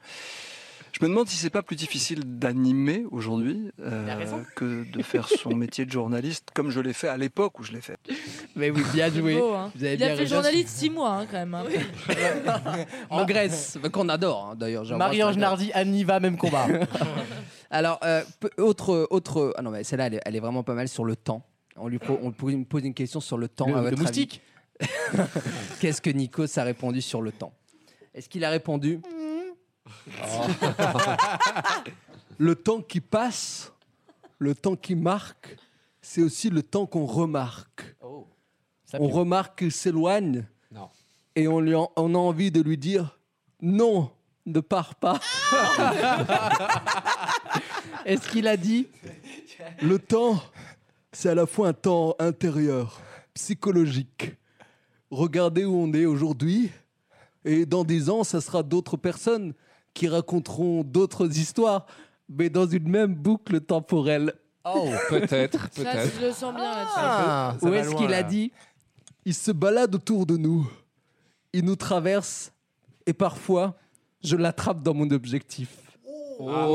S17: Je me demande si c'est pas plus difficile d'animer aujourd'hui euh, que de
S7: (laughs)
S17: faire son métier de journaliste comme je l'ai fait à l'époque où je l'ai fait.
S7: Mais oui, bien
S17: (laughs)
S7: joué.
S4: Beau, hein.
S7: Vous avez
S4: Il a
S7: bien
S4: fait
S7: raison.
S4: journaliste 6 mois hein, quand même. hein.
S7: En Grèce, qu'on adore hein, d'ailleurs. j'embrasse
S3: Marie-Ange
S7: la Grèce.
S3: Nardi, Anniva, même combat.
S7: (laughs) Alors, euh, p- autre, autre. Ah non, mais celle-là, elle, est- elle est vraiment pas mal sur le temps. On lui po- on lui pose une- pose une question sur le temps.
S3: Le-
S7: à
S3: le
S7: votre avis.
S3: moustique.
S7: Qu'est-ce que Nikos a répondu sur le temps Est-ce qu'il a répondu (laughs) Oh.
S18: le temps qui passe, le temps qui marque, c'est aussi le temps qu'on remarque.
S3: Oh.
S18: on remarque qu'il s'éloigne
S8: Non.
S18: et on, lui en- on a envie de lui dire non, ne pars pas.
S7: (laughs) Est-ce qu'il a dit
S18: Le temps, c'est à la fois un temps intérieur, psychologique. Regardez où on est aujourd'hui, et dans dix ans, ça sera d'autres personnes qui raconteront d'autres histoires, mais dans une même boucle temporelle.
S7: Oh,
S8: peut-être,
S4: Ça, je le sens bien là-dessus.
S18: Ah,
S7: Où est-ce qu'il a dit
S18: Il se balade autour de nous, il nous traverse, et parfois, je l'attrape dans mon objectif.
S8: Ah,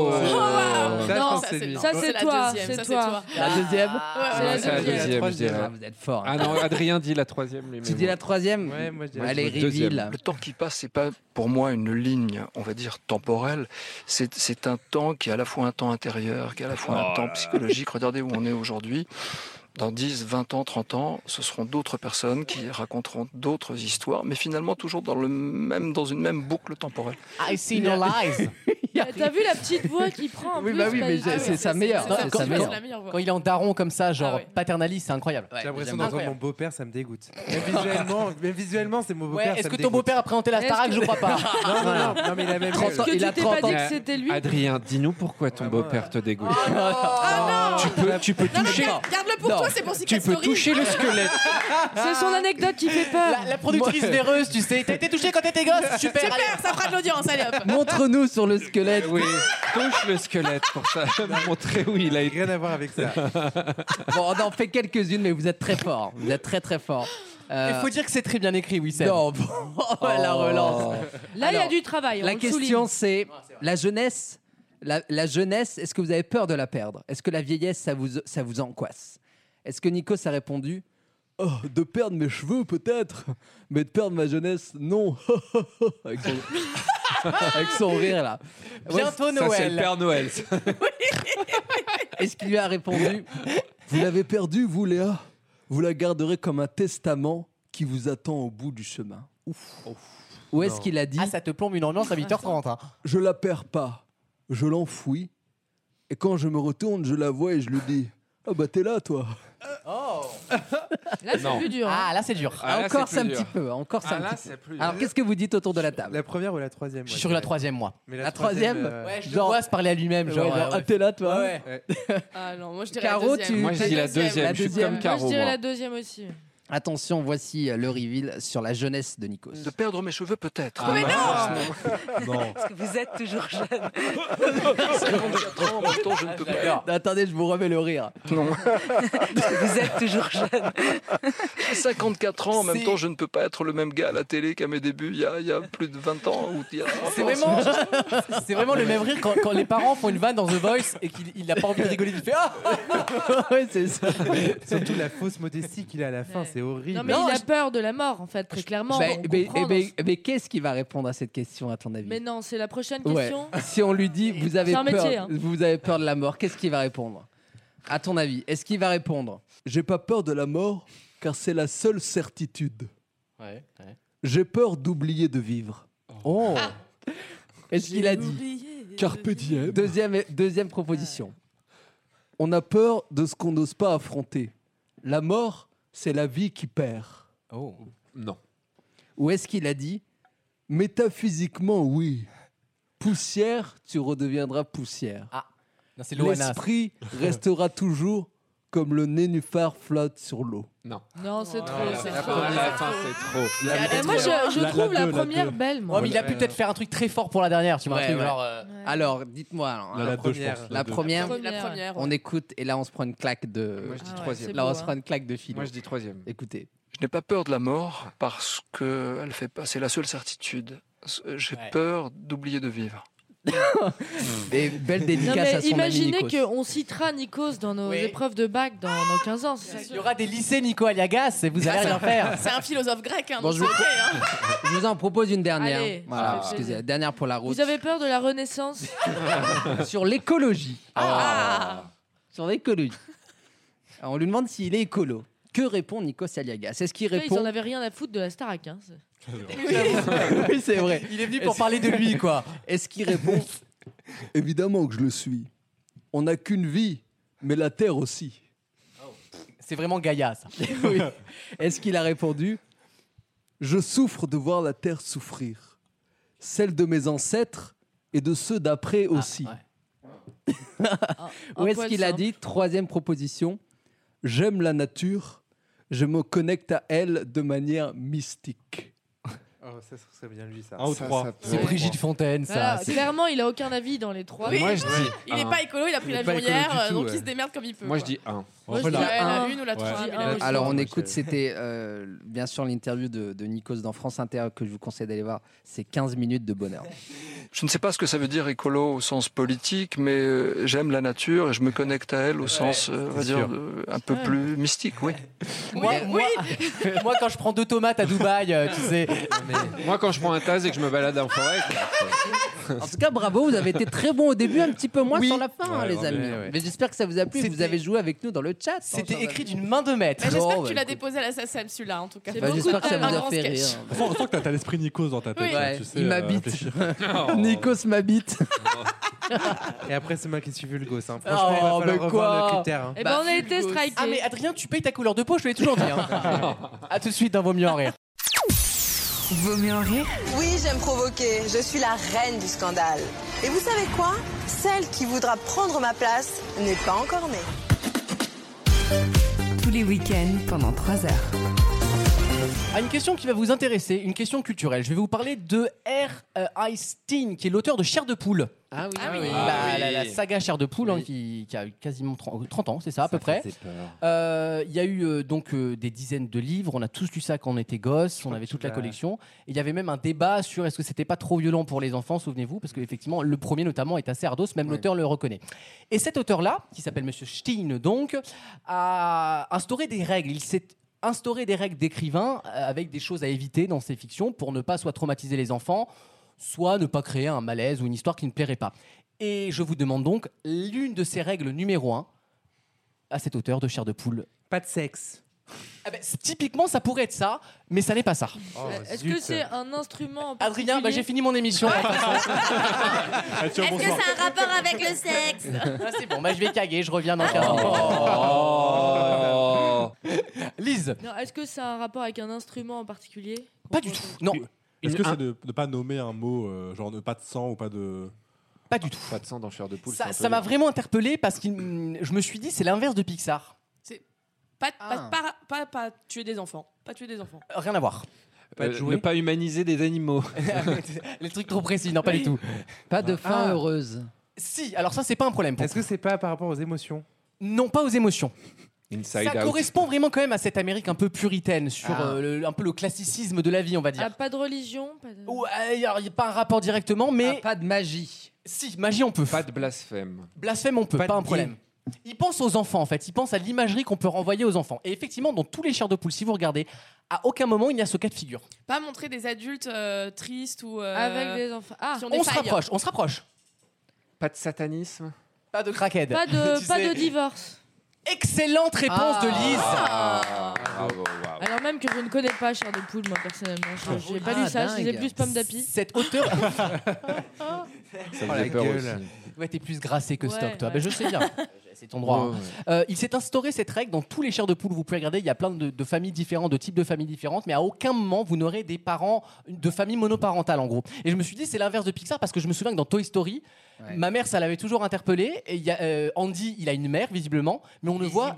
S4: Ça, Non, ça, c'est- ça, c'est
S6: la
S4: toi,
S6: deuxième,
S4: c'est
S6: ça,
S4: toi.
S7: La deuxième
S8: Ah,
S7: C'est
S8: c'est la deuxième, je dirais.
S7: Ah, Vous êtes fort.
S8: Ah non, Adrien dit la troisième. lui,
S7: Tu
S8: mais
S7: dis
S8: bon.
S7: la troisième Allez, reveal.
S17: Le temps qui passe, c'est pas pour moi une ligne, on va dire, temporelle. C'est c'est un temps qui est à la fois un temps intérieur, qui est à la fois
S8: Oh
S17: un temps
S8: là là. (laughs)
S17: psychologique. Regardez où on est aujourd'hui. Dans 10, 20 ans, 30 ans, ce seront d'autres personnes qui raconteront d'autres histoires, mais finalement toujours dans, le même, dans une même boucle temporelle.
S3: I see no
S17: (laughs)
S3: lies.
S4: Eh, T'as vu la petite voix qu'il prend en
S3: Oui,
S4: plus
S3: bah oui,
S4: pas
S3: mais
S4: du
S3: c'est-
S4: tout.
S3: c'est sa meilleure,
S4: C'est sa-
S3: c'est
S4: quand
S3: sa
S4: il
S3: meilleure.
S4: passe la meilleure voix.
S3: Quand il est en daron comme ça, genre paternaliste, c'est incroyable.
S10: J'ai l'impression d'entendre mon beau-père, ça me dégoûte. Même visuellement, même visuellement c'est mon
S3: Ouais,
S10: beau-père.
S3: est-ce
S10: ça me
S3: que ton beau-père a présenté la
S10: Est-ce
S3: Starac
S10: que-
S3: Je crois pas.
S10: Non, non, non, non, mais il a même
S8: Trente
S10: Est-ce
S8: ans-
S10: que tu t'es pas dit que
S8: ans.
S10: c'était lui
S8: Euh, Adrien, dis-nous pourquoi ton beau-père te dégoûte.
S7: Oh
S4: non
S8: tu peux, tu peux
S4: Non, non,
S8: toucher.
S4: garde- garde-le pour toi, c'est pour
S8: Tu
S4: Secret
S8: peux
S4: Story.
S8: toucher
S2: (laughs)
S8: le squelette.
S4: C'est son anecdote qui fait peur.
S3: La, la productrice
S7: Moi-
S3: véreuse, tu sais, t'as été touchée quand t'étais gosse, super.
S4: Super, ça fera de l'audience, allez hop.
S7: Montre-nous sur le squelette.
S8: Oui, touche le squelette pour
S3: (laughs)
S8: ça. Montrer où il a
S10: rien à voir avec ça.
S7: (laughs) Bon, on en fait quelques-unes, mais vous êtes très fort. Vous êtes très très fort.
S3: Il faut dire que c'est très bien écrit, oui,
S7: Non, bon, (laughs) la
S8: Oh.
S7: relance.
S4: Là, il y a
S7: Alors,
S4: du travail. on
S7: La
S4: le
S7: question,
S4: souligne. Ah,
S7: c'est la jeunesse. La, la jeunesse, est-ce que vous avez peur de la perdre Est-ce que la vieillesse, ça vous, ça vous angoisse Est-ce que Nikos a répondu
S18: Oh, de perdre mes cheveux peut-être, mais de perdre ma jeunesse, non. (laughs) Avec son, (laughs)
S7: avec son rire là.
S18: Bientôt Ça, c'est Noël. le
S7: (laughs)
S18: Père
S8: Noël.
S7: Est-ce qu'il lui a répondu
S18: Vous l'avez perdu, vous, Léa Vous la garderez comme un testament qui vous attend au bout du chemin. Ouf.
S7: Où est-ce qu'il a dit Ah,
S3: Ah, ça te plombe une ambiance à 8h30. hein.
S18: Je la perds pas, je l'enfouis, et quand je me retourne, je la vois et je lui dis Ah bah t'es là, toi
S5: Oh.
S4: Là, c'est
S18: Non.
S4: plus dur.
S3: Ah, là, c'est dur.
S18: Ah, là,
S7: encore
S18: c'est
S7: ça un
S18: plus
S7: petit
S18: dur.
S7: peu, encore ça
S18: Ah,
S7: un
S18: là,
S7: petit
S18: c'est
S7: peu.
S18: plus dur.
S7: Alors qu'est-ce que vous dites autour de la table
S10: La première ou la troisième
S3: Je suis sur la troisième, moi.
S10: Mais
S7: la,
S10: la
S7: troisième,
S10: troisième, euh, Ouais, je le
S7: genre,
S3: vois se parler à lui-même, genre, ouais, ouais.
S18: t'es là, toi
S4: Ah non, moi je dirais
S7: Caro,
S4: la deuxième.
S7: tu- Moi, je dis la deuxième,
S4: La
S7: je suis comme Caro,
S4: Moi je dirais
S7: moi.
S4: la deuxième aussi.
S7: (laughs) Attention, voici euh, le reveal sur la jeunesse de Nikos.
S17: De perdre mes cheveux peut-être.
S7: Ah, Mais
S4: (laughs)
S7: bah,
S8: Ah
S17: non
S16: Parce que vous êtes toujours jeune.
S17: 54 ans, en même temps, je ne peux pas.
S7: Attendez, je vous remets le rire.
S17: Non.
S16: (laughs) Vous êtes toujours jeune.
S17: J'ai 54 ans, en même temps, je ne peux pas être le même gars à la télé qu'à mes débuts il y a, il y a plus de 20 ans. ou il y a 30
S3: (laughs) C'est
S17: ans.
S3: vraiment, c'est vraiment le même rire quand, quand les parents font une vanne dans The Voice et qu'il il a pas envie de rigoler, il fait Ah (laughs)
S7: c'est ça.
S10: Surtout la fausse modestie qu'il a à la fin, c'est horrible.
S4: Non, mais il a peur de la mort en fait, très clairement.
S7: Bah,
S4: on
S7: mais
S4: comprend
S7: mais-
S4: dans ce-
S7: mais qu'est-ce qui va répondre à cette question, à ton avis
S4: hein. Mais non, c'est la prochaine
S7: Ouais.
S4: question.
S7: (laughs) Si on lui dit vous avez
S4: C'est un
S7: peur,
S4: métier, hein.
S7: vous avez peur de la mort, qu'est-ce qu'il va répondre À ton avis, est-ce qu'il va répondre
S18: J'ai pas peur de la mort, car c'est la seule certitude.
S3: Ouais, ouais.
S5: (laughs)
S18: J'ai peur d'oublier de vivre.
S7: Oh Est-ce qu'il a dit
S4: oublié
S18: Carpe diem.
S7: Deuxième, deuxième proposition.
S18: On a peur de ce qu'on n'ose pas affronter. La mort, c'est la vie qui perd.
S8: Oh. Non.
S7: Ou est-ce qu'il a dit
S18: Métaphysiquement, oui. Poussière, tu redeviendras poussière.
S3: Ah, non, c'est Loana.
S18: L'esprit restera toujours comme le nénuphar flotte sur l'eau.
S8: Non.
S4: Non,
S3: Ah.
S4: c'est trop.
S8: la
S4: c'est
S8: fin,
S4: trop.
S8: la fin, c'est trop.
S4: Et moi, je, je trouve la, première belle. Moi.
S3: Ouais, mais il a pu peut-être faire un truc très fort pour la dernière, tu vois. un
S7: Ouais,
S3: truc
S7: ouais.
S3: genre, euh,
S7: Alors, dites-moi. alors,
S3: La-
S7: hein,
S3: la deux, je
S7: première,
S3: pense, la
S7: la
S3: deux.
S7: première.
S6: La première, ouais.
S7: On écoute et là on se prend une claque de.
S17: Moi, je dis Ah ouais, troisième. c'est
S7: Là on
S17: beau,
S7: se
S17: hein.
S7: prend
S17: (laughs)
S7: une claque de fil.
S17: Moi, je dis troisième.
S7: Écoutez.
S17: Je n'ai pas peur de la mort parce que elle fait pas. C'est la seule certitude. euh, J'ai
S7: Ouais.
S17: peur d'oublier de vivre.
S7: (laughs) Des belles
S4: Non,
S7: dédicaces à
S4: mais
S7: son
S4: imaginez
S7: ami Nikos.
S4: qu'on citera Nikos dans nos
S7: Oui.
S4: épreuves de bac dans, dans 15 ans.
S3: Ah. Il y aura des lycées Nico (laughs) Aliagas et
S4: Ah,
S3: vous allez rien
S4: (laughs)
S3: faire.
S6: C'est un philosophe grec, hein,
S7: Bon,
S6: donc
S7: je,
S6: c'est
S7: vous...
S6: ok,
S7: (laughs)
S6: hein.
S7: je vous en propose une dernière.
S4: Allez, ça
S7: voilà,
S4: fait
S7: excusez,
S4: plaisir.
S7: dernière pour la route.
S4: Vous avez peur de la Renaissance
S7: (laughs) Sur l'écologie.
S4: Ah.
S7: Sur l'écologie. Alors, on lui demande s'il est écolo. Que répond Nikos Aliagas Est-ce qu'il
S4: Là, Ils
S7: répond
S4: en avaient rien à foutre de la Starac. Hein.
S7: Oui, c'est vrai.
S3: Il est venu pour parler de lui, quoi.
S7: Est-ce qu'il répond
S18: (laughs) Évidemment que je le suis. On n'a qu'une vie, mais la terre aussi.
S3: C'est vraiment Gaïa, ça.
S7: Oui. Est-ce qu'il a répondu
S18: Je souffre de voir la terre souffrir. Celle de mes ancêtres et de ceux
S17: Ah.
S18: d'après aussi.
S7: Ou est-ce
S18: poil
S7: qu'il a
S18: simple.
S7: dit troisième proposition
S18: J'aime la nature, je me connecte à elle de manière mystique.
S10: Oh, ça ce serait bien lui, ça.
S18: Un ou trois.
S3: C'est Brigitte Fontaine, ça.
S4: Voilà, clairement, il a aucun avis dans les trois.
S3: Oui. Moi, je dis
S6: Il n'est
S3: un.
S6: pas écolo, il a pris
S3: Il est
S6: l'avion
S3: pas écolo du
S6: hier, euh,
S3: tout,
S6: donc
S3: ouais.
S6: il se démerde comme il peut.
S3: Moi,
S6: quoi.
S3: je dis un.
S6: Moi, je
S7: Voilà.
S6: dis ouais, la
S7: Un.
S6: une ou la troisième. il a aussi.
S7: Alors on
S6: Moi,
S7: écoute,
S6: je-
S7: c'était euh, bien sûr l'interview de, de Nikos dans France Inter que je vous conseille d'aller voir. C'est 15 minutes de bonheur.
S17: Je ne sais pas ce que ça veut dire écolo au sens politique, mais euh, j'aime la nature et je me connecte à elle au sens, euh, on va
S3: c'est
S17: dire,
S3: sûr.
S17: de- un peu
S3: Ouais.
S17: plus mystique, oui.
S3: Moi, moi, (laughs) moi, quand je prends deux tomates à Dubaï, euh, tu sais.
S8: Moi, quand je prends un tas et que je me balade en forêt. (laughs)
S7: En tout cas, bravo, vous avez été très bon au début, un petit peu moins sur la fin,
S8: Ouais,
S7: hein, les
S8: ouais,
S7: amis.
S8: ouais, ouais.
S7: Mais j'espère que ça vous a plu. et que Vous avez joué avec nous dans le chat. C'était
S3: écrit d'une main de maître.
S6: Mais j'espère
S7: Bon,
S6: que tu
S7: bah,
S6: l'as déposé à la SACEM celui-là en tout cas.
S7: Bah, j'espère que ça
S6: Un
S7: vous a
S6: grand
S7: fait
S6: sketch.
S7: rire.
S5: Enfin, on sent que t'as- t'as l'esprit Nikos dans ta tête.
S6: Oui.
S5: là,
S6: Ouais,
S5: tu sais,
S7: il
S5: euh,
S7: m'habite. (laughs)
S5: réfléchir.
S10: Oh.
S18: (laughs)
S7: Nikos
S3: (laughs)
S7: m'habite.
S10: Et après, c'est moi qui suis vu le gosse. hein.
S3: Oh,
S10: Franchement, il va falloir
S3: mais
S10: revoir
S3: quoi
S10: le critère. hein.
S4: Eh ben, on a été strikés.
S3: Ah, mais Adrien, tu payes ta couleur de peau, je te l'ai toujours dit. Hein. (laughs) à tout de suite dans Vaut mieux en rire.
S2: Vaut mieux en rire
S19: Oui, j'aime provoquer. Je suis la reine du scandale. Et vous savez quoi Celle qui voudra prendre ma place n'est pas encore née.
S2: tous les week-ends pendant 3 heures.
S3: À Ah, une question qui va vous intéresser, une question culturelle. Je vais vous parler de R. Einstein, qui est l'auteur de Chair de poule.
S7: Ah oui,
S3: La, la- la saga Chair de poule, hein, qui, qui a eu quasiment 30, 30 ans, c'est ça à peu près. Euh, Il y a eu euh, donc euh, des dizaines de livres. On a tous lu ça quand on était gosse. On avait toute la
S7: l'as-
S3: collection. Et il y avait même un débat sur est-ce que c'était pas trop violent pour les enfants. Souvenez-vous, parce qu'effectivement, le premier notamment est assez ardos. Même l'auteur le reconnaît. Et cet auteur-là, qui s'appelle Monsieur Stein donc, a instauré des règles. Il s'est instauré des règles d'écrivain euh, avec des choses à éviter dans ses fictions pour ne pas soit traumatiser les enfants, soit ne pas créer un malaise ou une histoire qui ne plairait pas. Et je vous demande donc l'une de ces règles numéro un à cet auteur de chair de poule.
S10: Pas de sexe.
S3: Ah ben, c- typiquement, ça pourrait être ça, mais ça n'est pas ça.
S10: Oh,
S4: Euh, Est-ce que c'est
S10: Ah,
S4: un instrument en
S3: Adrien,
S4: particulier Ah.
S3: bah, j'ai fini mon émission.
S8: (laughs) Ah,
S4: Est-ce que ça a un rapport avec le sexe
S3: Ah, c'est bon, bah, je vais caguer, je reviens dans 15
S10: Oh.
S3: minutes. Lise,
S4: Non, est-ce que ça a un rapport avec un instrument en particulier
S3: Pas du tout. non.
S5: Est-ce
S3: Une-
S5: que
S3: un-
S5: c'est de ne pas nommer un mot, euh, genre ne pas de sang ou pas de.
S3: Pas du tout.
S5: Pas de sang dans Chair de Poule.
S3: ça ça m'a vraiment interpellé parce que mm, je me suis dit, c'est l'inverse de Pixar.
S6: (laughs)
S3: (laughs)
S6: C'est pas,
S7: Ah.
S6: pas, pas, pas, pas tuer des enfants. Pas tuer des enfants.
S3: Rien à voir.
S8: Euh, ne pas humaniser des animaux.
S3: (laughs) Les trucs trop précis, non, pas du tout.
S7: Pas de fin
S3: Ah.
S7: heureuse.
S3: Si, alors ça, c'est pas un problème.
S10: Est-ce que c'est pas par rapport aux émotions
S3: Non, pas aux émotions.
S8: Inside
S3: ça
S8: out.
S3: correspond vraiment quand même à cette Amérique un peu puritaine, sur
S8: Ah.
S3: euh, le- un peu le classicisme de la vie, on va dire.
S4: Ah, pas de religion pas de-
S3: Ouais, alors, il n'y a pas un rapport directement, mais.
S7: Ah, pas de magie.
S3: Si, magie, on peut.
S8: Pas de blasphème.
S3: Blasphème, on peut, pas,
S8: Pas
S3: un
S8: de
S3: problème. Il pense aux enfants, en fait. Il pense à l'imagerie qu'on peut renvoyer aux enfants. Et effectivement, dans tous les chairs de poule, si vous regardez, à aucun moment il n'y a ce cas de figure.
S6: Pas montrer des adultes euh, tristes ou. euh,
S4: Avec des enfants. Ah.
S6: qui ont des
S3: On se
S6: failles.
S3: rapproche, on se rapproche.
S8: Pas de satanisme.
S3: Pas de craquette.
S4: Pas de,
S3: Eh ben, (laughs) Tu
S4: pas
S3: sais.
S4: de divorce. Ah.
S3: Excellente réponse de Lise.
S8: Ah.
S4: Alors même que je ne connais pas Cher de Poule, moi personnellement. Je- Je n'ai pas
S3: Ah,
S4: lu ça, je lisais
S3: dingue.
S4: plus Pomme d'Api.
S3: Cet
S4: (laughs)
S3: auteur.
S8: Ça me fait peur aussi.
S3: Ouais, t'es plus grassé que
S4: Ouais,
S3: Stock, toi.
S4: ouais.
S3: Ben, je
S6: (laughs)
S3: sais bien. C'est ton droit.
S8: Ouais,
S3: hein. Euh, il s'est instauré cette règle dans tous les chairs de poule. Vous pouvez regarder, il y a plein de, de familles différentes, de types de familles différentes, mais à aucun moment vous n'aurez des parents de famille monoparentale en gros. Et je me suis dit, c'est l'inverse de Pixar parce que je me souviens que dans Toy Story, Ma mère, ça l'avait toujours interpellé. Et il y a, euh, Andy, il a une mère, visiblement, mais on ne voit.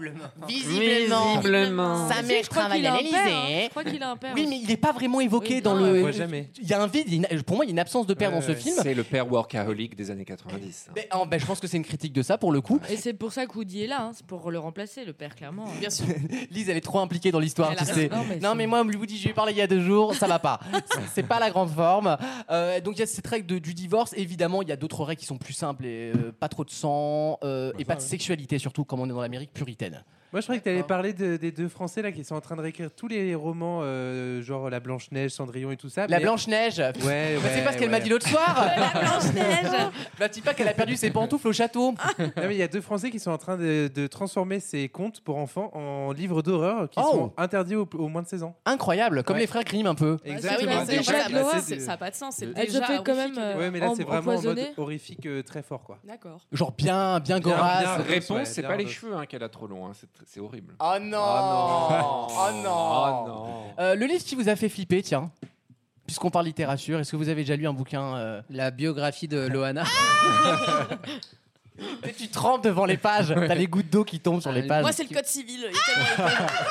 S6: Visiblement. Visiblement.
S3: Sa
S6: Si,
S3: mère
S6: je crois
S3: travaille
S6: qu'il
S3: à
S6: a un père,
S3: l'Élysée.
S6: hein. Je crois qu'il a un père
S3: Oui, mais il n'est pas vraiment évoqué
S6: Oui,
S3: dans
S6: non,
S3: le. euh,
S6: on voit
S8: jamais.
S3: Il y a un vide. il y a une- Pour moi, il y a une absence de père dans ce film.
S8: C'est le père workaholic des années 90.
S3: Mais, ah, ben, je pense que c'est une (laughs) critique de ça pour le coup.
S4: Et c'est pour ça que Woody est là, hein, c'est pour le remplacer, le père, clairement.
S6: Bien sûr.
S3: Lise, elle est trop impliquée dans l'histoire,
S4: Elle
S3: tu
S4: a
S3: sais.
S4: raison. Non, mais
S3: Non, mais moi, Woody, je lui ai parlé il y a deux jours, ça va pas. C'est- C'est pas la grande forme. Euh, donc, il y a cette règle de- du divorce. Évidemment, il y a d'autres règles qui sont plus simples et euh, pas trop de sang euh, et pas de sexualité, surtout comme on est dans l'Amérique puritaine.
S10: Moi, je croyais
S3: Ah.
S10: que tu allais parler de- des deux Français là qui sont en train de réécrire tous les romans, euh, genre La Blanche-Neige, Cendrillon et tout ça.
S3: La
S10: mais-
S3: Blanche-Neige
S10: Ouais, ouais.
S3: Bah, C'est pas ce qu'elle
S10: ouais.
S3: m'a dit l'autre soir
S10: (laughs)
S3: (laughs)
S10: La Blanche-Neige.
S3: La petite Bah, pas qu'elle a perdu ses pantoufles au château
S10: Non, mais il y a deux Français qui sont en train de, de transformer ces contes pour enfants en livres d'horreur qui
S3: Oh.
S10: sont interdits aux au moins de 16 ans.
S3: Incroyable, comme
S10: Ouais.
S3: les frères Grimm un peu.
S10: Exactement.
S6: c'est vrai,
S10: Déjà,
S6: voilà,
S10: bah,
S6: bah,
S10: c'est
S6: c'est-
S10: des-
S6: ça a pas de sens, c'est
S4: Elle se
S6: déjà
S4: fait quand même,
S6: horrifique.
S4: euh,
S10: Ouais, mais là,
S4: em-
S10: c'est vraiment en mode
S4: empoisonnée.
S10: horrifique euh, très fort, quoi.
S6: D'accord.
S3: Genre bien, hein, bien
S8: Bien,
S3: gorasse.
S8: bien, réponse,
S10: ouais,
S8: c'est
S10: bien
S8: pas les
S10: Ross.
S8: cheveux hein, qu'elle a trop long, hein, c'est tr- c'est horrible.
S3: Oh non
S8: Ah
S3: Oh
S8: non.
S3: non,
S8: Ah non.
S3: Euh, Le livre qui vous a fait flipper, tiens, puisqu'on parle littérature, est-ce que vous avez déjà lu un bouquin euh,
S7: La biographie de
S3: (laughs)
S7: Loana.
S3: tu trempes devant les pages, t'as les gouttes d'eau qui tombent sur
S10: Ah,
S3: les pages.
S6: Moi, c'est le code civil. il est tellement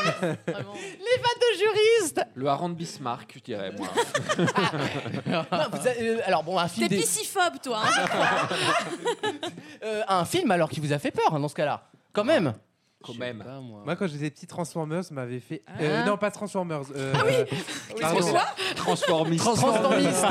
S3: Les
S6: épais.
S3: vannes de juriste
S8: Le harangue Bismarck, je dirais,
S3: (laughs)
S8: moi.
S3: Non, vous avez- euh, Alors bon, un film,
S6: T'es
S3: des-
S6: pisciphobe, toi. hein, je crois.
S3: euh, un film alors qui vous a fait peur hein, dans ce cas-là, quand même.
S8: Quand même.
S10: Moi, quand j'étais petit, Transformers m'avait fait. Euh, non, pas Transformers. euh, pardon.
S8: Transform- Transformiste.
S10: (laughs)
S3: Transformiste.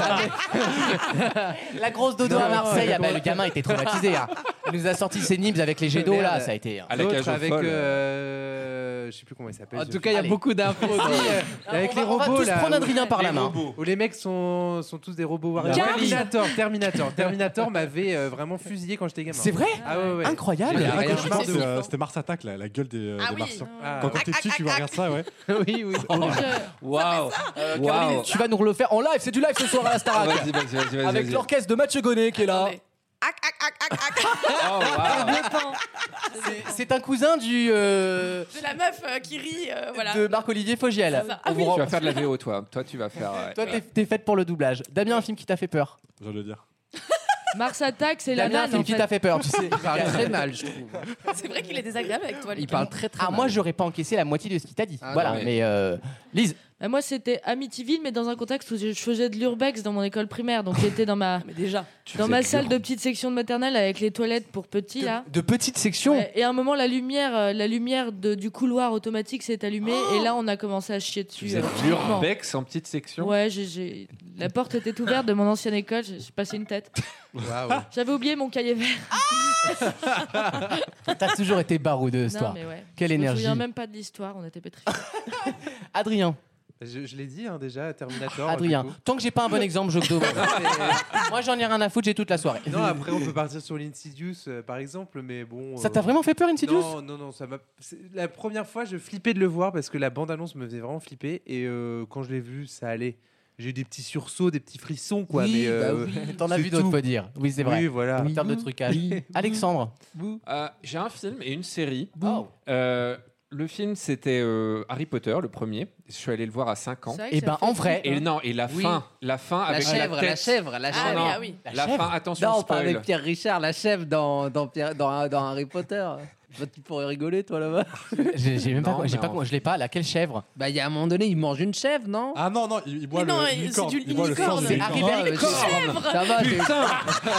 S3: La grosse dodo à
S10: Non,
S3: Marseille,
S10: euh,
S3: ah bah, le gamin était traumatisé. hein. Il nous a sorti ses nibs avec les jets d'eau là,
S10: Merde.
S3: ça a été. hein.
S10: L'autre avec. euh, je sais plus comment il s'appelle.
S3: En
S10: ce
S3: tout cas,
S10: film.
S3: il y a beaucoup d'infos.
S10: Si, euh,
S3: On
S10: avec
S3: va-
S10: les
S3: on va
S10: robots
S3: tous
S10: là.
S3: prendre
S10: où-
S3: Adrien par la
S10: les
S3: main.
S10: robots. Où les mecs sont, sont tous des robots warriors.
S3: Gary.
S10: Terminator, Terminator, Terminator m'avait euh, vraiment fusillé quand j'étais gamin.
S3: C'est vrai
S10: Ah ouais, ouais.
S5: Il y a un
S10: J'ai-
S5: cauchemar
S10: j'ai-
S5: de, euh, C'était Mars Attack, la, la gueule des, euh,
S10: Ah
S5: des
S10: oui.
S5: Martiens.
S10: Ah.
S5: Quand, quand t'es petit, tu vois, regarde
S3: (laughs)
S5: ça, ouais.
S7: oui, oui.
S8: Oh.
S10: Oh,
S3: Oh.
S8: Waouh.
S3: Euh, Caroline, tu vas nous le faire en live, c'est du live ce soir à la Starac.
S8: Vas-y, vas-y, vas-y, vas-y,
S3: Avec
S8: vas-y.
S3: l'orchestre de Mathieu Gonnet qui est là.
S8: Oh, wow.
S10: (laughs)
S3: C'est- C'est un cousin du euh,
S6: De la meuf euh, qui rit, euh, voilà.
S3: de Marc-Olivier Fogiel.
S6: C'est ça.
S3: On
S6: Ah
S3: vous
S8: Tu
S3: rend-
S8: vas faire de la VO, toi. Toi, tu vas faire. ouais.
S3: Toi, t'es- t'es faite pour le doublage. Damien, un film qui t'a fait peur
S5: Je viens de le dire.
S4: Mars Attack, c'est la
S3: Damien, un
S4: nana.
S3: film qui t'a fait peur,
S4: (laughs)
S3: tu sais. Il
S7: parle très mal, je
S3: trouve.
S6: (laughs) C'est vrai qu'il est désagréable avec toi.
S3: Il
S6: Lucas.
S3: parle très très Ah, moi, j'aurais pas encaissé la moitié de ce qu'il t'a dit.
S7: Ah,
S3: voilà,
S7: non, mais-
S3: mais euh, Lise.
S4: Bah, moi, c'était Amityville, mais dans un contexte où je faisais de l'urbex dans mon école primaire. Donc, j'étais
S6: (laughs)
S4: dans ma,
S6: déjà,
S4: dans
S3: faisais
S4: ma
S3: de
S4: salle
S3: l'ur-
S4: de petite section de maternelle avec les toilettes pour petits, là.
S3: De petites sections
S4: Ouais, et à un moment, la lumière, euh, la lumière de- du couloir automatique s'est allumée.
S6: Oh
S4: et là, on a commencé à chier dessus.
S8: Vous
S4: euh,
S8: êtes
S4: franchement.
S8: l'urbex en petite section.
S4: Ouais, j'ai- j'ai- la porte était ouverte de mon ancienne école. J'ai j'ai passé une tête.
S3: Ah
S4: J'avais oublié mon cahier vert.
S3: (laughs)
S4: (laughs)
S3: T'as toujours été baroudeuse,
S4: Non,
S3: toi.
S4: mais ouais.
S3: Quelle
S4: Je
S3: énergie.
S4: me souviens même pas de l'histoire. On
S3: (laughs)
S4: était pétrifiés.
S3: Adrien.
S10: Je, je l'ai dit hein, déjà, Terminator.
S3: Ah, Adrien, (laughs)
S10: du coup. euh,
S3: tant que j'ai pas un bon exemple, je demande. Moi, j'en ai rien à foutre, j'ai toute la soirée.
S10: Non, après on peut partir sur l'Insidious euh, par exemple, mais bon. euh,
S3: Ça t'a vraiment fait peur, Insidious
S10: Non, non, non, ça m'a. c'est- La première fois, je flippais de le voir parce que la bande-annonce me faisait vraiment flipper et euh, quand je l'ai vu, ça allait. J'ai eu des petits sursauts, des petits frissons, quoi.
S3: Oui,
S10: mais
S3: bah
S10: euh,
S3: oui. T'en as
S10: c'est
S3: vu d'autres,
S10: tout.
S3: faut dire. Oui, c'est vrai.
S10: Oui, voilà.
S3: En termes de trucage. (laughs) Alexandre.
S8: Euh, J'ai un film et une série. Euh, le film, c'était euh, Harry Potter, le premier. Je suis allé le voir à 5 ans.
S3: C'est vrai que Eh ça ben, fait en vrai. flipper.
S8: Et non, et la
S3: Oui.
S8: fin, la fin
S7: La
S8: avec
S7: chèvre,
S8: la, tête.
S7: la chèvre, la
S8: Non,
S7: chèvre.
S8: non,
S7: Ah oui, ah oui.
S8: La, fin, attention,
S7: Non, on
S8: spoil.
S7: parlait de Pierre Richard, la chef dans, dans, Pierre- dans, dans Harry Potter. Bah, tu pourrais rigoler, toi, là-bas.
S3: (laughs) J'ai j'ai même pas,
S7: Non,
S3: j'ai
S7: mais
S3: pas,
S7: en-
S3: je l'ai pas. Laquelle chèvre
S7: Bah, il y a un moment donné, il mange une chèvre, non
S5: Ah non, non, il, boit
S7: Mais le non,
S6: c'est licorne. du Il boit le
S7: licorne. sang du
S3: C'est
S7: licorne.
S3: Harry
S7: Ah,
S3: Berry
S7: mais
S3: Corps.
S7: chèvre Ça va,
S8: Putain
S3: Ah,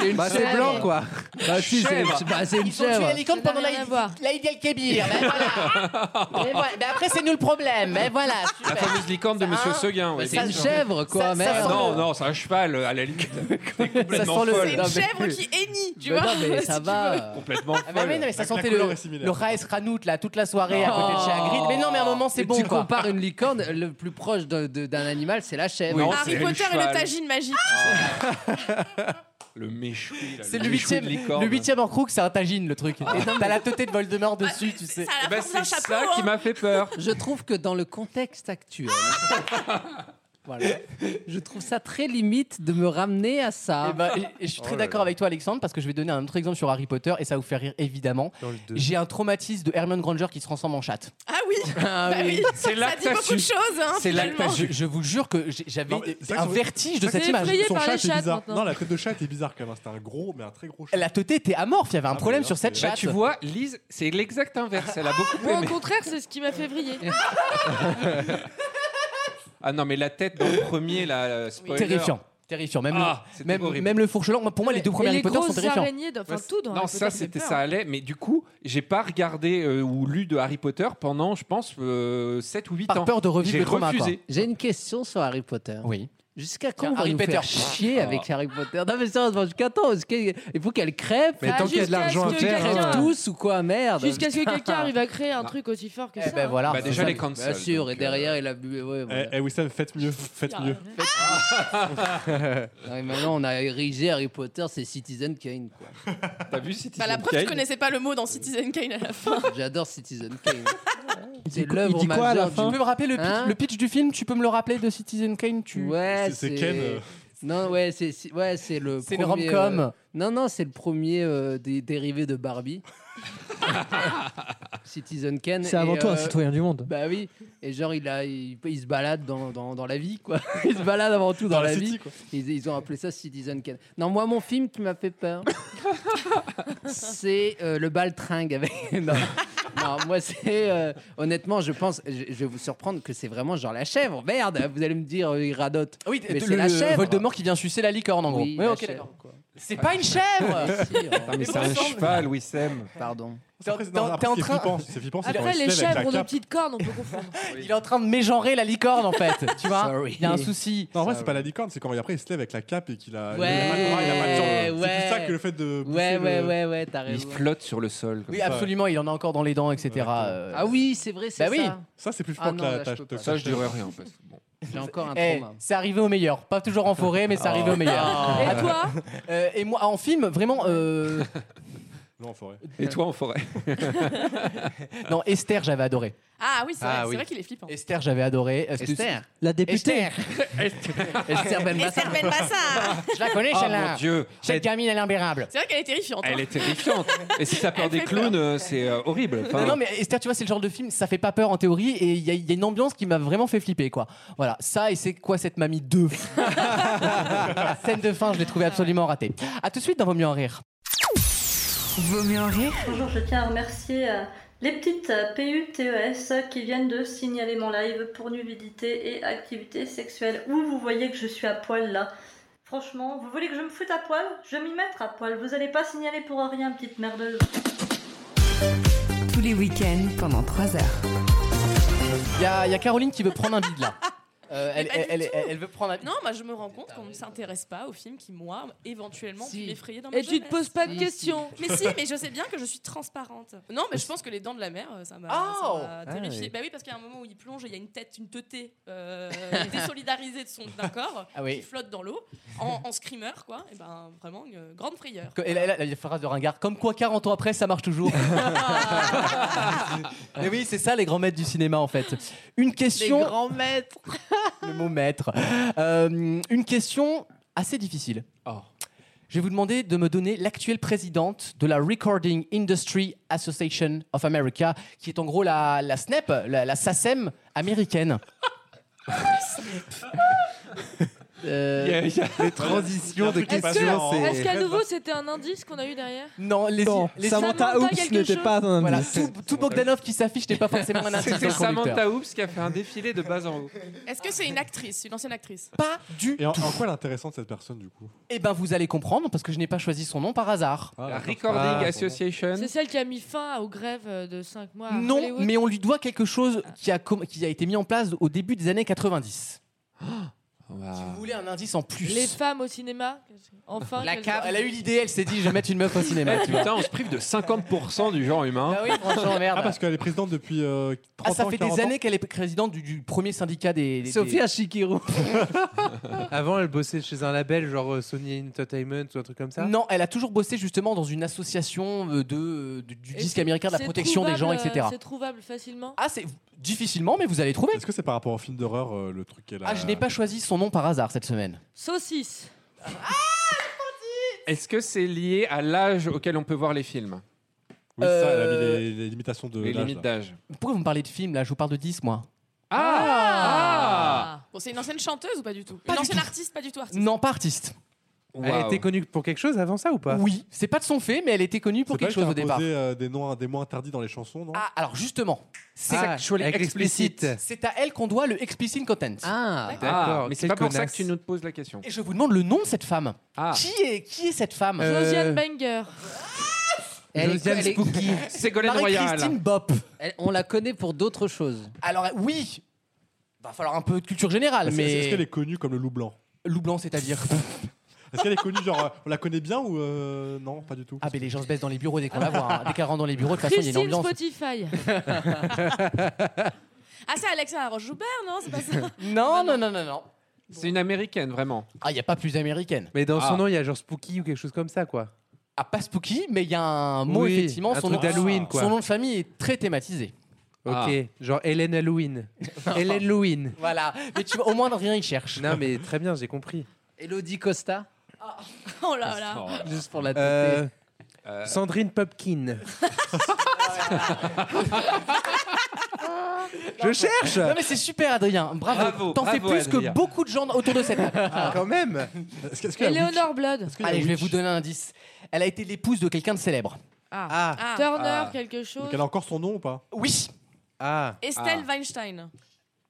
S7: C'est une
S10: Bah, c'est
S7: chèvre.
S10: blanc, quoi.
S7: Bah, si, c'est
S10: Chèvre.
S7: bah, c'est une
S10: Ils ont tué
S7: chèvre.
S10: les
S3: Comme pendant la l'Aïd el-Kébir. Ben voilà. Et voilà. Ben après, c'est nous le problème. Mais voilà.
S8: La fameuse licorne de Monsieur Seguin. ouais, bien sûr.
S3: Ça- ça
S8: Ah
S3: sent
S8: non,
S3: le-
S8: non, c'est un cheval euh, à la limite. C'est
S3: sent
S8: complètement
S3: le-
S8: folle.
S3: C'est une Non, mais- chèvre
S6: qui hennit, tu
S3: Mais
S6: vois.
S3: non, mais ça
S6: si tu
S3: va.
S6: veux.
S8: Complètement
S3: Ah bah
S8: folle.
S3: oui, non, mais ça
S8: La- la
S3: sentait
S8: couleur
S3: le,
S8: est similaire.
S3: le Raes Ranout là toute la soirée à côté de chez Hagrid.
S7: Oh.
S3: Mais non, mais à un moment c'est
S7: Et
S3: bon
S7: Tu
S3: quoi.
S7: compares une licorne, le plus proche de- de- d'un animal, c'est la chèvre.
S6: Harry Potter et le tagine magique.
S8: Le méchoui. là,
S3: C'est le
S8: méchoui de
S3: huitième,
S8: licorne.
S3: le huitième en crook, c'est un tagine le truc.
S7: Ah.
S3: Et T'as la teuté de Voldemort dessus, tu sais.
S8: Eh
S6: hein.
S8: ben, c'est ça qui m'a fait peur.
S7: Je trouve que dans le contexte actuel,
S8: (laughs)
S7: Voilà. Je trouve ça très limite de me ramener à ça.
S3: Eh ben, et- et je suis
S5: Oh
S3: très d'accord avec toi, Alexandre, parce que je vais donner un autre exemple sur Harry Potter et ça va vous faire rire évidemment. J'ai un traumatisme de Hermione Granger qui se transforme en chatte.
S6: Ah oui, Bah oui.
S3: C'est là
S6: ça
S3: que
S6: dit
S3: t'as
S6: beaucoup de
S3: su.
S6: choses. Hein,
S3: C'est là que
S6: finalement.
S3: t'as su. Je vous jure que j'ai- j'avais
S5: c'est vrai
S3: un
S5: que son-
S3: vertige de
S5: c'est vrai que
S3: cette
S5: son-
S3: image.
S5: Son chat est bizarre. Non, la tête de chat est bizarre quand même. hein. C'était un gros, mais un très gros chat.
S3: La teuté était amorphe, il y avait un
S8: Ah,
S3: problème sur cette
S5: Bah,
S3: chatte.
S5: tu
S8: vois, Lise, c'est l'exact inverse. Elle a beaucoup
S4: Moi, au
S8: aimé.
S4: contraire, c'est ce qui m'a
S3: (laughs)
S4: fait vriller.
S8: Ah non, mais la tête dans le premier, là, euh, spoiler.
S3: Terrifiant. Terrifiant. Même,
S8: Ah,
S3: le,
S8: c'était
S3: même,
S8: horrible.
S3: même le fourche lent, moi, pour moi, les deux premiers
S4: les
S3: Harry Potter sont
S4: grosses
S3: terrifiants.
S4: araignées de- enfin,
S8: Ouais,
S4: tout dans
S8: non,
S4: Harry
S8: ça
S4: Potter fait
S8: c'était
S4: peur.
S8: ça allait, mais du coup, j'ai pas regardé euh, ou lu de Harry Potter pendant, je pense, 7 ou 8 ans. J'ai refusé. (laughs)
S7: J'ai une question sur Harry Potter.
S3: Oui.
S7: Jusqu'à
S8: Tiens,
S7: quand on va
S8: Harry
S7: nous
S8: Potter.
S7: faire chier
S8: Ah.
S7: avec Harry Potter Non mais sérieusement, jusqu'à quand Est-ce qu'il- Il faut qu'elle crève.
S4: Mais Ah, tant qu'il y a de jusqu'à l'argent ce à que faire,
S7: Crève
S4: quelqu'un-
S7: tous ou quoi, merde
S3: bah,
S4: Jusqu'à ce que
S7: putain.
S4: quelqu'un
S7: (laughs)
S3: ah.
S4: arrive à créer un truc aussi fort
S3: Eh
S4: que ça.
S3: ben
S4: hein.
S7: Bah, déjà, les cancels, Bien sûr, et donc, euh, derrière, il a bu.
S5: Eh, eh, Wissam, faites mieux. Faites mieux.
S7: Non, mais Ah maintenant, on a érigé Harry Potter, c'est Citizen Kane. quoi.
S8: T'as vu Citizen
S6: Bah, la preuve, je connaissais pas le mot dans Citizen Kane à la fin.
S7: J'adore Citizen Kane.
S3: C'est
S7: quoi- l'œuvre il dit quoi à la majeure du- fin
S3: Tu peux me rappeler le pitch,
S7: Hein
S3: le pitch du film Tu peux me le rappeler de Citizen Kane tu...
S7: Ouais, (laughs)
S5: euh.
S7: Non, ouais, c'est c'est- ouais, c'est le.
S3: C'est une
S7: premier,
S3: rom-com.
S7: euh, Non, non, c'est le premier euh, des dérivés de
S9: (laughs)
S7: Barbie. Citizen Kane.
S9: C'est avant
S7: et,
S9: tout un
S7: euh,
S9: citoyen du monde.
S7: Bah oui, et genre il, a, il, il se balade dans, dans, dans la vie, quoi. (laughs) Il se balade avant tout dans,
S9: Dans
S7: la,
S9: la city,
S7: vie. Ils, ils ont appelé ça Citizen Kane. Non, moi, mon film qui m'a fait peur, c'est euh, le baltringue avec. (laughs) non. Non, moi, c'est. euh, honnêtement, je pense. Je, je vais vous surprendre que c'est vraiment genre la chèvre. Merde, vous allez me dire, euh, il radote.
S3: Oui,
S7: mais
S3: le,
S7: c'est la
S3: le
S7: chèvre.
S3: Voldemort qui vient sucer la licorne en gros.
S7: Oui,
S3: Ouais,
S7: la
S3: ok,
S7: chèvre,
S3: d'accord.
S7: quoi.
S3: C'est pas une
S8: (laughs)
S3: chèvre
S8: Non, mais c'est un cheval, Wissem.
S7: Pardon.
S3: T'es en-
S5: Après,
S3: t'es
S5: non,
S3: en
S5: après,
S3: t'es
S5: ce
S3: en
S5: qui est
S3: train.
S5: flippant, c'est flippant, c'est quand
S4: Après,
S5: il se
S4: les
S5: lève avec la
S4: chèvres de
S5: cape.
S4: petites cornes, on peut
S3: (laughs)
S4: confondre.
S3: Il est en train de mégenrer la licorne en fait. Tu vois
S5: Sorry.
S3: Il y a un souci.
S5: Non, en vrai, c'est pas la licorne, c'est quand après il se lève avec la cape et qu'il a. il a
S3: Ouais,
S5: pas de bras, il a pas de jambes. C'est
S3: ouais.
S5: plus ça que le fait de. pousser
S7: Ouais,
S5: le-
S7: ouais, ouais, ouais, t'as raison.
S8: Flotte sur le sol.
S3: Oui, absolument, il en a encore dans les dents, etc. euh,
S7: Ah oui, c'est vrai, c'est
S3: Bah oui.
S7: ça.
S5: Ça, c'est plus
S7: Ah non, là, je peux pas.
S8: Ça, je dirais rien. parce que bon.
S7: J'ai encore (laughs) un
S3: Eh,
S7: trauma.
S3: c'est arrivé au meilleur. Pas toujours en forêt, mais c'est arrivé au meilleur.
S8: Oh. Et (laughs) toi
S3: Euh, Et moi, en film, vraiment. euh,
S5: Non, en forêt.
S8: Et toi en forêt
S3: (laughs) non, Esther, j'avais adoré.
S6: Ah oui, c'est
S3: Ah
S6: vrai, c'est
S3: oui.
S6: vrai qu'il est flippant.
S3: Esther, j'avais adoré. Est-ce que-
S6: Esther
S9: La députée.
S3: Esther. Esther Benbassa.
S6: Esther Benbassa.
S3: Je la connais,
S8: Oh,
S3: celle-là.
S8: mon Dieu.
S3: Cette gamine, elle est imbérable.
S6: C'est vrai qu'elle est terrifiante. hein.
S8: Elle est terrifiante. Et si t'as peur des clowns, euh, c'est euh, horrible. Enfin,
S3: Non, non, mais Esther, tu vois, c'est le genre de film, ça fait pas peur en théorie, et il y, a- il y a une ambiance qui m'a vraiment fait flipper, quoi. Voilà, ça, et c'est quoi cette mamie 2
S2: (laughs)
S3: La scène de fin, je l'ai trouvée absolument ratée. À tout de suite dans Vaut mieux en rire.
S2: (laughs) Vaut mieux en rire
S20: Bonjour, je tiens à remercier euh, les petites euh, PUTES euh, qui viennent de signaler mon live pour nudité et activité sexuelle. Où vous voyez que je suis à poil là Franchement, vous voulez que je me foute à poil Je vais m'y mettre à poil. Vous allez pas signaler pour rien, petite merdeuse.
S2: Tous les week-ends pendant 3 heures.
S3: Il y, a il y a Caroline qui veut prendre un bide, là. Euh, elle,
S6: Pas
S3: elle-
S6: du
S3: elle-
S6: tout.
S3: elle- elle veut prendre un
S6: Non, moi je me rends compte qu'on ne s'intéresse pas aux films qui, moi, éventuellement, ont pu m'effrayer dans ma
S4: Et tu te
S6: jeunesse.
S4: poses pas de Si, questions. si.
S6: Mais si, mais je sais bien que je suis transparente. Non, mais je pense que les dents de la mer, euh, ça m'a
S3: Oh
S6: ça m'a
S3: Ah,
S6: terrifiée.
S3: oui.
S6: Bah oui, parce qu'il y a un moment où il plonge et il y a une tête, une teuté
S3: (laughs)
S6: euh, désolidarisée de son d'un corps
S3: Ah oui.
S6: qui flotte dans l'eau en, en screamer, quoi. Et ben vraiment une euh, grande frayeur.
S3: Que- Et là, là, la vieille phrase de ringard, comme quoi 40 ans après, ça
S2: (laughs)
S3: marche toujours. Mais oui, c'est ça les grands maîtres du cinéma en fait. Une question.
S4: Les grands maîtres.
S3: Le mot maître. Euh, une question assez difficile. Je vais vous demander de me donner l'actuelle présidente de la Recording Industry Association of America, qui est en gros la, la SNEP, la, la SACEM américaine.
S7: Euh,
S3: Il y a- il y a-
S10: Les transitions de
S4: Est-ce
S10: questions,
S4: que-
S10: c'est.
S4: est-ce qu'à nouveau c'était un indice qu'on a eu derrière
S3: Non, les,
S4: Non,
S3: les
S4: Samantha Samantha Hoops quelque n'était chose pas
S9: un
S3: Voilà,
S9: indice.
S3: tout, tout Bogdanov qui s'affiche n'est pas forcément un indice. dans
S8: (laughs) C'était
S3: le conducteur.
S8: Samantha Hoops qui a fait un défilé de bas en haut.
S6: Est-ce que c'est une actrice, une ancienne actrice
S3: Pas du
S5: Et en, en quoi elle est intéressante cette personne du coup Ah,
S3: Eh ben, vous allez comprendre parce que je n'ai pas choisi son nom par hasard.
S8: La Recording Association.
S4: C'est celle qui a mis fin aux grèves euh, de 5 mois. à
S3: Non,
S4: Ah, Hollywood. (gasps)
S3: mais on lui doit quelque chose qui a, com- qui a été mis en place au début des années 90. Vous voulez un indice en plus
S4: Les femmes au cinéma, enfin.
S3: La
S4: qu'elles-
S3: cave. Elle a eu l'idée, elle s'est dit je vais mettre une meuf au cinéma. tu vois.
S8: Eh, Putain, on se prive de 50% du genre humain.
S3: Ah oui, franchement, merde.
S5: Ah, parce qu'elle est présidente depuis euh, 30
S3: Ah, ça
S5: ans,
S3: fait
S5: 40
S3: des
S5: ans.
S3: années qu'elle est présidente du, du premier syndicat des. des- des- (laughs)
S7: Chikiro.
S10: Avant, elle bossait chez un label genre euh, Sony Entertainment ou un truc comme ça.
S3: Non, elle a toujours bossé justement dans une association euh, de, de- du
S4: Et
S3: disque
S4: c'est-
S3: américain de la
S4: c'est
S3: protection des gens,
S4: trouvable,
S3: etc.
S4: euh, C'est trouvable facilement.
S3: Ah, c'est difficilement, mais vous allez trouver.
S5: Est-ce que c'est par rapport au film d'horreur euh, le truc qu'elle a
S3: Ah, je n'ai pas choisi son nom par hasard cette semaine.
S4: Saucisse.
S8: Est-ce que c'est lié à l'âge auquel on peut voir les films
S5: Oui, c'est ça, elle a mis les, les limitations de.
S8: les
S5: l'âge,
S8: limites
S5: là.
S8: d'âge.
S3: Euh, Pourquoi vous me parlez de film là Je vous parle de 10 moi.
S6: Ah Bon, c'est une ancienne chanteuse ou pas du tout Une ancienne artiste, pas du tout artiste.
S3: Non, pas artiste.
S10: Elle était connue pour quelque chose avant ça ou pas
S3: Oui, c'est pas de son fait, mais elle était connue pour
S5: C'est pas
S3: quelque
S5: elle
S3: chose au
S5: qui a
S3: départ.
S5: imposé, euh, des noms, des mots interdits dans les chansons, non
S3: Ah, alors justement, c'est
S5: Ah, Sexually avec explicit. explicit.
S3: C'est à elle qu'on doit le explicit content.
S7: Ah,
S8: D'accord. mais c'est pas pour ça que tu nous poses la question.
S3: Et je vous demande le nom de cette femme.
S5: Ah.
S3: Qui est qui est cette femme
S8: Euh, Josiane
S4: Banger.
S7: Elle est-
S3: Josiane
S7: elle est-
S3: Spooky. (laughs)
S8: Ségolène
S3: Royal. Christine Bop.
S7: Elle- on la connaît pour d'autres choses.
S3: Alors oui, va falloir un peu de culture générale,
S5: Est-ce-
S3: Ah, mais
S5: Est-ce qu'elle est connue comme le loup blanc
S3: Loup blanc, c'est-à-dire
S5: Est-ce qu'elle est connue, genre, euh, on la connaît bien ou euh, non, pas du tout
S3: Ah, mais les gens se baissent dans les bureaux dès qu'on la voit. hein. Dès qu'elle rentre dans les bureaux, de toute façon, il y a une
S4: Christine
S3: ambiance. (laughs)
S4: Spotify.
S6: Ah, c'est Alexa Laroche-Joubert, non C'est pas ça
S3: (laughs) Ah, Non, non, non, non, non.
S8: C'est une américaine, vraiment.
S3: Ah, il n'y a pas plus américaine.
S10: Mais dans son
S3: Ah.
S10: nom, il y a genre Spooky ou quelque chose comme ça, quoi.
S3: Ah, pas spooky, mais il y a un mot,
S10: Oui,
S3: effectivement.
S10: un
S3: son
S10: truc
S3: nom-
S10: d'Halloween, quoi.
S3: Son nom de famille est très thématisé.
S10: Ok,
S3: Ah.
S10: genre
S3: (laughs)
S10: Hélène Halloween. Hélène Halloween.
S3: Voilà, mais tu vois, au moins, rien, il cherche.
S10: Non, mais très bien, j'ai compris.
S7: Elodie Costa.
S6: Oh là
S3: Ah.
S6: là.
S7: Juste pour la tenter.
S10: Euh, Sandrine
S3: (laughs)
S10: Popkin. Je cherche
S3: Non, mais c'est super, Adrien. Bravo.
S10: Bravo,
S3: T'en fais
S10: bravo,
S3: plus
S10: Adrien.
S3: que beaucoup de gens autour de cette table.
S10: Ah, Quand même
S4: Eleanor Blood.
S3: Allez, je vais vous donner un indice. Elle a été l'épouse de quelqu'un de célèbre.
S4: Ah.
S3: Ah.
S4: Turner,
S3: Ah.
S4: quelque chose.
S5: a encore son nom ou pas
S3: Oui.
S10: Ah.
S6: Estelle Weinstein.
S3: Ah.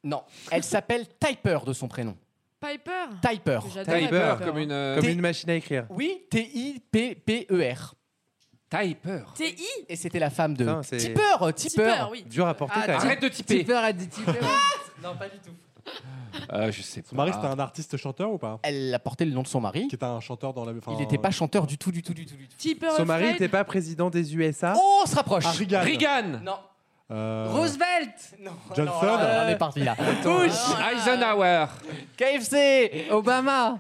S3: Non, elle s'appelle Typer de son prénom.
S4: Piper.
S3: Typer.
S4: J'adorais
S8: Typer, Piper, comme hein. une, euh,
S10: Comme
S8: T'es-
S10: une machine à écrire.
S3: Oui, T-I-P-P-E-R.
S8: Typer.
S6: T-I
S3: Et c'était la femme de.
S10: Putain, c'est-
S3: Tipper, Tipper.
S10: Tipper, oui. Dur à porter, Ah, quand même. arrête de
S8: typer.
S7: Tipper a dit Tipper.
S3: (laughs)
S8: (laughs)
S3: non, pas du tout.
S10: Euh,
S8: Ah, je sais
S5: Son mari, c'était un artiste chanteur ou pas
S3: Elle a porté le nom de son mari.
S5: Qui était un chanteur dans la. enfin, euh,
S3: Il n'était pas chanteur du tout, du tout, du tout. Du tout.
S4: Tipper
S10: Son mari
S4: Fred.
S10: n'était pas président des USA
S3: Oh, on se rapproche.
S5: Ah, Reagan.
S8: Reagan.
S3: Non.
S5: euh,
S7: Roosevelt.
S3: Non.
S5: Johnson.
S3: non, non, on est parti Oh là. Ah.
S8: Bush. Eisenhower.
S3: KFC.
S7: Obama.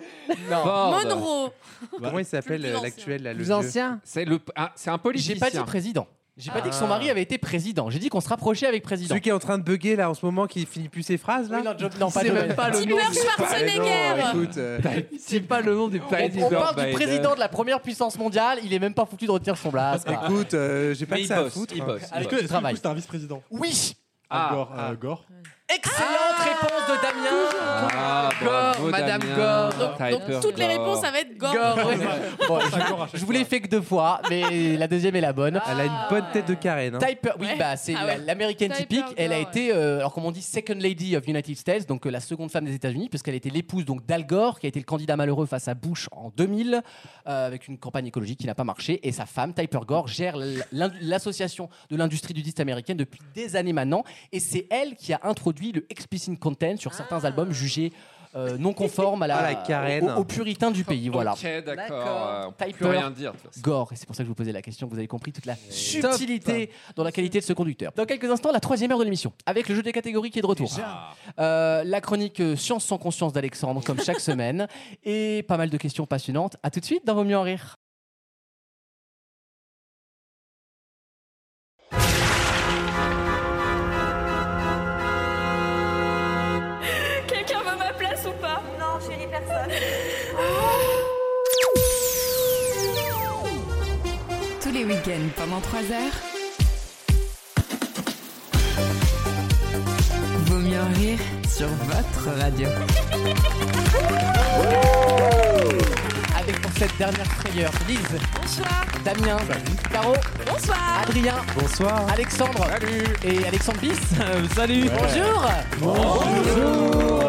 S3: Non.
S8: Ford.
S6: Monroe.
S10: Comment il s'appelle euh, l'actuel là, le
S7: Plus
S10: vieux
S7: ancien.
S8: C'est le, ah, c'est un politicien.
S3: J'ai pas dit président. J'ai pas
S10: Ah.
S3: dit que son mari avait été président. J'ai dit qu'on se rapprochait avec président.
S10: Celui qui est en train de bugger là en ce moment, qui finit plus ses phrases là
S3: Oui, non, Joe- non, pas
S7: C'est
S3: Joe
S7: même
S3: Biden.
S7: pas le nom.
S6: Tipper Schwarzenegger.
S10: Écoute, euh,
S7: C'est pas le nom du
S3: On, on parle du président de la première puissance mondiale. Il est même pas foutu de retirer son blase. quoi.
S10: écoute, euh, j'ai pas
S8: Mais
S10: que
S8: il
S10: ça à
S8: bosse,
S10: foutre.
S8: il
S10: hein.
S8: bosse.
S3: Allez,
S5: Est-ce que- est-ce que, du
S3: Travail.
S5: coup, c'était un vice-président
S3: Oui.
S5: Ah,
S8: Ah.
S5: Gore. euh, Gore.
S3: Excellente réponse de Damien.
S8: Ah, bravo,
S7: Gore, Madame
S8: Damien.
S7: Gore.
S8: Typer
S6: Donc toutes les
S8: Gore.
S6: réponses, ça va être gore.
S7: Gore, ouais.
S3: (laughs) Bon, je, je vous l'ai fait que deux fois, mais la deuxième est la bonne.
S10: Elle a une bonne tête de Karen. hein.
S3: Typer, oui, bah, c'est
S6: Ah
S3: la-
S6: ouais.
S3: l'américaine
S4: Typer
S3: typique. Elle a
S4: Gore,
S3: été, euh, alors comme on dit, Second Lady of United States, donc euh, la seconde femme des États-Unis, puisqu'elle était l'épouse donc d'Al Gore, qui a été le candidat malheureux face à Bush en 2000, euh, avec une campagne écologique qui n'a pas marché. Et sa femme, Typer Gore, gère l- l'in- l'association de l'industrie du disque américaine depuis des années maintenant. Et c'est elle qui a introduit le explicit content sur certains albums jugés. euh, non conformes
S8: (laughs)
S3: à la,
S10: Ah, la Karen.
S3: Aux, aux puritains du pays, voilà.
S8: Ok, d'accord.
S7: D'accord.
S8: euh, on peut
S3: Typer.
S8: plus rien dire. de toute façon.
S3: Gore, et c'est pour ça que je vous posais la question, vous avez compris toute la subtilité dans la qualité de ce conducteur. Dans quelques instants, la troisième heure de l'émission, avec le jeu des catégories qui est de retour. Euh, la chronique euh, Science sans conscience d'Alexandre, comme (laughs) chaque semaine, et pas mal de questions passionnantes. À tout de suite dans Vaut mieux en rire.
S20: Quelqu'un veut ma place ou pas Non, chérie, personne.
S2: (laughs) Tous les week-ends pendant 3 heures. Vaut mieux en rire sur votre radio.
S3: Avec pour cette dernière frayeur, Lise, Damien, Caro,
S6: Bonsoir.
S3: Adrien,
S10: Bonsoir.
S3: Alexandre et Alexandre Bis. (laughs) Salut.
S21: Oh,
S8: Oh,
S3: Bonjour.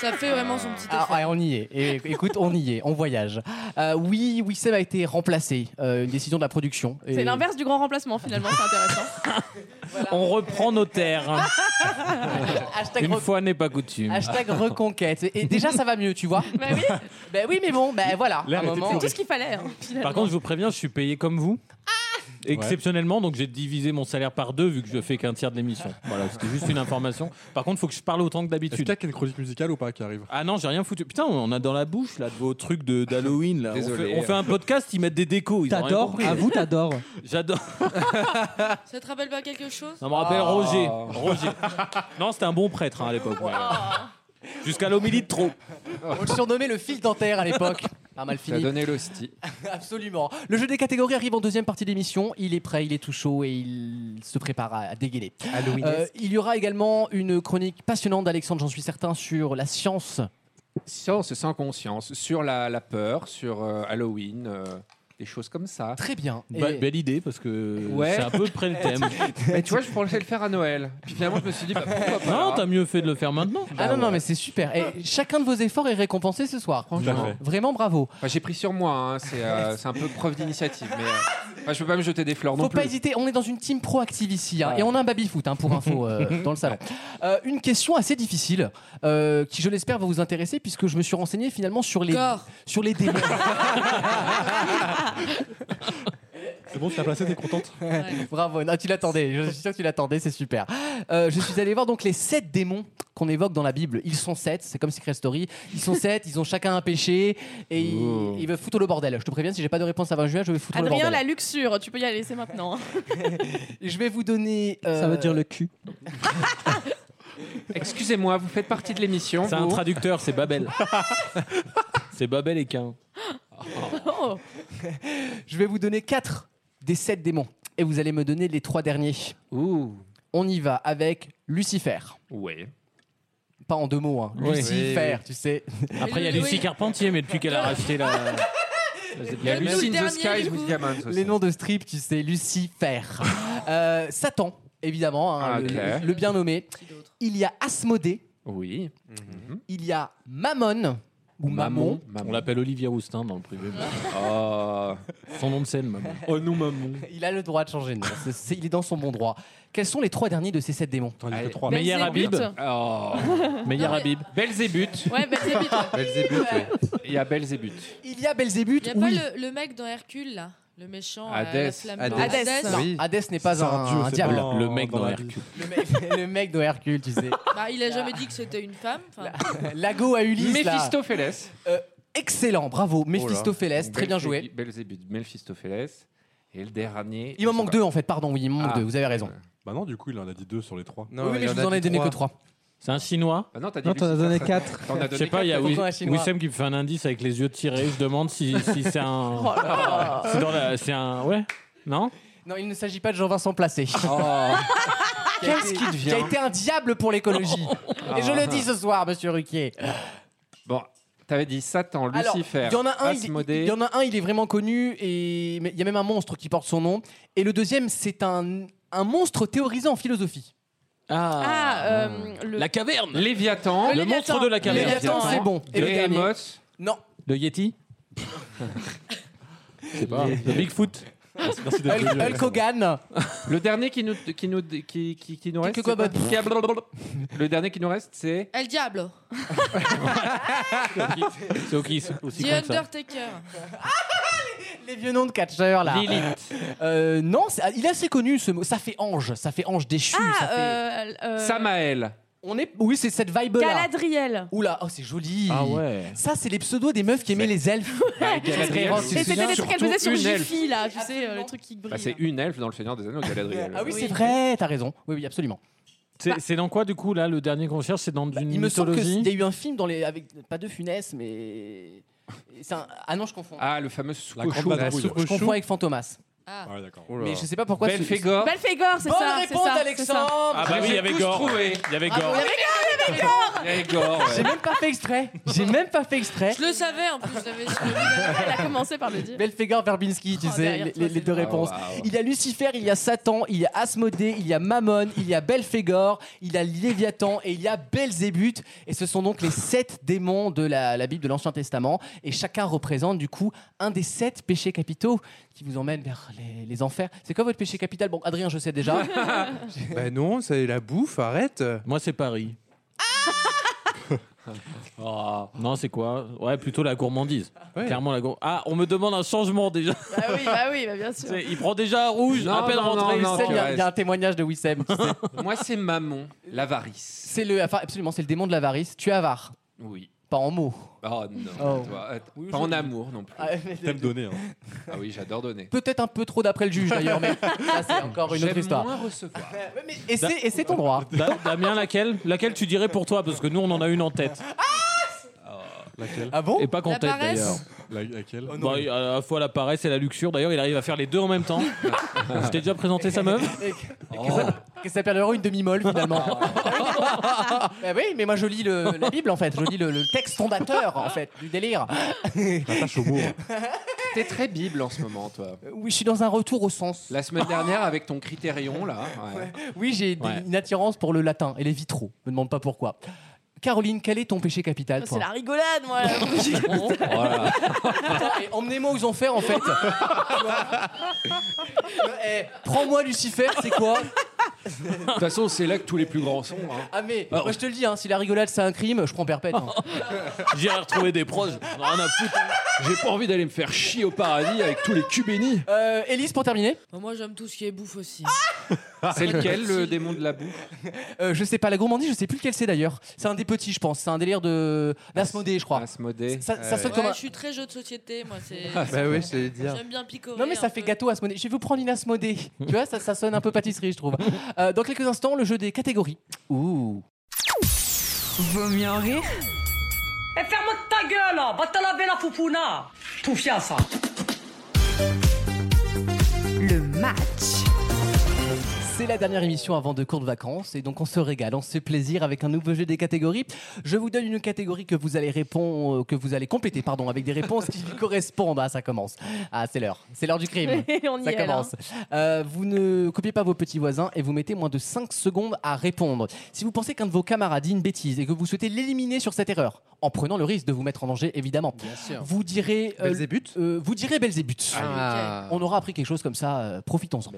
S4: Ça fait vraiment son petit effet.
S3: Ah, ouais, on y est. Et, écoute, on y est. On voyage. Euh, oui, Wissem a été remplacé. Euh, une décision de la production. Et
S6: C'est l'inverse du grand remplacement finalement,
S3: (laughs)
S6: c'est intéressant.
S21: On reprend nos terres.
S6: (laughs)
S3: Hashtag
S21: Une
S3: re-
S21: fois n'est pas
S3: (laughs)
S21: coutume.
S3: Hashtag reconquête. Et, et déjà, ça va mieux, tu vois.
S6: bah oui.
S3: (laughs) Bah oui, mais bon, bah voilà.
S21: L'air
S3: un
S21: était
S3: moment.
S6: C'est tout ce qu'il fallait. hein, finalement.
S21: Par contre, je vous préviens, je suis payé comme vous.
S8: Ah
S21: Exceptionnellement, donc j'ai divisé mon salaire par deux vu que je fais qu'un tiers de l'émission. Voilà, c'était juste une information. Par contre, faut que je parle autant que d'habitude. Est-ce qu'il y a une chronique musicale ou pas qui arrive Ah non, j'ai rien foutu. Putain, on a dans la bouche là de vos trucs de d'Halloween. là. On
S9: Désolé.
S21: fait, on fait un podcast, ils mettent des décos. ils ont rien
S9: T'adores,
S21: compris.
S9: à vous t'adores.
S8: (laughs)
S21: J'adore.
S4: Ça te rappelle pas quelque chose
S21: Ça me rappelle
S3: Ah.
S8: Ah.
S9: Oh.
S21: Roger. Roger. Non, c'était un bon prêtre hein, à l'époque. ouais. Jusqu'à l'homélie de trop.
S3: On le surnommait le fil dentaire à
S21: (laughs)
S3: l'époque. Pas mal fini.
S21: l'hostie.
S3: (laughs) Absolument. Le jeu des catégories arrive en deuxième partie de l'émission. Il est prêt, il est tout chaud et il se prépare à à dégainer.
S21: Halloweenesque.
S3: il y aura également une chronique passionnante d'Alexandre, j'en suis certain, sur la science.
S8: Science sans conscience, sur la, la peur, sur euh, Halloween, euh, des choses comme ça.
S3: Très bien.
S21: Ba- Belle idée parce que
S8: Ouais.
S21: c'est à peu
S8: (laughs)
S21: près le thème.
S8: Mais tu vois, je pensais le faire à Noël. Puis finalement, je me suis dit, bah, pourquoi pas
S21: Non, t'as mieux fait de le faire maintenant.
S8: Bah
S3: Ah non, non, mais c'est super. Et chacun de vos efforts est récompensé ce soir.
S8: Tout à fait.
S3: Vraiment bravo.
S8: Enfin, J'ai pris sur moi, hein, c'est euh, c'est un peu preuve d'initiative. Mais euh, enfin, je peux pas me jeter des fleurs non
S3: Faut
S8: plus.
S3: pas hésiter, on est dans une team proactive ici. hein.
S8: Ouais.
S3: Et on a un baby-foot hein, pour info
S8: (laughs)
S3: euh, dans le salon. Euh, une question assez difficile euh, qui, je l'espère, va vous intéresser puisque je me suis renseigné finalement sur les, sur les
S8: (laughs)
S3: démons.
S5: C'est bon, tu l'as placé, t'es contente
S3: (laughs) Bravo, non, tu l'attendais, je suis sûr que tu l'attendais, c'est super. Euh, je suis allé voir donc les sept démons qu'on évoque dans la Bible. Ils sont sept, c'est comme Secret Story. Ils sont sept, ils ont chacun un péché et ils- ils, veulent foutre le bordel. Je te préviens, si j'ai pas de réponse avant juin, je vais foutre le
S6: Adrien,
S3: bordel.
S6: la luxure, tu peux y aller,
S3: (laughs)
S6: c'est maintenant. hein.
S3: Et Je vais vous donner. euh,
S9: Ça veut dire le cul.
S8: Excusez-moi, vous faites partie de l'émission.
S21: C'est un
S8: vous
S21: traducteur, c'est
S8: (laughs)
S21: Babel. c'est Babel et Cain.
S3: (laughs) Je vais vous donner 4 des 7 démons. Et vous allez me donner les 3 derniers. On y va avec Lucifer.
S8: Ouais.
S3: Pas en deux mots, hein.
S21: Oui.
S3: Lucifer,
S21: Oui, oui.
S3: tu sais.
S21: Après, il y a Lucie Carpentier, mais depuis qu'elle a racheté
S8: (laughs)
S21: la.
S8: Il y a Lucy in the Skies with Diamonds aussi.
S3: Les noms de strip, tu sais,
S21: (laughs)
S3: Lucifer. Euh, Satan, évidemment, hein,
S8: Ah,
S3: le,
S8: clair.
S3: le bien nommé. Il y a Asmodée.
S8: Oui.
S3: Il y a Mammon. Ou Mammon.
S21: On l'appelle Olivier Roustin dans le privé. Son nom de scène, Mammon. Oh, nous, Mammon.
S3: (laughs) Il a le droit de changer de nom. C'est- c'est- il est dans son bon droit. Quels sont les trois derniers de ces sept démons
S21: Allez. trois. Meyer Belzébuth. Habib.
S8: Oh.
S21: Meyer Habib.
S8: Belzébuth.
S4: Ouais, Belzébuth.
S8: Belzébuth, oui. Il y a Belzébuth.
S3: Il y a Belzébuth.
S4: Y a
S3: oui.
S4: pas le, le mec dans Hercule là le méchant, euh,
S8: Hadès.
S4: la flamme.
S8: Hadès.
S3: Non,
S8: Oui.
S3: Hadès n'est pas un, un diable.
S21: Le mec dans Hercule.
S3: le mec (laughs) de Hercule, tu
S8: (laughs)
S3: sais.
S4: Bah, il a jamais dit que c'était une femme. enfin.
S3: Lago à Ulysse. là.
S8: Méphistophélès.
S3: Euh, excellent, bravo.
S8: Oh là.
S3: Méphistophélès, très bien
S8: Belzé-
S3: joué.
S8: Belzébuth, Méphistophélès. Et le dernier.
S3: Il m'en manque deux en fait, pardon, oui, il m'en manque
S8: Ah.
S3: deux, vous avez raison.
S5: Bah non, du coup, il en a dit deux sur les trois.
S8: Non,
S3: oui,
S8: il
S3: mais je
S8: en
S3: vous
S8: a
S3: en ai
S8: dit
S3: donné que
S8: trois.
S3: trois.
S21: C'est un chinois
S8: Ah non, t'as dit
S21: Non, t'en as
S8: Lucifer,
S21: donné
S8: ça-
S21: quatre.
S8: T'en as
S21: Je
S8: donné
S21: sais pas, il y a
S8: quatre,
S21: Wi-
S8: t'as dit-
S21: Wissem qui me fait un indice avec les yeux tirés. Je demande si, si c'est (laughs) un.
S3: Oh là là.
S21: C'est dans la- C'est un. Ouais Non
S3: Non, il ne s'agit pas de Jean-Vincent Placé. (laughs) Qui a
S8: Oh. Qu'est-ce
S3: été-
S8: qui devient Ah.
S3: Qui a été un diable pour
S8: (laughs)
S3: l'écologie. Et je le dis ce soir, monsieur Ruquier.
S8: Bon, t'avais dit Satan,
S3: Alors,
S8: Lucifer,
S3: il y en a un, il,
S8: Asmodée.
S3: il y en a un, il est vraiment connu et mais il y a même un monstre qui porte son nom. Et le deuxième, c'est un, un monstre théorisé en philosophie.
S21: Ah,
S6: Ah, euh, le...
S21: La caverne
S8: Léviathan.
S6: Le Le monstre Léviathan. de la caverne.
S3: Léviathan, c'est bon.
S8: Et
S3: Et le dernier
S8: Amos.
S3: Non.
S21: Le Yeti Je sais pas. Le Bigfoot
S3: merci d'être Hulk- venu. Hulk Hogan.
S8: Le dernier qui nous, qui nous, qui, qui, qui nous reste.
S4: Quelque
S8: c'est
S4: quoi,
S8: quoi Qui a blablabla. Le dernier qui nous reste,
S3: (laughs)
S8: c'est.
S4: El Diablo,
S21: C'est aussi, aussi
S4: The
S21: con que ça.
S4: Undertaker.
S3: Les vieux noms de catcheurs là.
S8: Lilith.
S3: (laughs) Euh, non, c'est- ah, il est assez connu ce mot. Ça fait ange, ça fait ange déchu. ça fait-
S6: euh, euh,
S8: Samael.
S3: On est, oui, c'est cette vibe là.
S6: Galadriel.
S3: Oula, oh, c'est joli.
S8: Ah ouais.
S3: Ça, c'est les pseudos des meufs qui aimaient les
S8: (laughs)
S3: elfes.
S8: Galadriel.
S3: Frérot, tu
S8: Et
S3: te
S8: c'était
S3: souviens
S8: des trucs qu'elle faisait sur
S3: Surtout une elfe.
S6: Jiffy, là, tu sais, euh, le truc qui brille.
S8: Bah, c'est une elfe dans Le Seigneur des Anneaux, Galadriel.
S3: Ah oui, c'est vrai, t'as raison. Oui, oui, absolument.
S21: C'est c'est dans quoi du coup là le dernier qu'on cherche C'est dans une
S3: Il me semble
S21: mythologie
S3: qu'il y a eu un film dans les, avec pas de Funès, mais c'est un- ah non, je confonds.
S8: Ah, le fameux
S3: grande
S8: Soukochou.
S3: vadrouille. Je confonds avec Fantomas.
S6: Ah.
S3: Mais je sais pas pourquoi. Oh,
S8: Belphégor.
S6: Belphégor, c'est
S3: Bonne
S6: ça. c'est
S3: réponse,
S6: ça, c'est
S3: Alexandre.
S6: ça.
S21: Ah bah oui, il y avait Gore. Il y avait
S3: Bravo,
S21: Gore.
S3: il y avait Gore, il y avait
S6: Grégor
S8: Grégor, ouais.
S3: J'ai même pas fait exprès. J'ai même pas fait exprès.
S6: Je le savais en plus, je l'avais- je l'avais- elle a commencé par le dire.
S3: Belfegor, Verbinski, tu
S6: Oh,
S3: sais,
S6: derrière
S3: les,
S6: toi,
S3: les- les deux
S6: c'est bon.
S3: réponses.
S6: Ah, waouh.
S3: Il y a Lucifer, il y a Satan, il y a Asmodée, il y a Mammon, il y a Belphégor, il y a Léviathan et il y a Belzébuth. Et ce sont donc les sept démons de la, la Bible de l'Ancien Testament. Et chacun représente du coup un des sept péchés capitaux qui vous emmènent vers les, les enfers. C'est quoi votre péché capital Bon, Adrien, je sais
S6: (laughs)
S3: déjà.
S10: (laughs) Bah non, c'est la bouffe, arrête.
S21: Moi, c'est Paris. (laughs) Ah, non, c'est quoi Ouais, plutôt la gourmandise. Clairement la gourmandise. Ah, on me demande un changement déjà.
S6: Bah oui,
S21: (laughs)
S6: bah oui, bah bien sûr.
S21: Il prend déjà un rouge,
S8: Non,
S21: à peine
S8: non,
S21: rentré.
S8: non,
S21: il
S8: non,
S21: saigne.
S8: tu
S3: Il y, a- il y a un
S8: restes.
S3: témoignage de
S8: (laughs)
S3: Wissem. tu sais.
S8: Moi, c'est Mammon, l'avarice.
S3: C'est le, enfin, absolument, c'est le démon de l'avarice. Tu es avare.
S8: Oui.
S3: Pas en mots.
S8: Oh non,
S3: Oh.
S8: toi, att-
S3: Oui,
S8: pas en
S3: je-
S8: amour non plus.
S3: Ah, mais- T'aimes
S8: donner. Ah oui, j'adore donner.
S3: Peut-être un peu trop d'après le
S6: (laughs)
S3: juge (laughs) d'ailleurs, mais ça c'est encore une autre
S8: J'aime
S3: histoire.
S8: moins recevoir.
S3: Et c'est- et c'est ton droit.
S21: Da- Damien, laquelle Laquelle tu dirais pour toi Parce que nous, on en a une en tête.
S5: Laquelle
S3: Ah bon
S21: Et pas qu'en
S5: La
S21: tête
S5: paresse
S21: d'ailleurs.
S5: La- laquelle
S21: Bah, il- à la fois la paresse et la luxure. D'ailleurs, il arrive à faire les deux en même
S8: (laughs)
S21: temps. Je t'ai déjà présenté sa meuf
S8: Oh.
S3: Que ça perdra une demi-molle finalement.
S8: (laughs)
S3: Bah oui, mais moi je lis le- la Bible en fait, je lis le, le texte fondateur en fait du délire.
S8: (laughs) T'es très bible en ce moment, toi.
S3: Oui, je suis dans un retour au sens.
S8: La semaine dernière, avec ton critérion, là. ouais.
S3: Oui, j'ai des-
S8: Ouais.
S3: une attirance pour le latin et les vitraux. Je me demande pas pourquoi. Caroline, quel est ton péché capital
S6: C'est
S3: toi
S6: la rigolade, moi. là.
S8: (laughs) Voilà.
S3: Attends, et Emmenez-moi aux enfers en
S8: (laughs)
S3: fait. Eh, Prends-moi Lucifer, c'est quoi
S8: De toute façon, c'est là que tous les plus grands sont. hein.
S3: Ah mais
S8: Alors-
S3: moi je te le dis, hein, si la rigolade c'est un crime, je prends perpète. hein.
S8: J'irai retrouver des proches, j'en ai rien à foutre. hein. J'ai pas envie d'aller me faire chier au paradis avec tous les culs bénis.
S3: Euh, Élise, pour terminer Ah.
S4: Bon, Bah, moi j'aime tout ce qui est bouffe aussi.
S8: C'est lequel le démon de
S3: (laughs)
S8: la bouffe
S3: Euh, je sais pas, la gourmandise, je sais plus lequel c'est d'ailleurs. C'est un des petits, je pense. C'est un délire de d'Asmodée, je crois.
S8: Asmodée.
S3: Ça, ça sonne
S4: Euh, Ouais,
S3: comme un-
S4: je suis très jeu de société, moi. c'est-
S3: Ah, bah oui, je
S10: j'allais dire.
S4: J'aime bien picorer.
S3: Non, mais ça
S4: un
S3: fait
S4: peu.
S3: gâteau Asmodée. Je vais vous prendre une Asmodée. tu vois, ça, ça sonne un peu pâtisserie, je trouve. Euh, dans quelques instants, le jeu des catégories. Ouh.
S2: Vaut mieux en rire.
S12: Et Eh, ferme ta gueule, là. va te laver la foufouna. Tout fier, ça.
S2: Le match.
S3: C'est la dernière émission avant de courtes vacances et donc on se régale, on se fait plaisir avec un nouveau jeu des catégories. Je vous donne une catégorie que vous allez répondre, euh, que vous allez compléter, pardon, avec des réponses qui lui correspondent. Ah, ça commence. Ah, c'est l'heure, c'est l'heure du crime.
S6: On y
S3: ça
S6: est,
S3: commence. Euh, vous ne copiez pas vos petits voisins et vous mettez moins de 5 secondes à répondre. Si vous pensez qu'un de vos camarades dit une bêtise et que vous souhaitez l'éliminer sur cette erreur, en prenant le risque de vous mettre en danger, évidemment,
S7: sûr.
S3: vous direz euh, euh, vous direz Belzébuth.
S7: Ah,
S3: On aura appris quelque chose comme ça. euh, profitons-en.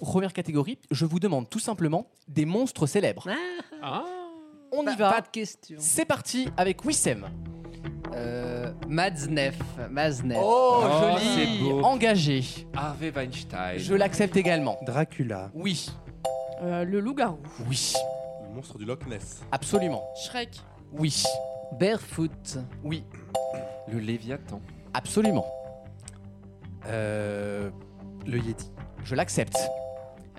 S3: Première catégorie, je vous demande tout simplement des monstres célèbres.
S8: Ah.
S3: On y va.
S7: Ah. Pas de question.
S3: C'est parti avec Wissem.
S7: Euh, Madsnef. Madsnef.
S3: Oh, joli. Engagé.
S8: Harvey Weinstein.
S3: Je l'accepte également.
S10: Dracula.
S3: Oui.
S6: Euh,
S4: le loup-garou.
S3: Oui.
S5: Le monstre du Loch Ness.
S3: Absolument.
S4: Shrek.
S3: Oui.
S7: Barefoot.
S3: Oui.
S8: Le Léviathan.
S3: Absolument.
S10: Euh, le Yeti.
S3: Je l'accepte.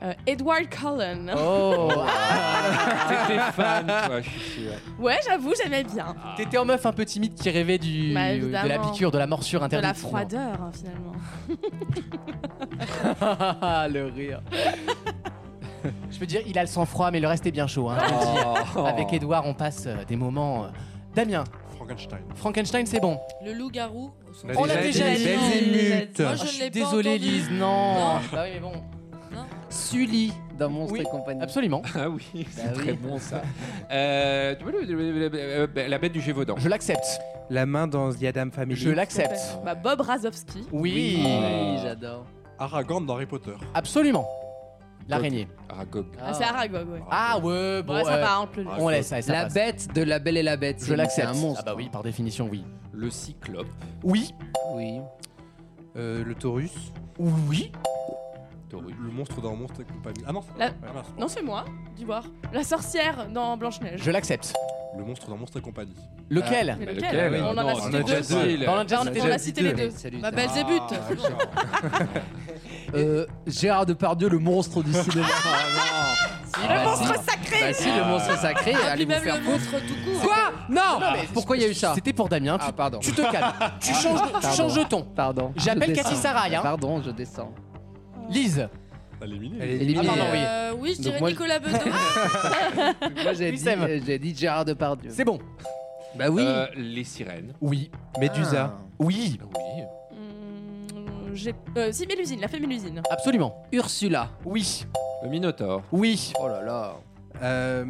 S6: Euh, Edward Cullen.
S8: (laughs)
S3: Oh.
S7: Ah.
S8: T'étais fan, toi, je suis sûr.
S6: (laughs) Ouais, j'avoue, j'aimais bien.
S3: Ah. T'étais en meuf un peu timide qui rêvait du,
S6: Bah,
S3: de
S6: évidemment.
S3: la piqûre, de la morsure
S6: De
S3: interdite.
S6: la froideur, hein, finalement.
S3: (laughs) le rire. Je peux dire, il a le sang froid, mais le reste est bien chaud. hein.
S8: Oh.
S3: Avec Edouard, on passe euh, des moments. euh, Damien. Frankenstein. Frankenstein, c'est bon.
S4: Le loup-garou. au sens-
S3: On l'a déjà dit.
S4: Moi,
S3: Ah,
S4: je
S3: je
S4: ne
S3: suis
S4: l'ai pas
S3: désolé,
S4: entendu.
S3: Lise. Non.
S4: Non.
S3: Bah oui, mais bon.
S4: Non.
S3: Sully
S7: dans Monstres
S3: Oui,
S7: et compagnie.
S3: Absolument.
S8: Ah oui, c'est
S7: Bah oui.
S8: très
S3: (laughs)
S8: bon ça. Euh, tu vois, le- le- le- le- la bête du Gévaudan.
S3: Je l'accepte.
S10: La main dans The Adam Family.
S3: Je l'accepte.
S6: Bah, Bob Razowski.
S3: Oui.
S10: Oui,
S7: j'adore.
S5: Aragorn dans Harry Potter.
S3: Absolument. L'araignée.
S8: Aragog.
S6: Ah, c'est Aragog, ouais.
S3: Ah ouais, bon.
S6: Ouais, ça
S3: euh,
S6: va, on peut le-
S3: on laisse ça. et ça
S7: La
S3: passe.
S7: bête de La Belle et la Bête.
S3: Je
S7: c'est-
S3: l'accepte.
S7: C'est un monstre.
S3: Ah bah oui, par définition, oui.
S8: Le cyclope.
S3: Oui.
S7: Oui.
S10: Euh, le Taurus.
S3: Oui.
S5: Le monstre dans Monstre et compagnie. Ah non, c'est pas
S6: La-
S5: vrai. Ouais, mince, pardon.
S6: Non, c'est moi, d'Ivoire. La sorcière dans Blanche-Neige.
S3: Je l'accepte.
S5: Le monstre dans Monstre et compagnie.
S3: Lequel
S6: Mais Ah. lequel On en a cité deux. Bah,
S9: Bah,
S3: On en a déjà-
S6: on a cité les deux. Ma belle Zébut. (laughs)
S7: Euh, Gérard Depardieu, le monstre du cinéma.
S6: Le monstre sacré.
S7: Bah Ah si, le monstre sacré,
S4: Ah,
S7: allez
S4: puis
S7: vous
S4: même
S7: faire
S4: le
S7: foutre.
S4: monstre tout court.
S7: Quoi Non,
S3: Non, mais
S7: Pourquoi il y a eu ça
S3: C'était pour Damien. Tu,
S7: Ah pardon. Ah,
S3: tu te calmes. tu changes de, tu
S7: Pardon.
S3: changes de ton.
S7: Pardon.
S3: J'appelle
S7: Je
S3: Cathy
S7: descends.
S3: Sarraille, hein.
S7: Pardon, je descends.
S3: Lise.
S5: Éliminé.
S7: Elle est éliminée.
S3: Ah, pardon, oui.
S6: Euh, oui, je
S7: Donc
S6: dirais
S7: moi,
S6: Nicolas Bedos.
S4: (laughs)
S7: (laughs) Moi, j'ai dit,
S6: Wissem.
S7: euh, j'ai dit Gérard Depardieu.
S3: C'est bon.
S7: Bah oui.
S8: Euh, les sirènes.
S3: Oui.
S7: Médusa.
S3: Oui.
S6: J'ai- euh, si, Mélusine, la fée Mélusine.
S3: Absolument.
S7: Ursula.
S3: Oui.
S8: Le Minotaure.
S3: Oui.
S7: Oh là là.
S9: Euh,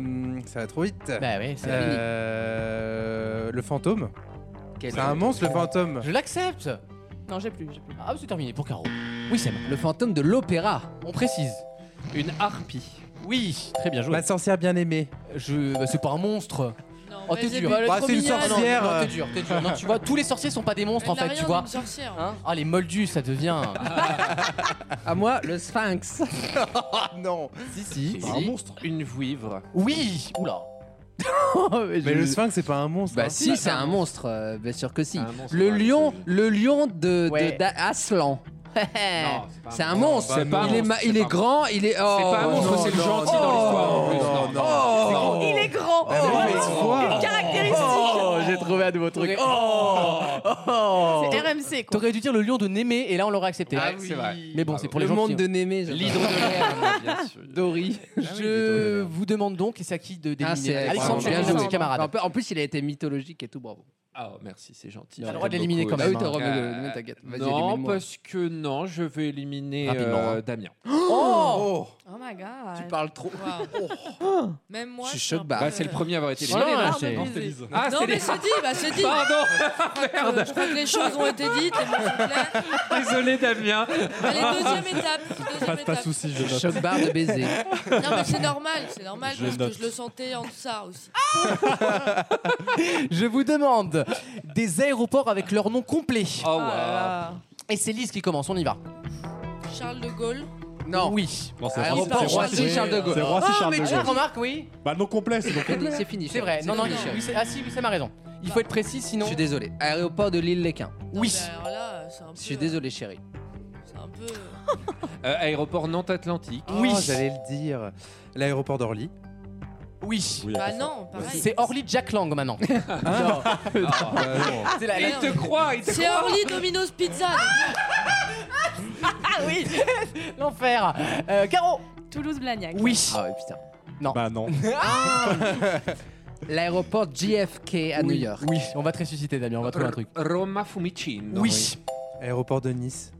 S10: ça va trop vite.
S3: Bah oui, c'est
S10: Euh, Le fantôme.
S3: Quel
S10: C'est un monstre,
S7: Oh.
S10: le fantôme.
S5: (laughs)
S3: Je l'accepte.
S6: Non, j'ai plus, j'ai plus.
S3: Ah, c'est terminé pour Caro. Oui, Sam.
S7: Le fantôme de l'opéra.
S3: On précise. Une harpie. Oui, très bien joué.
S10: Ma sorcière bien aimée.
S3: Je... bah, c'est pas un monstre.
S6: Non,
S3: oh,
S6: mais
S3: t'es
S6: c'est
S3: dur.
S6: pas le Bah, trop c'est une mignonne. sorcière.
S3: Non, non, t'es dur, t'es dur. Non, tu (laughs) vois, tous les sorciers sont pas des monstres en
S6: Elle n'a
S3: fait, tu
S6: rien
S3: vois.
S6: d'une sorcière.
S3: Ah, les moldus, ça devient.
S7: (laughs) à moi, le
S3: (laughs)
S7: sphinx.
S10: non.
S8: Si, si.
S3: C'est un monstre.
S8: Une vouivre.
S3: Oui. Oula.
S10: Mais le sphinx, c'est pas un monstre.
S7: Bah
S10: hein.
S7: si, c'est un monstre, euh, bien sûr que si.
S10: monstre,
S7: Le lion, le lion de, de-
S10: Ouais.
S7: d'Aslan.
S8: pas
S7: C'est un monstre.
S8: C'est pas un
S7: il est,
S8: monstre,
S7: ma-
S8: c'est
S7: il
S8: pas
S7: est
S8: un
S7: grand, il est.
S8: C'est pas un monstre, c'est le gentil dans l'histoire. en plus. Non, non.
S7: Oh.
S6: Il est grand.
S7: Bah oui, mais
S6: Oh.
S7: quoi
S6: Une caractéristique.
S3: Oh, j'ai trouvé un nouveau truc. Oh,
S6: C'est RMC quoi.
S3: T'aurais dû dire le lion de Némé et là on l'aurait accepté.
S8: Ah oui. C'est vrai.
S3: Mais bon, c'est pour
S7: Le
S3: les gens
S7: monde
S3: qui-
S7: de Némé. j'adore.
S3: L'hydre de (laughs) l'air, bien sûr.
S7: Dory.
S3: Je vous demande donc, et c'est à qui de
S7: Ah, c'est
S3: d'éliminer Alexandre,
S7: bien
S3: bien
S7: joué.
S3: joué, camarade. (laughs)
S7: En peu- En plus, il a été mythologique et tout, bravo.
S8: Ah, merci, c'est gentil.
S7: T'as
S3: le droit de l'éliminer
S8: J'aime
S3: quand
S8: beaucoup.
S3: même,
S8: Ah oui, t'as
S7: hein.
S8: le droit de
S7: Euh,
S8: l'éliminer, t'inquiète. Vas-y,
S7: non,
S8: élimine-moi. parce que non, je vais éliminer
S7: euh,
S9: hein.
S8: Damien.
S3: (gasps) Oh
S6: Oh my god.
S7: Tu parles trop.
S6: Wow. Même moi. euh,
S8: Je suis
S6: suis un
S8: choc barre.
S6: peu-
S8: Oh. Bah, c'est le premier à avoir été
S6: J'ai
S8: éliminé,
S6: les
S8: là,
S6: larmes
S8: c'est-
S6: aux
S8: Non,
S6: yeux.
S8: c'est Lise. Ah,
S6: Non
S8: c'est
S6: mais
S8: les-
S6: c'est dit, bah c'est dit.
S8: Pardon.
S6: Euh, (laughs) Je crois que les choses ont été dites. les mots sont clairs.
S8: Désolé, Damien.
S6: Allez,
S8: (laughs)
S6: deuxième étape. Deuxième
S8: Pas- pas
S6: étape.
S8: souci, je note.
S7: Choc barre de
S8: (laughs)
S7: baiser.
S6: Non mais c'est normal, c'est normal
S3: Je
S6: parce
S3: note.
S6: que je le sentais en deçà aussi.
S3: Je vous demande des aéroports avec leur nom complet.
S8: Oh,
S6: Ah là là.
S3: Et c'est Lise qui commence, on y va.
S6: Charles de Gaulle.
S7: Non.
S3: Oui.
S5: Non, c'est
S3: Aéroport
S5: Roissy- c'est
S3: Roissy,
S5: Roissy-
S3: Charles de Gaulle.
S5: c'est Roissy,
S3: Ah,
S5: Charles
S3: mais
S5: de
S3: tu
S5: Gaulle.
S3: remarques, oui.
S5: Bah, non complet, c'est non
S7: C'est
S5: complet.
S7: fini, c'est fini.
S3: C'est vrai, non, non,
S7: fini.
S3: il- oui, c'est- ah si, oui, ça m'a raison. Il faut être précis, sinon.
S7: Je suis désolé. Aéroport de l'île Léquin.
S6: Non,
S3: Oui.
S6: mais alors là, euh, c'est un peu.
S7: Je suis désolé, chérie.
S6: C'est un peu.
S8: Euh, aéroport Nantes-Atlantique.
S10: Oui. J'allais le dire. L'aéroport d'Orly.
S3: Oui.
S6: Bah non, pareil.
S3: C'est Orly Jack Lang
S8: (laughs)
S3: maintenant. C'est la-
S8: Ah. Il te croit, il te
S6: C'est
S8: croit.
S6: Orly Domino's Pizza.
S3: Ah oui (laughs) L'enfer Euh, Caro
S20: Toulouse-Blagnac.
S3: Oui
S7: Ah ouais, putain.
S3: Non. Ah.
S5: Bah
S3: (laughs)
S5: non.
S7: L'aéroport JFK à (laughs)
S3: Oui,
S7: New York.
S3: Oui, on va te ressusciter, Damien, on va trouver un truc.
S8: Roma Fumicino.
S3: Oui.
S10: Aéroport de Nice.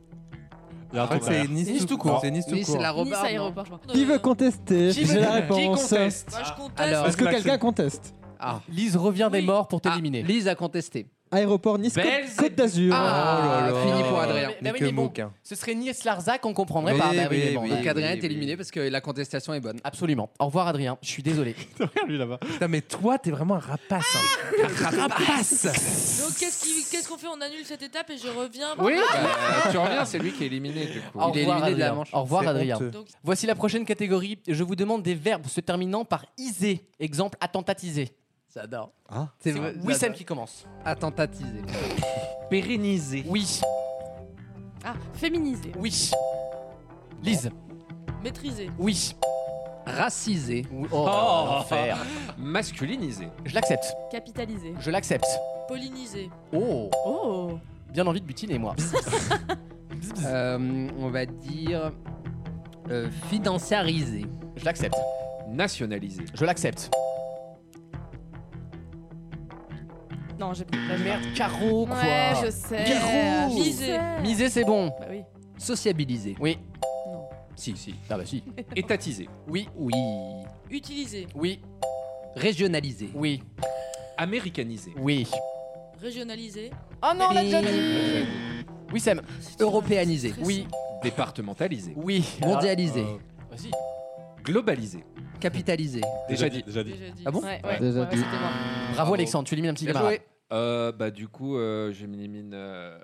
S5: Il y a un
S10: Je crois
S5: truc
S10: que c'est
S5: derrière.
S10: Nice, tout court. C'est Nice tout
S7: Oui, c'est
S10: court.
S7: la robe.
S6: Nice aéroport, je crois.
S9: Qui veut contester
S3: Qui veut-
S9: J'ai la
S3: qui
S9: réponse.
S8: conteste
S6: Moi je compte.
S7: Alors,
S9: Ah. Est-ce que
S5: Maxime.
S9: quelqu'un conteste
S7: ah,
S3: Lise revient des morts pour t'éliminer.
S7: Lise a contesté.
S9: Aéroport Nice Côte-
S8: Belles et-
S9: Côte d'Azur.
S3: Oh
S9: Oh
S7: Ah, fini pour Adrien.
S3: Mais- mais oui,
S10: que
S3: mais bon,
S7: hein.
S10: Moquin.
S3: ce serait Niels Larzac, on comprendrait
S10: Oui,
S3: pas. Bah
S10: oui,
S3: mais bon,
S10: oui.
S3: d'accord.
S7: Donc Adrien
S10: oui,
S7: est éliminé parce que la contestation est bonne.
S3: Absolument. Au revoir Adrien, je suis désolé.
S5: Derrière lui là-bas.
S10: Putain, mais toi, t'es vraiment un rapace.
S3: Ah
S10: hein.
S3: (laughs)
S10: Un rapace.
S6: Donc qu'est-ce qui- qu'est-ce qu'on fait On annule cette étape et je reviens.
S8: Oui. Bah, tu reviens, c'est lui qui est éliminé du coup.
S3: Au
S7: Il est
S3: revoir,
S7: éliminé de la
S3: Adrien.
S7: manche.
S3: Au revoir
S10: C'est
S3: Adrien.
S10: honteux.
S6: Donc
S3: Voici la prochaine catégorie. Je vous demande des verbes se terminant par iser. Exemple attentatisé.
S7: J'adore.
S5: Hein
S7: C'est
S3: Oui, Sam qui commence.
S7: Attentatisé.
S8: Pérennisé.
S3: Oui,
S6: Ah, féminiser,
S3: oui. Lise.
S6: maîtriser,
S3: Oui.
S7: Racisé.
S3: Oui. Oh,
S8: Oh.
S3: l'enfer.
S8: Masculinisé.
S3: Je l'accepte.
S20: Capitaliser.
S3: Je l'accepte.
S6: polliniser.
S3: Oh.
S6: Oh
S3: Bien envie de butiner moi.
S7: Euh, on va dire. euh, financiarisé.
S3: Je l'accepte.
S8: Nationalisé.
S3: Je l'accepte.
S20: Non, j'ai plus.
S3: Merde, Caro, quoi.
S20: Ouais, je sais.
S3: Pierrot.
S6: Miser.
S3: Miser, c'est bon.
S20: Bah oui.
S7: Sociabilisé.
S3: Oui.
S6: Non.
S8: Si, si.
S3: Ah
S20: (laughs)
S3: bah si.
S8: Étatisé.
S3: Oui,
S7: Oui.
S6: Utiliser,
S3: oui,
S7: Régionalisé.
S3: oui,
S8: Américanisé.
S3: oui.
S6: régionaliser,
S3: Oh non, on l'a déjà
S7: Oui.
S3: dit. Oui, Sam.
S20: Ah,
S7: Européanisé.
S3: Oui,
S8: Départementalisé.
S3: oui.
S7: Mondialisé.
S5: Euh,
S3: Vas-y.
S8: Globalisé.
S7: Capitalisé.
S8: Déjà dit.
S5: Déjà dit.
S6: déjà dit.
S7: Ah bon
S20: Ouais, ouais,
S9: Déjà
S20: ouais,
S9: dit.
S20: c'était moi.
S3: Bravo Alexandre, tu élimines un petit
S7: Bien
S3: camarade.
S7: joué.
S8: Euh, bah du coup, euh, j'élimine euh,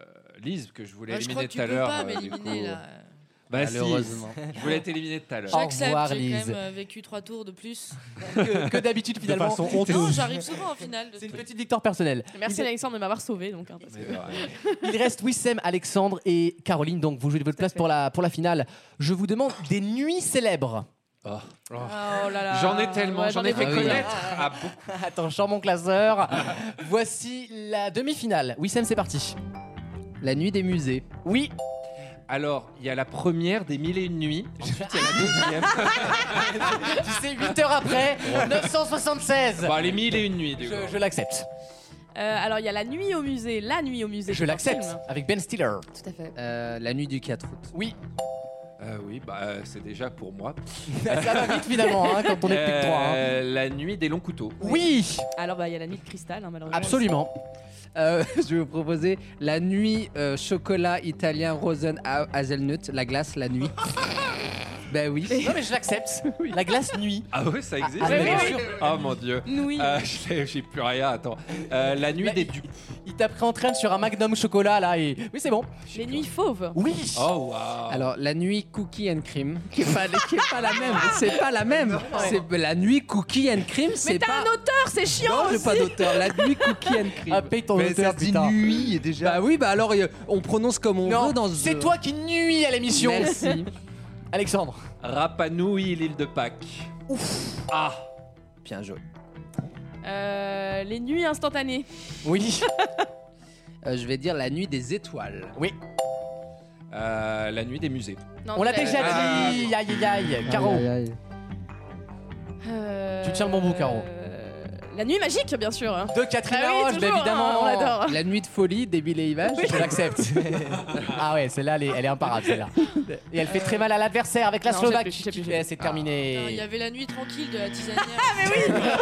S8: Lise que je voulais
S6: Bah, je crois
S8: éliminer
S6: que tu
S8: tout à
S6: peux
S8: l'heure.
S6: pas
S8: euh, du
S6: m'éliminer
S8: coup.
S6: là.
S8: Bah si.
S7: Malheureusement.
S8: Je voulais t'éliminer tout à l'heure.
S3: Au
S6: J'accepte,
S3: revoir,
S6: j'ai quand
S3: Lise.
S6: même euh, vécu trois tours de plus. euh,
S3: Que, que d'habitude
S5: De
S3: finalement.
S5: façon
S6: Non,
S5: honteuse.
S6: j'arrive souvent en finale. de
S3: C'est une
S6: trucs.
S3: petite victoire personnelle.
S20: Merci Alexandre de m'avoir sauvé. Donc, hein, parce que-
S8: C'est vrai.
S3: Il reste Wissem, Alexandre et Caroline, donc vous jouez de votre place pour la, pour la finale. Je vous demande des nuits célèbres.
S8: Oh.
S6: Ah, oh là Ah, là.
S8: J'en ai tellement,
S6: Ouais,
S8: j'en ai fait
S7: beaucoup.
S8: connaître à beaucoup.
S3: (laughs) Attends, je sors mon classeur. Voici la demi-finale. Wissem, c'est parti.
S7: La nuit des musées.
S3: Oui,
S8: Alors, il y a la première des mille et une nuits. Ensuite, il y a
S3: (laughs)
S8: la deuxième.
S3: tu sais, 8 heures
S8: (laughs)
S3: après, 976.
S8: Bon, Bah, les mille et une nuits, du
S3: Je,
S8: coup.
S3: je l'accepte.
S6: (laughs) Euh, alors, il y a la nuit au musée, la nuit au musée.
S3: Je
S6: c'est un
S3: l'accepte.
S6: film.
S3: Avec Ben Stiller.
S6: hein.
S3: Euh,
S6: Tout à fait.
S7: la nuit du 4 août.
S3: Oui.
S8: Euh, oui, bah, euh, c'est déjà pour moi.
S3: (laughs) Ça va vite, finalement, hein, quand on est plus que trois, hein.
S8: Euh, La nuit des longs
S6: (laughs)
S8: couteaux.
S3: Oui
S6: Alors, bah, il y a la nuit de cristal, hein, malheureusement.
S3: Absolument.
S7: Euh, (laughs) je vais vous proposer la nuit euh, chocolat italien Rosen ha- Hazelnut, la glace la nuit. ben oui.
S3: Non, mais
S7: (laughs)
S3: je l'accepte. La glace nuit.
S8: Ah ouais, ça existe
S7: Ah, mais
S8: bien
S7: oui.
S8: sûr. Oh mon dieu.
S3: Oui.
S8: Euh, (laughs) je l'ai- J'ai plus rien, attends. Euh, la nuit des dupes.
S3: Il t'apprend en train sur un magnum chocolat là et. Oui, c'est bon.
S6: Les nuits fauves.
S3: Oui.
S8: Oh waouh.
S7: Alors la nuit cookie and cream, qui est pas, qui est pas la même, c'est pas la même. C'est la nuit cookie and cream,
S6: Ah. Mais
S7: c'est
S6: t'as
S7: pas.
S6: un auteur, c'est chiant
S7: Non, j'ai
S6: aussi.
S7: pas d'auteur. La nuit cookie
S6: (laughs)
S7: and cream. Ah, paye
S3: ton Mais auteur, ça se dit putain. nuit,
S7: déjà. Bah oui, bah alors euh, on prononce comme on veut dans.
S3: C'est toi qui nuis à l'émission.
S7: Merci.
S3: Alexandre.
S8: Rapanouille, l'île de Pâques. Ouf. Ah.
S7: Bien joué.
S6: Euh, les nuits instantanées.
S3: Oui.
S7: (laughs) Euh, je vais dire la nuit des étoiles.
S3: Oui.
S8: Euh, la nuit des musées.
S6: Non,
S3: On l'a
S6: c'est la-
S3: déjà
S8: Ah.
S3: dit. Aïe aïe aïe. Caro.
S6: Euh,
S3: Tu tiens le bon bout, Caro.
S6: La nuit magique, bien sûr. hein.
S3: De Catherine
S6: Ah oui,
S3: Laroche,
S6: toujours,
S3: bah, évidemment.
S6: hein, on l'adore.
S7: La nuit de folie, débile et Ivan.
S3: Je l'accepte. ah ouais, celle-là, elle est, elle est imparable, celle-là. Et elle fait très mal à l'adversaire avec la
S6: Non, j'ai
S3: Slovaque.
S6: plus, j'ai
S3: qui- eh, C'est terminé.
S4: Il y avait la nuit tranquille de la tisanière.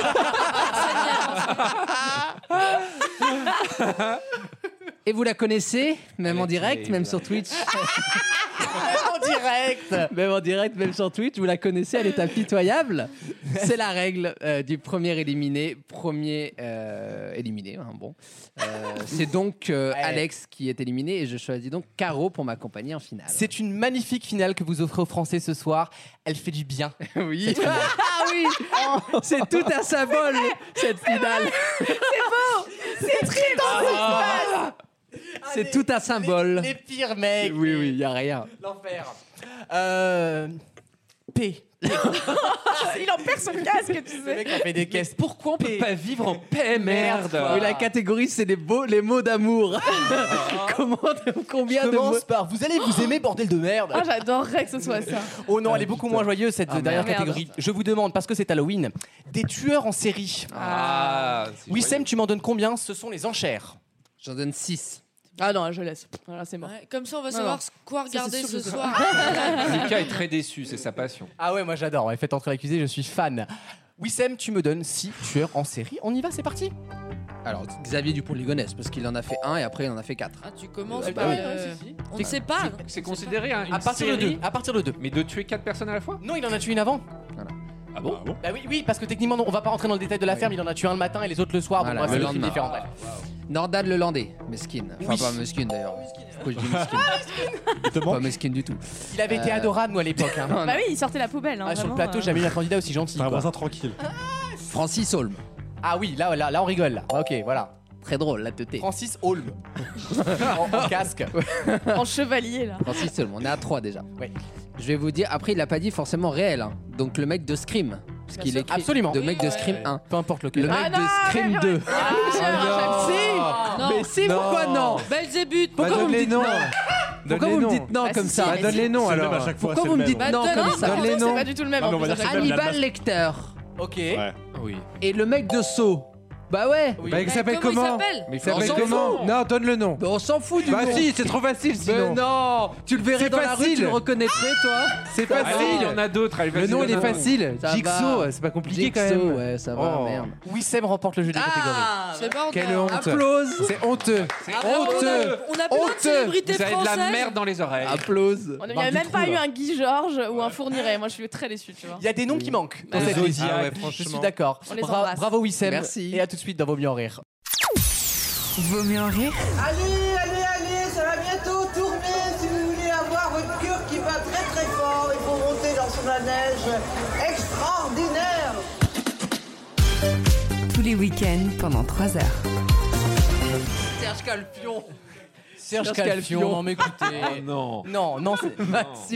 S3: Ah,
S6: (laughs)
S3: (laughs)
S7: Et vous la connaissez, même en direct, même sur
S3: (laughs)
S7: Twitch.
S3: en direct.
S7: Même en direct, même sur Twitch, vous la connaissez, elle est impitoyable. C'est la règle euh, du premier éliminé, premier euh, éliminé. hein, bon, Euh, c'est donc euh, Alex qui est éliminé et je choisis donc Caro pour m'accompagner en finale.
S3: C'est une magnifique finale que vous offrez aux Français ce soir. Elle fait du bien.
S7: (laughs) oui. Ah oui,
S8: Oh.
S7: c'est tout un symbole cette
S3: (laughs)
S7: finale.
S3: beau C'est très
S7: C'est tout un symbole.
S3: Les pires mecs
S7: Oui, oui, il y a rien.
S3: L'enfer Euh... P.
S6: (laughs) Il en perd son casque, tu sais.
S3: On fait des caisses. Pourquoi on peut pas vivre en paix, merde
S7: Oui, la catégorie, c'est les, beaux, les mots d'amour. Comment, combien
S3: Je
S7: de mots
S3: commence par vous allez vous aimer bordel de merde.
S6: Ah, j'adorerais que ce soit ça.
S3: Oh
S8: Euh,
S3: non, elle est beaucoup moins joyeuse cette
S7: Ah,
S3: dernière
S6: merde.
S3: catégorie. Je vous demande parce que c'est Halloween, des tueurs en série.
S8: Ah.
S3: Wissem, tu m'en donnes combien Ce sont les enchères.
S7: J'en donne 6.
S6: Ah non, je laisse. Voilà, c'est mort.
S4: Comme ça, on va
S6: Non,
S4: savoir
S6: non.
S4: ce- quoi
S6: Ça, c'est
S4: regarder
S6: sûr
S4: ce
S6: que ça- (laughs) Ah,
S4: soir.
S7: Ah,
S8: Lucas est très déçu, c'est sa passion.
S3: Ah ouais, moi j'adore. Ouais, faites entrer l'accusé, je suis fan. Wissem, tu me donnes 6 tueurs en série. On y va, c'est parti.
S7: Alors, Xavier Dupont-Ligonnès, parce qu'il en a fait un et après il en a fait quatre.
S4: Ah, tu commences
S7: Euh,
S4: par.
S7: bah oui.
S4: euh,
S7: Si, si.
S4: On
S7: C'est-
S4: ne sait pas.
S8: C'est considéré hein, une
S3: À partir de
S8: série.
S3: deux, à partir de deux.
S8: Mais de tuer quatre personnes à la fois
S3: Non, il en a tué une avant.
S8: Ah bon,
S3: Bah oui, oui, parce que techniquement, non, on va pas rentrer dans le détail de la ferme. Il en a tué un le matin et les autres le soir.
S7: Voilà,
S3: donc, bref,
S7: le
S3: c'est des films
S7: lendemain.
S3: différents, bref.
S7: Nordal Le Landais, mesquine. Enfin,
S3: Oui. Ah,
S7: pas mesquine
S5: Oh,
S7: d'ailleurs. Pourquoi je dis mesquine Pas mesquine du tout.
S3: Il avait été
S7: Euh,
S3: adorable, moi, à l'époque.
S6: (laughs)
S8: Ah,
S3: hein.
S6: Bah oui, il sortait la poubelle. hein,
S3: Ah, sur le
S6: vraiment,
S3: plateau,
S6: euh.
S3: jamais eu un candidat aussi gentil. quoi.
S5: tranquille.
S7: Francis Holm.
S3: Ah oui, là, là, là, on rigole. Là. Ok, voilà.
S7: Très drôle, la teuté.
S3: Francis Holm. (laughs) en, en casque.
S5: (laughs)
S6: En chevalier, là.
S7: Francis Holm, on est à 3 déjà.
S3: Oui.
S7: Je vais vous dire, après il a pas dit forcément réel. hein. Donc le mec de Scream. Parce qu'il écrit
S3: Absolument.
S7: de mec de Scream 1.
S3: Peu importe lequel.
S7: Le
S5: Ah
S7: mec de Scream
S4: Ah,
S7: 2.
S4: Non.
S7: Mais si, pourquoi non
S4: Belzébuth.
S7: Pourquoi
S10: Bah,
S7: vous me dites non Pourquoi vous me dites non
S4: Bah,
S7: comme
S4: si,
S7: ça
S4: si, Bah, donne
S5: les noms, C'est le alors. même à chaque fois,
S7: Pourquoi
S5: c'est
S7: vous
S5: le
S7: me dites
S5: même.
S7: non
S4: Bah, donne-
S7: comme
S4: non,
S7: ça
S4: pourtant, c'est pas du
S6: tout le même.
S5: Ah, mais on va dire que c'est le même, la
S7: Hannibal
S5: masse-
S7: Lecter
S3: Ok.
S8: Oui.
S7: et le mec de Saw. Bah ouais.
S5: Bah, il s'appelle comment Il s'appelle
S7: On s'en
S5: comment
S7: fout.
S5: Non, donne le nom.
S7: Bah, on s'en fout du
S5: Bah
S7: nom.
S5: si, c'est trop facile sinon.
S7: Mais non, tu le verrais
S5: C'est
S7: dans la rue,
S5: facile.
S7: tu le reconnaîtrais toi. Bah,
S5: C'est
S7: Ça
S5: facile.
S7: va.
S5: Il y en a d'autres, allez, Le vas-y, nom, il donne est un nom. facile.
S7: Ça
S5: Jigsaw,
S7: va.
S8: euh,
S5: c'est pas compliqué, quand
S7: Jigsaw,
S5: même.
S7: Ouais, ça va,
S5: Oh.
S7: merde.
S3: Wissem remporte le jeu des
S6: Ah,
S3: catégories.
S4: Ah, C'est pas
S5: Quelle honte.
S7: Applause.
S5: C'est honteux. C'est
S4: Ah, on a-
S5: honteux.
S4: on a plein de
S5: Honteux.
S4: célébrités
S5: Vous avez de la
S4: françaises.
S5: merde
S8: dans les oreilles.
S7: Applause.
S6: On n'avait même pas eu
S4: hein.
S6: un Guy Georges ou un Fourniret. Moi, je suis très déçu, tu vois.
S3: Il y a des noms qui manquent dans
S6: Ouais.
S3: cette
S6: Zodiac,
S3: liste.
S6: ah ouais,
S3: Je suis
S6: franchement.
S3: d'accord.
S6: On les
S3: Bra-
S6: embrasse.
S3: bravo Wissem.
S6: Merci.
S3: Et à tout de suite dans Vos mieux en rire.
S2: Vaut mieux en rire
S1: Allez, allez, allez, ça va bientôt tourner. Si vous voulez avoir votre cure qui va très très fort, il faut monter dans sous la neige extraordinaire.
S2: Tous les week-ends pendant 3 heures.
S7: Serge Calpion.
S3: Serge
S7: Serge
S3: Calfion,
S7: Calfion. Ah (laughs)
S3: non mais écoutez.
S8: non.
S3: Non, non, c'est. Je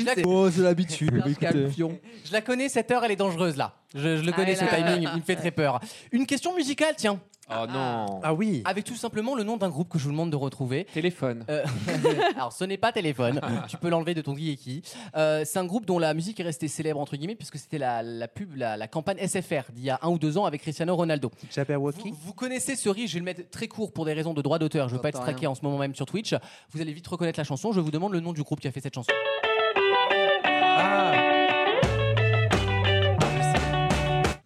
S3: la-
S9: Oh, c'est l'habitude. écoutez.
S3: Je la connais, cette heure, elle est dangereuse là. Je, je le
S7: Ah,
S3: connais,
S7: elle
S3: ce
S7: a-
S3: timing, il me fait très peur. Une question musicale, tiens.
S8: Oh non.
S10: Ah oui.
S3: Avec tout simplement le nom d'un groupe que je vous demande de retrouver. Euh,
S8: Téléphone.
S3: (laughs) alors ce n'est pas téléphone. tu peux l'enlever de ton Guillecki. Euh, c'est un groupe dont la musique est restée célèbre entre guillemets puisque c'était la, la pub, la, la campagne SFR d'il y a un ou deux ans avec Cristiano Ronaldo.
S10: Jabberwocky.
S3: Vous connaissez ce riff, je vais le mettre très court pour des raisons de droit d'auteur. Je ne veux pas être
S10: J'entends rien.
S3: traqué en ce moment même sur Twitch. Vous allez vite reconnaître la chanson. Je vous demande le nom du groupe qui a fait cette chanson.
S5: Ah.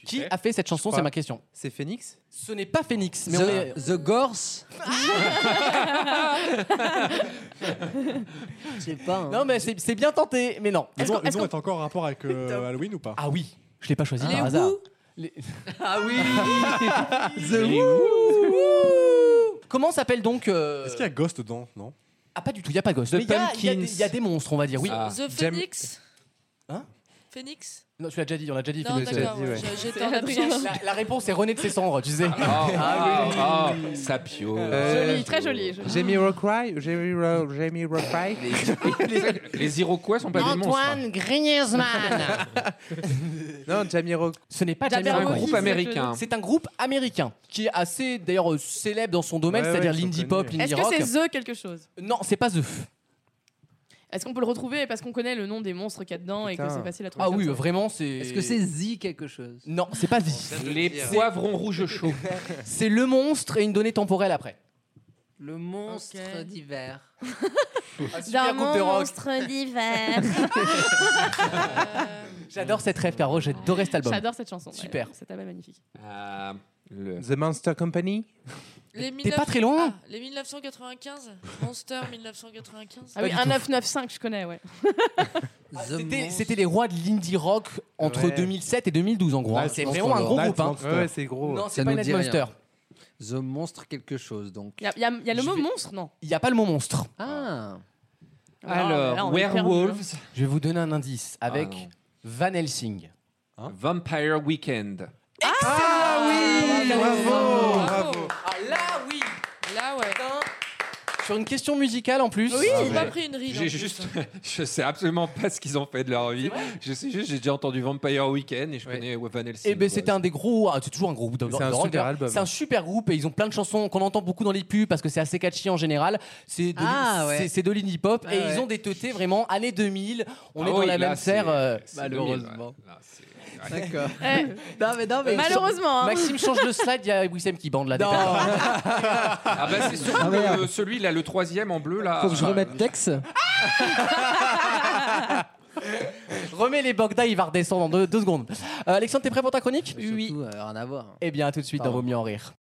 S3: Qui a fait cette chanson C'est ma question.
S10: C'est Phoenix
S3: Ce n'est pas Phoenix, mais
S7: The-
S3: on est.
S7: The
S3: (laughs)
S7: Gorse
S3: Je sais pas. Non, mais c'est c'est bien tenté, mais non.
S5: Le
S3: Est-ce
S5: nom
S3: qu'on-
S5: le
S3: est-ce
S5: nom
S3: qu'on-
S5: est encore en rapport avec euh, Halloween ou pas
S3: Ah oui. Je l'ai pas choisi
S5: Les
S3: par
S5: Who
S3: hasard.
S7: Ah oui
S3: The Comment s'appelle donc euh,
S5: Est-ce qu'il y a Ghost dedans Non.
S3: Ah, pas du tout, il n'y a pas Ghost.
S5: The
S3: mais il y a- il y, a des-
S5: Pumpkins.
S3: il y a des monstres, on va dire, oui.
S5: Ah.
S4: The Phoenix
S3: Hein
S4: Phoenix
S3: Non, tu l'as déjà dit, on l'a déjà dit.
S4: Non,
S3: Phoenix.
S4: d'accord, ouais, je- j'étais en absence.
S3: La, la réponse est René de ses cendres, tu sais.
S8: Ah, ah, Sapio.
S7: Euh,
S6: Joli, très joli. joli.
S10: Euh, Jamie Rockry Jamie, Ro- Jamie (laughs) Rockry
S8: Les Iroquois
S4: Ah,
S8: sont pas des monstres.
S10: hein.
S3: Griezmann. (laughs)
S10: Non, Jamie Rock.
S3: Ce n'est pas
S10: Jamie
S3: Jamie
S10: Rock.
S3: Rock. C'est un groupe américain qui est assez, d'ailleurs, euh, célèbre dans son domaine,
S10: Ouais,
S3: c'est-à-dire
S10: ouais, je
S3: l'indie
S10: le
S3: pop,
S10: connais.
S3: l'indie
S6: Est-ce
S3: rock.
S6: que c'est The quelque chose
S3: Non, c'est pas The.
S6: Est-ce qu'on peut le retrouver parce qu'on connaît le nom des monstres qu'il y a dedans et que c'est facile à trouver
S3: Ah
S6: comme
S3: oui,
S6: ça
S3: vraiment, c'est.
S7: Est-ce que c'est Z quelque chose
S3: Non, c'est pas Z.
S8: Les poivrons rouges chauds.
S3: C'est le monstre et une donnée temporelle après.
S7: Le monstre d'hiver.
S3: super groupe de rock.
S7: Euh. (laughs)
S20: d'hiver.
S3: J'adore cette rêve, Caro, j'ai adoré cet album.
S6: J'adore cette chanson.
S3: Super.
S6: ouais, Cet album est magnifique.
S8: Euh,
S10: The Monster Company
S4: Les
S10: T'es pas très loin.
S4: Ah, les 1995 Monster 1995
S6: Ah oui, 1995, je connais, ouais.
S3: C'était- C'était les rois de l'indie rock entre
S10: Ouais.
S3: 2007 et 2012 en gros. hein.
S7: Night
S3: c'est
S7: Monster,
S3: vraiment un gros
S7: Night
S3: groupe. hein.
S7: Monster. Ouais, c'est gros.
S3: Non,
S7: Ça
S3: c'est pas
S7: nous
S3: Night
S7: dit rien.
S3: Monster.
S7: The monstre quelque chose donc.
S6: Il y, a- y a y a le mot monstre, non
S3: Il n'y a pas le mot monstre.
S7: Ah.
S6: Alors, là, on est perdu, hein.
S3: Je vais vous donner un indice avec
S8: Ah non. Hein
S3: Van Helsing.
S8: Vampire Weekend.
S3: Ah oui
S8: Bravo, bravo.
S3: Ah là oui
S4: Là ouais.
S3: Sur une question musicale en plus.
S4: Oui,
S8: Ah
S4: ils ont
S8: ouais.
S4: pas pris une ride. en
S8: J'ai
S4: plus.
S8: juste, (laughs) je sais absolument pas ce qu'ils ont fait de leur vie. Je sais juste, j'ai déjà entendu Vampire Weekend et je connais Van Helsing.
S3: Et ben c'était un des gros, ah, c'est toujours un gros groupe de,
S8: C'est un
S3: de rock,
S8: super
S3: hein.
S8: album.
S3: C'est un super groupe et ils ont plein de chansons qu'on entend beaucoup dans les pubs parce que c'est assez catchy en général. C'est de,
S7: Ah,
S3: c'est-
S7: ouais.
S3: c'est de l'indie pop
S7: Ah,
S3: et
S7: ouais.
S3: ils ont des teutés vraiment années 2000. On
S8: Ah
S3: est dans
S8: oui,
S3: la
S8: là,
S3: même
S8: c'est-
S3: serre euh,
S8: c'est 2000,
S3: malheureusement.
S7: D'accord.
S6: Eh,
S7: non mais non mais.
S6: Malheureusement, hein.
S3: Maxime change de slide, il y a Wissem qui bande là.
S7: Non.
S8: Ah bah c'est sûr
S9: Ah,
S8: que
S9: merde.
S8: euh, celui là, le troisième en bleu là. bah,
S9: Faut que je remette Tex.
S3: (laughs) Remets les Bogda, il va redescendre en deux, deux secondes. Euh, Alexandre, t'es prêt pour ta chronique
S7: Oui.
S9: euh,
S7: rien à
S9: hein.
S7: voir.
S3: Eh bien, à tout de suite dans Vaut mieux en rire.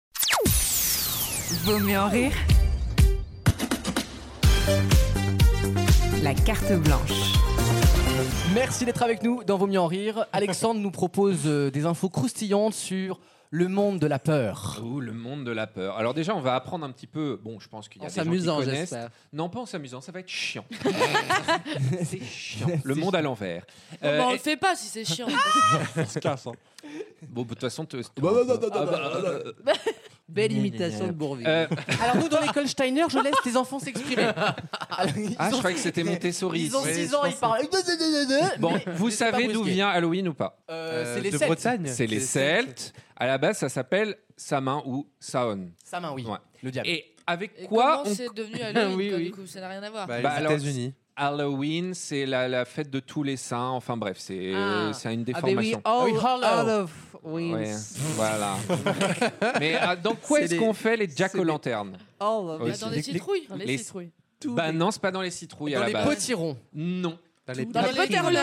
S2: Vaut mieux en rire. La carte blanche.
S3: Merci d'être avec nous dans Vaut mieux en rire. Alexandre nous propose euh, des infos croustillantes sur le monde de la peur.
S8: Ou le monde de la peur. Alors déjà, on va apprendre un petit peu. Bon, je pense qu'il y a
S3: En
S8: des gens qui
S3: s'amusant,
S8: connaissent.
S3: j'espère.
S8: Non, pas en s'amusant, ça va être chiant. c'est chiant. Le monde à l'envers.
S4: Non,
S8: Euh,
S4: bah, on
S8: et-
S4: le fait pas si c'est chiant.
S8: (laughs) On se casse. hein. Bon, bah, de toute façon, te- Ah bah, euh,
S7: Belle imitation de Bourville.
S3: (laughs)
S8: Euh,
S3: Alors nous, dans l'école Steiner, je laisse les
S7: (laughs)
S3: enfants s'exprimer.
S8: Ah, je croyais que
S3: (laughs)
S8: c'était Montessori.
S3: Ils ont
S8: Oui,
S3: 6
S8: je
S3: ans, ils parlent.
S8: (laughs) Bon,
S3: Mais-
S8: vous
S3: mais c'est pas
S8: savez d'où
S3: brusqué.
S8: vient Halloween ou pas
S3: Euh, c'est Euh, les de Celtes. Bretagne.
S8: C'est les
S3: C'est les
S8: Celtes. À la base, ça s'appelle Samin ou Saon.
S3: Samin, oui.
S8: Ouais.
S3: Le diable.
S8: Et avec
S4: Et
S8: quoi
S4: comment
S8: on-
S4: c'est devenu Halloween quoi, du coup, ça n'a rien à voir.
S8: Bah, alors,
S10: États-Unis.
S8: Halloween, c'est la, la fête de tous les saints. Enfin bref, c'est euh,
S7: Ah.
S8: c'est une
S7: Ah, ben oui,
S8: déformation.
S7: all-
S3: Ah oui, Harlow.
S7: all of wins.
S3: (laughs)
S8: Ouais, voilà. Mais ah, dans quoi
S7: C'est
S8: est-ce
S7: les-
S8: qu'on fait les jack o' lanterns
S3: Oh, bah,
S7: All of
S8: Aussi.
S7: us.
S4: Dans les citrouilles. Dans les citrouilles.
S8: Bah non, c'est pas dans les citrouilles
S3: Dans
S8: à la
S3: les
S8: base.
S3: potirons.
S8: ah bah. Non. Dans les
S4: Dans les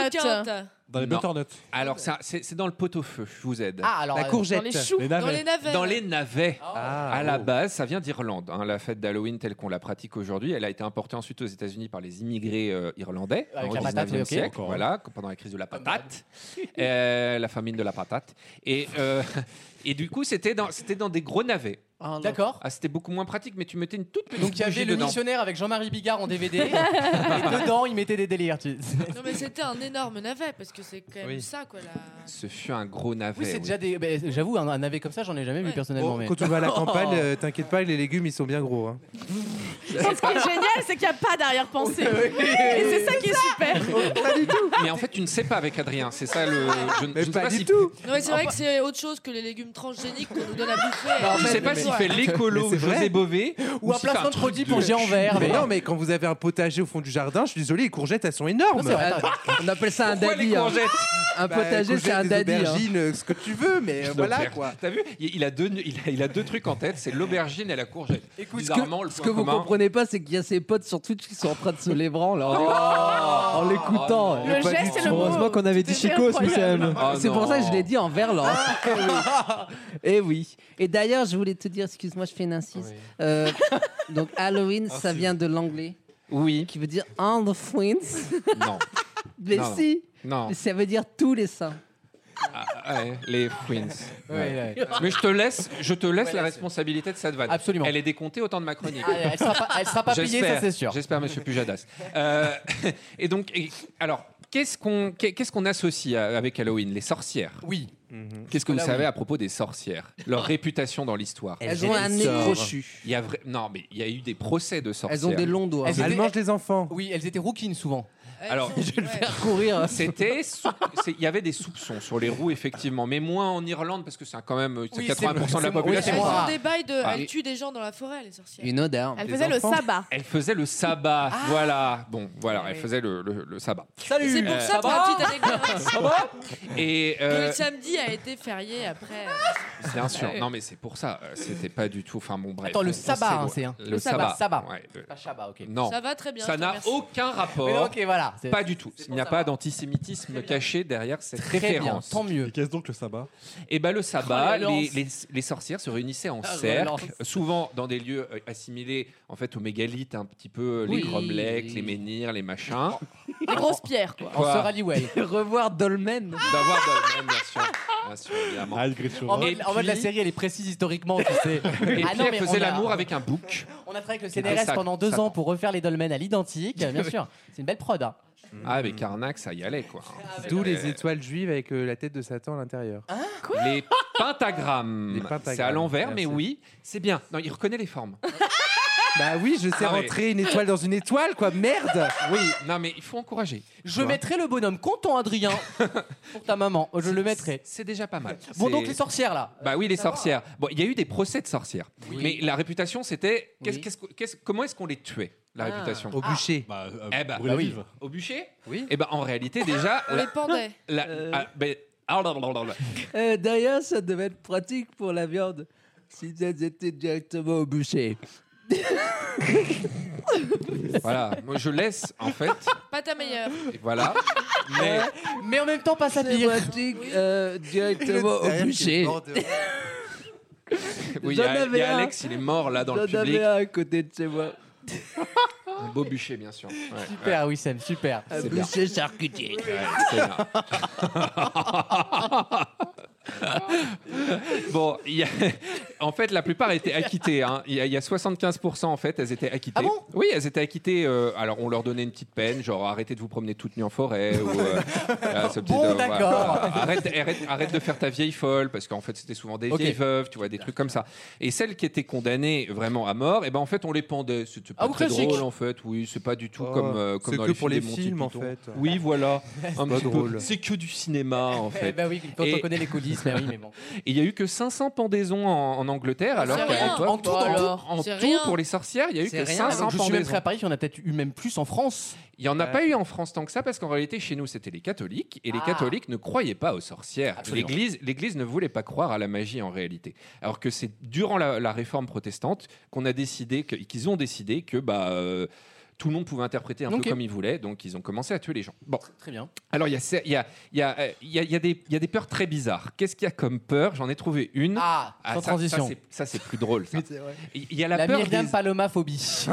S4: butternuts.
S5: Dans les
S8: Non.
S5: butternuts.
S8: Alors, ça, c'est c'est dans le pot-au-feu, je vous aide.
S3: Ah, alors, La euh, courgette. dans les choux, Les navets. dans les navets.
S8: Dans les navets. à la
S3: oh.
S8: base, ça vient d'Irlande. hein, la fête d'Halloween telle qu'on la pratique aujourd'hui, elle a été importée ensuite aux États-Unis par les immigrés euh, irlandais
S3: Avec
S8: hein,
S3: la
S8: au
S3: patate,
S8: 19e
S3: oui, ok.
S8: siècle,
S3: Encore, hein.
S8: voilà, que pendant la crise de la patate, euh, la famine de la patate. Et, euh, (laughs) et du coup, c'était dans, c'était dans des gros navets.
S3: D'accord.
S8: Ah, c'était beaucoup moins pratique, mais tu mettais une toute petite
S3: Donc il y
S8: bougie
S3: avait le
S8: dedans.
S3: missionnaire avec Jean-Marie Bigard en (laughs)
S8: (laughs)
S3: DVD. et dedans, il mettait des délires. tu-
S4: Non mais c'était un énorme navet parce que c'est quand même
S8: Oui.
S4: ça quoi. La...
S8: Ce fut un gros navet.
S3: Oui, c'est
S8: Eh oui.
S3: déjà des. ben, J'avoue, un, un navet comme ça, j'en ai jamais vu personnellement. mais...
S10: Oh, Quand on (laughs) va à la campagne,
S8: (laughs)
S10: euh, t'inquiète pas, les légumes ils sont bien gros. hein.
S6: Ce qui est génial, c'est qu'il n'y a pas d'arrière-pensée. Et c'est ça qui est super.
S3: Au- au-
S9: du tout.
S8: Mais en fait, tu ne sais pas avec Adrien, c'est ça le. Je, ne- je ne sais pas si-
S4: Non, mais c'est vrai que c'est autre chose que les légumes transgéniques qu'on nous donne à bouffer.
S8: Je ne sais pas s'il fait l'écolo
S10: Mais c'est vrai.
S8: José Bové
S10: Ou un
S8: s'il fait
S10: placement de
S8: truc
S10: produit
S8: de-
S10: pour géant vert. Mais
S8: Mais
S10: non, mais quand vous avez un potager au fond du jardin, je suis désolé, les courgettes, elles sont énormes.
S7: Non, c'est vrai, attends, on appelle ça un
S10: (laughs) Pourquoi
S7: daddy,
S10: les
S7: hein.
S10: courgettes
S7: Un
S10: Bah,
S7: potager,
S10: courgettes,
S7: c'est un
S10: des
S7: daddy, hein.
S10: aubergines, euh, ce que tu veux, mais euh, voilà quoi.
S8: T'as vu il il a, deux, il, a, il a deux trucs en tête, c'est l'aubergine et la courgette. Écoute,
S7: Ce que, ce que vous comprenez pas, c'est qu'il y a ses potes sur Twitch qui sont en train
S9: (laughs)
S7: de se lébranler en, en l'écoutant.
S9: Oh. Le geste et le mot. Heureusement qu'on avait dit C'était Chicos, mais c'est incroyable. elle.
S7: C'est
S9: Ah
S7: pour
S9: non. Ah, eh
S7: ça que je l'ai dit en verlan. (laughs) Et oui. Et d'ailleurs, je voulais te dire, excuse-moi, je fais une incise. Euh, donc Halloween,
S9: Ah,
S7: ça vient de l'anglais.
S8: Oui.
S7: Qui veut dire on the Fwins.
S8: Non.
S7: (laughs) Mais
S8: Non.
S7: si.
S8: Non.
S7: Ça veut dire tous les saints.
S8: Ah, ouais, les Queens.
S7: ouais.
S8: Ouais. Mais je te laisse, je te laisse
S7: Ouais,
S8: la
S7: là,
S8: responsabilité de cette vanne.
S3: Ah. Absolument.
S8: Elle est décomptée autant de ma chronique.
S3: Ah, elle sera pas- elle sera pas payée, ça,
S8: J'espère,
S3: c'est sûr.
S8: J'espère, monsieur Pujadas. Euh, (laughs) et donc, et- alors, qu'est-ce qu'on qu'est-ce qu'on associe à- avec Halloween Les sorcières.
S3: Oui.
S9: Mhm.
S8: Qu'est-ce que vous
S3: Là,
S8: savez
S3: Mhm. oui.
S8: à propos des sorcières Leur réputation dans l'histoire.
S7: Oh. Elles Elles ont ont un des nez sorts. crochu.
S8: Il y a vrai- Non, mais il y a eu des procès de sorcières.
S7: Elles ont des longs hein. doigts.
S10: des enfants.
S3: Oui, elles étaient rouquines souvent.
S8: Alors, je vais le faire
S7: courir.
S8: C'était, sou- c'est- il y avait des soupçons sur les roues effectivement, mais moins en Irlande parce que c'est quand même euh, c'est
S4: Oui,
S8: 80% de
S7: c'est-
S8: la population.
S4: Elles ont des bails de.
S8: Ah,
S4: Elles
S8: oui.
S4: tuent des gens dans la forêt, les sorcières.
S7: Une odeur.
S4: Elle faisait le sabbat.
S8: Elle faisait le sabbat. Voilà. Bon, voilà, elle faisait le, le- le sabbat.
S4: Salut C'est pour ça que ma petite anecdote.
S8: Ça va Et euh,
S4: Le samedi a été férié après. euh,
S8: bien sûr. Non, mais c'est pour ça. euh, C'était pas du tout. Enfin bon, bref.
S3: Attends, le
S8: on- on
S3: sabbat, hein,
S8: s'éloigne.
S3: c'est, hein.
S8: Le,
S3: Le
S8: sabbat.
S3: sabbat. Sabbat.
S8: Ouais,
S9: Euh,
S8: le-
S3: Pas Shabbat, ok.
S8: Non.
S4: Ça va très bien,
S8: Ça
S4: je te
S8: n'a
S4: remercie.
S8: aucun rapport.
S3: Mais ok, voilà. C'est-
S8: Pas du tout. Il n'y a pas d'antisémitisme caché derrière cette
S3: Très bien,
S8: référence.
S3: tant mieux.
S8: Et qu'est-ce donc le
S3: (laughs)
S8: sabbat Eh ben le sabbat,
S3: Oh, la
S8: les,
S3: lance.
S8: les- les sorcières se réunissaient en
S3: Ah, relance.
S8: cercle, souvent dans des lieux euh, assimilés en fait aux mégalithes un petit peu, euh, les
S3: Oui.
S8: cromlechs, les menhirs, les machins.
S4: Des grosses pierres, quoi.
S8: En Quoi sœur
S3: Halliwell.
S7: Revoir Dolmen.
S3: Bah,
S8: D'avoir de- même, bien sûr.
S6: (laughs)
S8: Bien sûr, évidemment.
S3: En mode,
S8: Et
S3: en mode, la
S8: puis-
S3: série, elle est précise historiquement, tu sais.
S8: (laughs) Et
S3: Ah
S8: puis,
S3: non,
S8: elle
S3: mais
S8: faisait
S3: on a-
S8: l'amour avec un bouc.
S3: On a travaillé avec le
S8: C'était un
S3: CNRS
S8: sac,
S3: pendant deux
S8: sac.
S3: ans pour refaire les dolmens à
S8: (laughs)
S3: l'identique, bien sûr. C'est une belle prod. hein.
S8: Ah, avec Karnak, ça y allait, quoi.
S4: Ah,
S10: D'où les
S8: Euh,
S10: étoiles juives avec euh, la tête de Satan à l'intérieur.
S8: Les pentagrammes.
S10: pentagrammes,
S8: C'est à l'envers, mais
S10: merci.
S8: oui, c'est bien. Non, il reconnaît les formes.
S10: (laughs) Bah oui, je sais
S8: Ah ouais.
S10: rentrer une étoile dans une étoile, quoi, merde
S8: Oui, non, mais il faut encourager.
S3: Je mettrai le bonhomme content,
S8: (laughs)
S3: Adrien, pour ta maman. Je le mettrai.
S8: C'est déjà pas mal.
S3: Bon,
S8: C'est-
S3: donc les sorcières, là.
S8: Bah oui, les sorcières. Bon, il y a eu des procès de sorcières.
S3: Oui.
S8: Mais la réputation, c'était qu'est-ce-
S3: Oui.
S8: qu'est-ce que- qu'est-ce- comment est-ce qu'on les tuait la
S4: Ah.
S8: réputation
S4: Au bûcher.
S8: Bah,
S4: euh,
S8: eh bah,
S4: brûlée
S8: bah oui.
S4: vive.
S8: Au bûcher Oui. Eh ben en réalité déjà.
S4: On
S8: la-
S4: les pendait. Euh.
S8: la- ah, ben, (laughs) ah, blablabla.
S7: Euh, D'ailleurs, ça devait être pratique pour la viande si elles étaient directement au bûcher.
S8: voilà. Moi je laisse en fait.
S4: Pas ta meilleure.
S8: Et
S10: (laughs)
S8: voilà. Mais
S7: Ouais.
S3: Mais en même temps, pas sa
S7: pire. pratique euh, directement au bûcher.
S8: oui, il y a-
S7: J'en avais
S8: il y a
S7: un.
S8: Alex, il est mort là dans le
S7: J'en avais
S8: public.
S7: un à côté de chez moi.
S8: Un beau bûcher bien sûr. Ouais,
S3: Super, Wissem, super.
S7: Un
S8: bien.
S7: bûcher charcutier.
S8: Ouais,
S7: (laughs)
S8: c'est bien. bon, il y a- en fait, la plupart étaient acquittées. hein. Il y a- il y, a 75% en fait, elles étaient
S7: Ah
S8: acquittées. oui, elles étaient acquittées. euh, alors, on leur donnait une petite peine, genre arrêtez de vous promener toute nuit en forêt. ou,
S7: (laughs)
S8: euh, voilà, ce petit-
S3: Bon,
S8: voilà.
S3: d'accord.
S8: Arrête, arrête, arrête de faire ta vieille folle, parce qu'en fait, c'était souvent des
S3: Ok.
S8: vieilles veuves, tu vois, des trucs comme ça. Et celles qui étaient condamnées vraiment à mort, et ben en fait, on les pendait. C'était pas
S3: Ah,
S8: très
S3: classique.
S8: drôle en fait. Oui, c'est pas du tout
S10: Oh,
S8: comme, euh, comme
S10: c'est
S8: dans
S10: que
S8: les
S10: pour
S8: films
S10: les
S8: des Monty
S10: films, en
S8: Python.
S10: fait.
S8: Oui, voilà.
S10: (laughs) C'est
S8: Un
S10: pas
S8: petit peu.
S10: drôle.
S8: C'est Eh ben que du cinéma en fait.
S3: bah oui, quand on connaît les coulisses, mais oui, mais bon.
S8: Et il y a eu que 500 pendaisons en, en Angleterre, alors
S3: C'est
S8: qu'à
S3: rien.
S8: l'époque,
S3: En tout,
S8: en
S3: en
S8: tout,
S3: tout,
S8: en
S3: c'est
S8: tout,
S3: rien.
S8: pour les sorcières, il y a eu
S3: C'est
S8: que
S3: rien.
S8: 500
S3: Je suis même prêt
S8: pendaisons.
S3: à Paris, il y en a peut-être eu même plus en France.
S8: Il n'y en a pas eu en France tant que ça parce qu'en réalité, chez nous, c'était les catholiques et les
S3: Ah.
S8: catholiques ne croyaient pas aux sorcières.
S3: Absolument.
S8: L'Église l'Église ne voulait pas croire à la magie en réalité. Alors que c'est durant la, la réforme protestante qu'on a décidé, que- qu'ils ont décidé que bah, euh, tout le monde pouvait interpréter un
S3: Ok.
S8: peu comme il voulait, donc ils ont commencé à tuer les gens. Bon.
S3: Très bien.
S8: Alors, il y a, ce- il y a- il y a, euh, il y a- il y a des il y a des peurs très bizarres. Qu'est-ce qu'il y a comme peur J'en ai trouvé une.
S3: Ah, sans
S8: ça- ça,
S3: transition.
S8: c'est- Ça, c'est plus drôle. ça. Il y a la,
S3: La,
S8: peur
S3: Myriam
S8: des-
S3: Paloma
S8: (laughs)
S3: phobie.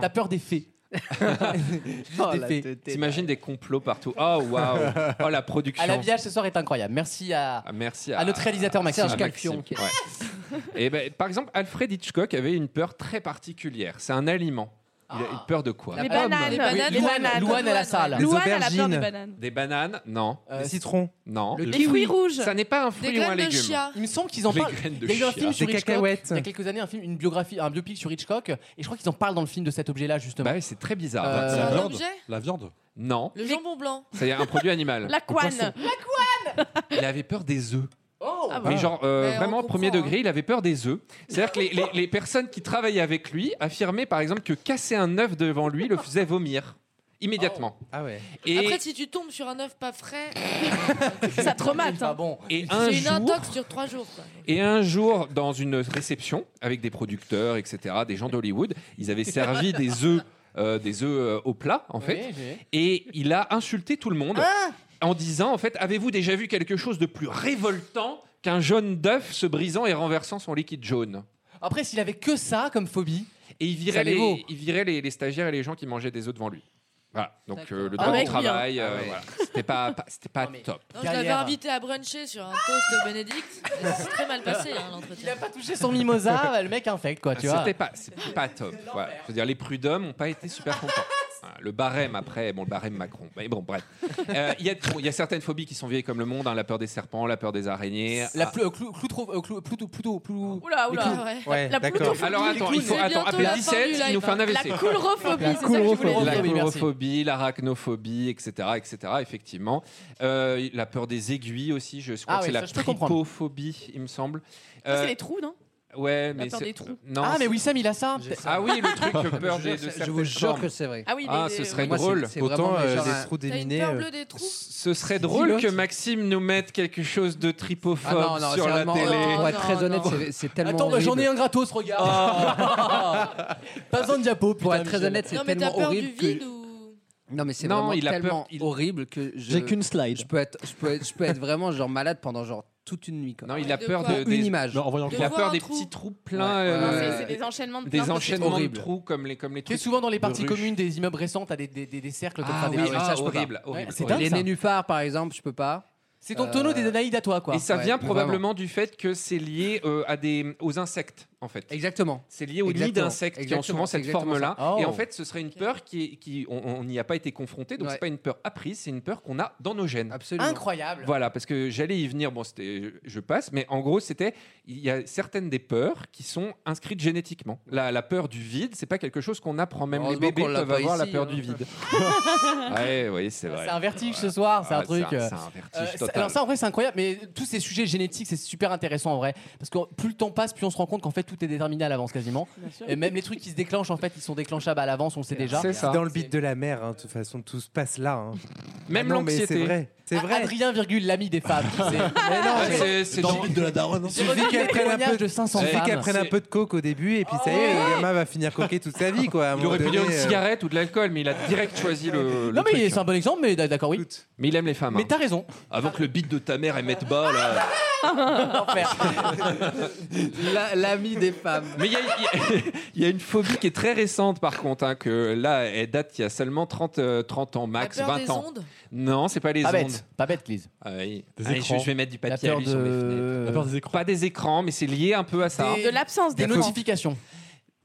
S3: (laughs) T'as peur des
S8: (laughs)
S3: fées.
S8: Oh,
S3: Des
S8: la
S3: fées.
S8: tête. T'imagines des complots partout. Oh, waouh.
S3: (laughs)
S8: Oh, la production.
S3: À la village ce soir est incroyable. Merci à,
S8: Ah, Merci à,
S3: à notre réalisateur Maxime.
S8: à Maxime, Eh ouais. Et ben, par exemple, Alfred Hitchcock avait une peur très particulière. C'est un aliment. Il
S3: Ah.
S8: a peur de quoi
S4: La Les pomme. bananes. Les bananes. Les bananes.
S3: Louane à la salle.
S4: Les Louane, elle a peur des aubergines. bananes.
S8: Des bananes, non.
S10: Des citrons.
S8: Non.
S10: Le
S3: Euh, Les kiwi. fruits
S4: rouges.
S8: Ça n'est pas un fruit
S3: Des
S8: ou un
S3: graines de
S8: légume.
S3: chia. Il me semble qu'ils en
S8: Les
S3: parlent.
S8: graines de
S3: Il y a eu un
S8: chia.
S3: film sur
S8: Des
S3: Hitchcock.
S8: cacahuètes.
S3: Il y a quelques années, un film, une biographie, un biopic sur Hitchcock. Et je crois qu'ils en parlent dans le film de cet objet-là justement.
S8: Bah c'est très bizarre.
S3: Euh,
S8: C'est
S3: un
S8: viande.
S3: objet
S8: La viande Non.
S4: Le jambon blanc.
S8: C'est un produit animal.
S4: La couane.
S8: Il avait peur des œufs.
S4: Oh
S8: Mais genre, euh, vraiment, premier
S4: comprend, hein.
S8: degré, il avait peur des œufs. C'est-à-dire que les, les- les personnes qui travaillaient avec lui affirmaient, par exemple, que casser un œuf devant lui le faisait vomir immédiatement.
S3: Oh.
S10: Ah ouais.
S8: Et,
S4: Après, si tu tombes sur un œuf pas frais, (laughs) ça te
S3: Ah,
S4: remate. hein.
S8: et un
S4: C'est une
S8: jour-
S4: intox sur trois jours. quoi.
S8: Et un jour, dans une réception avec des producteurs, etc., des gens d'Hollywood, ils
S4: (laughs)
S8: avaient servi des œufs, euh, des œufs euh, au plat, en fait.
S3: Oui, oui.
S8: Et il a insulté tout le monde
S4: Ah
S8: en disant, en fait, avez-vous déjà vu quelque chose de plus révoltant qu'un jaune d'œuf se brisant et renversant son liquide jaune
S3: Après, s'il avait que ça comme phobie,
S8: et il
S3: Ça
S8: virait,
S3: les vaut. (laughs)
S8: les, il virait les, les stagiaires et les gens qui mangeaient des œufs devant lui. Voilà. Donc euh, le
S4: Ah
S8: droit
S4: ouais,
S8: du travail,
S4: bien.
S8: euh,
S4: Ah ouais.
S8: voilà. c'était pas, pas- c'était pas top.
S4: Non, je l'avais invité à bruncher sur un toast Bénédicte. et C'est très mal passé hein, l'entretien. Il a
S3: pas touché son mimosa,
S8: (laughs)
S3: bah, le mec infecte quoi, tu vois.
S8: Ah, C'était pas, c'était pas top. Voilà. Je veux dire, les prud'hommes n'ont pas été super contents. Voilà. Le barème après, bon, le barème Macron. Mais bon, bref. Euh, Il y, a- bon, il y a certaines phobies qui sont vieilles comme le monde, hein, la peur des serpents, la peur des araignées.
S3: La
S8: Ah.
S3: plou, clou, clou, trop- euh, clou- ploutou- ploutou- plou-
S4: Oula,
S3: les
S4: oula,
S3: clous.
S4: ouais. Ouais, La
S8: d'accord. plutophilie. Alors, attends, il faut-
S3: C'est
S8: attends,
S3: bientôt
S8: appelle
S3: la fin
S8: 17,
S3: du
S8: il nous
S3: live,
S8: fait un
S3: hein.
S8: AVC.
S3: La coulrophobie,
S4: La
S3: c'est ça que je voulais dire.
S8: La
S3: Oui, merci.
S8: coulrophobie, l'arachnophobie, etc., etc. Effectivement, Euh, la peur des aiguilles aussi. Je crois
S4: Ah
S8: que
S4: oui,
S8: c'est la
S4: ça, je peux comprendre.
S8: trypophobie, il me semble.
S6: Ça,
S8: Euh,
S6: C'est les trous, non
S8: Ouais, mais
S6: peur
S8: c'est-
S6: des trous.
S8: Non,
S3: ah, mais
S8: c'est-
S3: Wissam, il a ça.
S8: Ah oui, le truc
S3: Je
S8: peur
S3: vous
S8: des, de
S3: jure,
S8: certaines
S3: je vous jure
S8: formes.
S3: que c'est vrai.
S4: Ah oui,
S8: Ah,
S4: mais
S8: ce
S4: les-
S8: serait
S4: moi, c'est-
S8: drôle.
S4: c'est vraiment
S10: Autant,
S4: mes
S10: euh,
S4: genres,
S10: des
S4: hein.
S10: trous
S4: T'as une
S10: déminés,
S4: peur
S10: euh,
S4: bleue des trous
S8: Ce serait drôle que Maxime nous mette quelque chose de tripophobe
S7: Ah non, non,
S8: sur la
S7: sérieusement,
S8: télé.
S3: Oh,
S8: Oh,
S7: non, Pour être non,
S3: Ah
S7: très honnête, non. c'est- c'est tellement
S3: Attends, bah, j'en ai
S7: horrible.
S3: un gratos, regarde.
S8: Ah,
S3: Pas besoin de diapo. Pour
S7: être très honnête, c'est tellement horrible que. Non, mais c'est
S3: Non,
S7: vraiment
S3: il a peur-
S7: tellement
S3: il-
S7: horrible que je-
S3: J'ai qu'une
S7: Je peux être, je peux, être- je peux être vraiment genre malade pendant genre toute une nuit. Quoi.
S8: Non, il a De peur quoi de-
S7: une
S8: des-
S7: image.
S8: Non, en voyant Il a quoi peur des petits trous pleins, euh, C'est- c'est des enchaînements de des pleins. enchaînements de trous comme les- comme les
S3: Qui est
S8: trucs
S3: souvent dans les
S8: de
S3: parties
S8: ruche.
S3: communes des immeubles récents, t'as des, des, des, des cercles comme
S7: Ah
S3: ça,
S7: oui,
S3: des-
S7: ah,
S3: ça, je peux
S7: horrible,
S3: pas.
S7: horrible,
S3: Ouais, C'est
S7: horrible.
S3: dingue
S7: Les
S3: ça.
S7: nénuphars, par exemple, je peux pas. Euh,
S3: C'est ton tonneau des Danaïdes à toi, quoi.
S8: Euh, Et ça
S3: Ouais,
S8: vient
S3: mais
S8: probablement du fait que c'est lié euh, à des, aux insectes, en fait.
S7: Exactement.
S8: C'est lié aux nids
S7: Exactement.
S8: d'insectes qui ont
S7: Exactement,
S8: souvent
S7: c'est
S8: cette
S7: exactement
S8: forme-là.
S7: ça.
S8: Et
S7: Oh.
S8: en fait, ce serait une peur qui, est- qui on- on n'y a pas été confronté, donc
S7: Ouais.
S8: c'est pas une peur apprise, c'est une peur qu'on a dans nos gènes.
S7: Absolument.
S3: Incroyable.
S7: (laughs)
S8: Voilà, parce que j'allais y venir. Bon, c'était, je- je passe, mais en gros, c'était il y a certaines des peurs qui sont inscrites génétiquement. La, la peur du vide, c'est pas quelque chose qu'on apprend. Même les
S3: Heureusement
S8: bébés
S3: qu'on l'a
S8: peuvent
S3: pas
S8: avoir la
S3: ici,
S8: peur
S3: hein.
S8: du vide. ouais, oui, c'est vrai.
S3: C'est un vertige ce soir, c'est
S8: Ah,
S3: un truc.
S8: c'est un-
S3: euh,
S8: c'est un vertige
S3: euh, c'est-
S8: total.
S3: alors ça en vrai c'est incroyable, mais tous ces sujets génétiques c'est super intéressant en vrai, parce que plus le temps passe, plus on se rend compte qu'en fait tout est déterminé à l'avance quasiment.
S10: Bien sûr.
S3: Et même les trucs qui se déclenchent en fait, ils sont déclenchables à l'avance, on le sait déjà.
S10: C'est dans le beat de la mer, hein, de toute façon, tout se passe là. hein.
S3: Même
S10: Ah non,
S3: l'anxiété.
S10: mais C'est vrai. C'est
S3: Ah,
S10: vrai.
S3: Adrien, virgule, l'ami des femmes. qui sait. Mais
S10: (laughs)
S3: non, mais-
S10: dans le beat de la daronne.
S3: J'ai
S10: Suffit
S3: reçu
S10: qu'elle
S3: des
S10: prenne un peu
S3: témoignages de 500
S10: suffit qu'elle
S3: femmes.
S10: prenne un
S3: C'est-
S10: peu de coke au début, et puis ça y est, le gamin va finir coquer toute sa vie. Quoi, à un
S8: Il
S10: moment
S8: aurait pu dire une
S10: donné, euh.
S8: cigarette ou de l'alcool, mais il a direct choisi le. le
S3: Non mais
S8: truc.
S3: c'est un bon exemple, mais d'accord oui.
S8: Mais il aime les femmes. hein.
S3: Mais t'as raison.
S8: Avant que le beat de ta mère émette bas, là.
S7: L'ami des femmes.
S8: Mais il y, a- il y a- il y a une phobie qui est très récente, par contre, hein, que là, elle date il y a seulement 30, euh, 30 ans, max,
S4: La peur
S8: 20
S4: des
S8: ans.
S4: ondes
S8: non, c'est pas les
S3: Pas
S8: ondes.
S3: bête, pas bête, Lise.
S8: Ah oui.
S3: Des
S8: Ah, je,
S3: écrans.
S8: je vais mettre du
S3: La
S8: papier à
S3: peur
S8: lui sur les
S3: de-
S8: fenêtres.
S3: La peur
S8: des écrans. Pas des écrans, mais c'est lié un peu à ça.
S6: De l'absence
S8: La
S6: des
S8: phobie-
S3: notifications.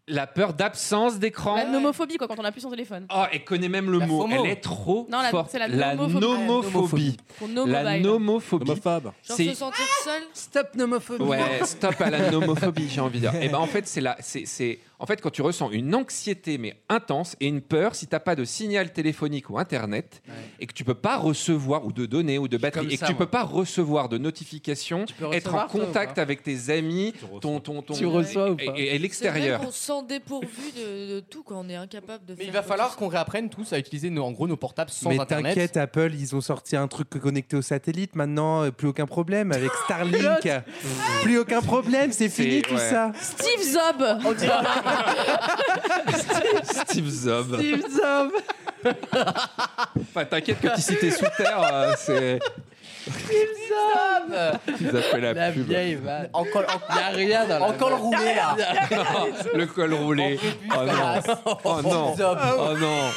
S8: La peur d'absence d'écran.
S6: La nomophobie, quoi, quand on appuie sur son téléphone.
S8: Ah, elle connaît même le mot.
S6: FOMO.
S8: Elle est trop
S6: Non, la-
S8: forte.
S6: c'est la
S8: nomophobie.
S6: nomophobie. Pour no
S8: La
S6: mobile.
S8: nomophobie.
S4: Genre
S8: C'est-
S4: se sentir seul.
S7: Stop nomophobie.
S8: Ouais, stop à la
S7: (laughs)
S8: nomophobie, j'ai envie de dire. Et ben en fait, c'est la, c'est, c'est- en fait quand tu ressens une anxiété mais intense et une peur, si t'as pas de signal téléphonique ou internet et que tu peux pas recevoir ou de données ou de batterie
S7: comme
S8: et que
S7: ça,
S8: tu
S7: moi.
S8: peux pas recevoir de notifications,
S7: peux
S8: être
S7: recevoir,
S8: en
S7: toi, ou
S8: contact
S7: pas
S8: avec tes amis, ton ton ton
S3: Tu reçois ou
S8: et-
S3: pas
S8: et, et l'extérieur.
S4: On se sent dépourvu de, de tout, quoi. On est incapable de faire.
S3: Il va falloir qu'on réapprenne tous à utiliser nos, en gros nos portables sans
S10: Mais
S3: internet.
S10: t'inquiète, Apple, ils ont sorti un truc connecté au satellite maintenant, euh, plus aucun problème avec Starlink. plus aucun problème, c'est fini tout
S8: ouais.
S10: ça.
S4: Steve Zob On
S8: (laughs)
S4: dirait.
S8: Steve Zob.
S4: Steve Zob
S8: Enfin, t'inquiète que si t'es sous terre, euh, c'est ils ont fait la, pub.
S3: Encore,
S7: rien dans la
S3: encore le roulé là.
S8: le col roulé. Oh non. Oh non. Oh non.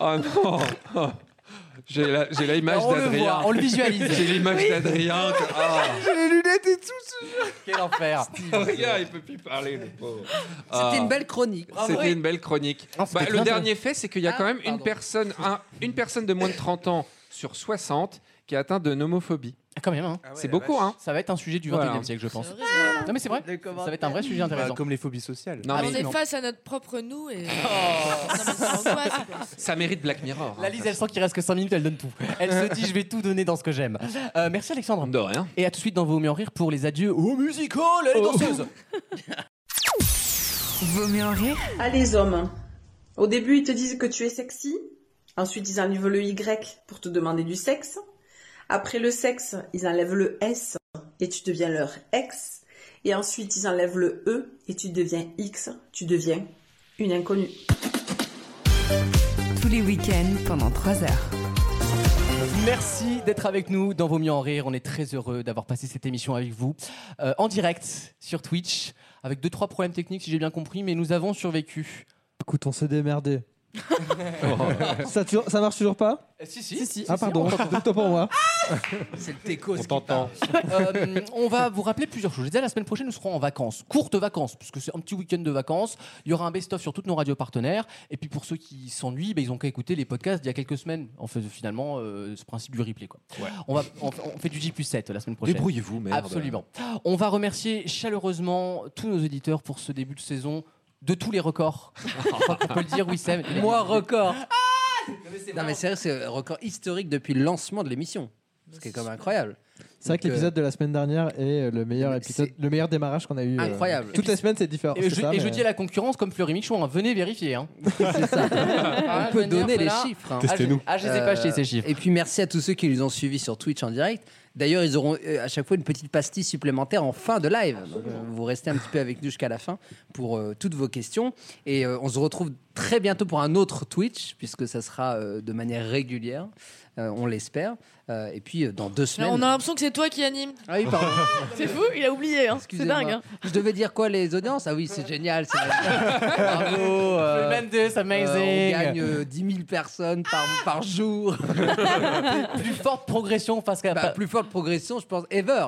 S8: Oh non. J'ai la, j'ai la image
S3: On le
S8: d'Adrien.
S3: voit, on le visualise.
S8: J'ai l'image
S3: Oui.
S8: d'Adrien. Ah.
S3: J'ai les lunettes et tout. Quel enfer.
S8: Regarde, il peut plus parler, le pauvre. Ah.
S7: C'était une belle chronique.
S8: C'était une belle chronique.
S7: c'était
S8: Bah,
S7: très
S8: le
S7: bien.
S8: dernier fait, c'est qu'il y a
S7: Ah,
S8: quand même une
S7: pardon.
S8: personne, un- une personne de moins de 30 ans sur 60 qui est atteinte de nomophobie.
S3: quand même, hein.
S8: c'est beaucoup, hein.
S3: Ça va être un sujet du 21e
S8: Voilà.
S3: siècle, je pense. Non, mais c'est vrai. Ça va être un vrai sujet intéressant.
S10: Bah, comme les phobies sociales.
S8: Non,
S4: Ah,
S8: mais-
S4: on est
S8: non.
S4: face à notre propre
S3: (laughs)
S4: nous et. Non, mais c'est
S3: Oh.
S4: angoisse, quoi.
S8: Ça mérite Black Mirror. hein.
S3: La Lise, elle sent qu'il reste que 5 minutes, elle donne tout. Elle se dit, je vais tout donner dans ce que j'aime. Euh, merci Alexandre.
S8: De rien.
S3: Et à tout de suite dans Vos mieux en rire pour les adieux aux musicals et les
S9: Oh.
S3: danseuses.
S13: Vaut mieux en rire Ah, les hommes. Au début, ils te disent que tu es sexy. Ensuite, ils enlèvent le Y pour te demander du sexe. Après le sexe, ils enlèvent le S et tu deviens leur ex. Et ensuite, ils enlèvent le E et tu deviens X. Tu deviens une inconnue.
S2: Tous les week-ends pendant 3 heures.
S3: Merci d'être avec nous dans Vos mieux en rire. On est très heureux d'avoir passé cette émission avec vous euh, en direct sur Twitch avec deux trois problèmes techniques si j'ai bien compris, mais nous avons survécu.
S9: Écoute, on s'est démerdé. ça, tu- ça marche toujours pas
S3: Euh, Si si.
S9: Ah, pardon, plutôt pour moi.
S3: (laughs) Ah C'est le Técos.
S9: On t'entend.
S3: Euh, on va vous rappeler plusieurs choses. Je disais, la semaine prochaine, nous serons en vacances, courtes vacances, puisque c'est un petit week-end de vacances. Il y aura un best-of sur toutes nos radios partenaires. Et puis pour ceux qui s'ennuient, ben, ils ont qu'à écouter les podcasts d'il y a quelques semaines. En fait, finalement, euh, ce principe du replay. Quoi. On, va, on, on fait du J plus 7 la semaine prochaine.
S8: Débrouillez-vous, merde.
S3: Absolument. On
S7: (laughs)
S3: va remercier chaleureusement tous nos éditeurs pour ce début de saison de tous les records. (laughs) On peut le dire, Wissem.
S7: Moi, record. Non, mais c'est vrai, c'est un record historique depuis le lancement de l'émission. Ce qui est quand même incroyable.
S9: C'est vrai que
S7: Donc, euh,
S9: l'épisode de la semaine dernière est le meilleur épisode, le meilleur démarrage qu'on a eu. euh,
S7: Incroyable.
S9: Toutes les semaines, c'est différent.
S3: Et,
S9: c'est
S3: je,
S9: ça,
S3: et je
S9: mais-
S3: dis à la concurrence, comme Fleury Michon, hein, venez vérifier. hein. Ah,
S7: on peut
S3: venir,
S7: donner les
S3: voilà.
S7: chiffres. hein.
S3: Ah, je ah, je les ai pas achetés, ces
S7: Euh,
S3: chiffres.
S7: Et puis merci à tous ceux qui nous ont suivis sur Twitch en direct. D'ailleurs, ils auront euh, à chaque fois une petite pastille supplémentaire en fin de live. Donc, euh, vous restez un petit peu avec nous jusqu'à la fin pour euh, toutes vos questions. Et euh, on se retrouve très bientôt pour un autre Twitch, puisque ça sera euh, de manière régulière, euh, on l'espère. Euh, et puis euh, dans deux
S4: Là,
S7: semaines.
S4: on a l'impression que c'est toi qui anime.
S7: Ah oui, pardon.
S4: (laughs) C'est fou, il a oublié. Hein. C'est
S7: Excusez-moi.
S4: dingue. Hein.
S7: Je devais dire quoi les audiences Ah oui, c'est génial. c'est- Bravo.
S3: Tremendous, amazing.
S7: euh, on gagne euh, 10 000 personnes par, par jour.
S3: plus forte progression parce qu'à
S7: bah, plus forte progression, je pense ever.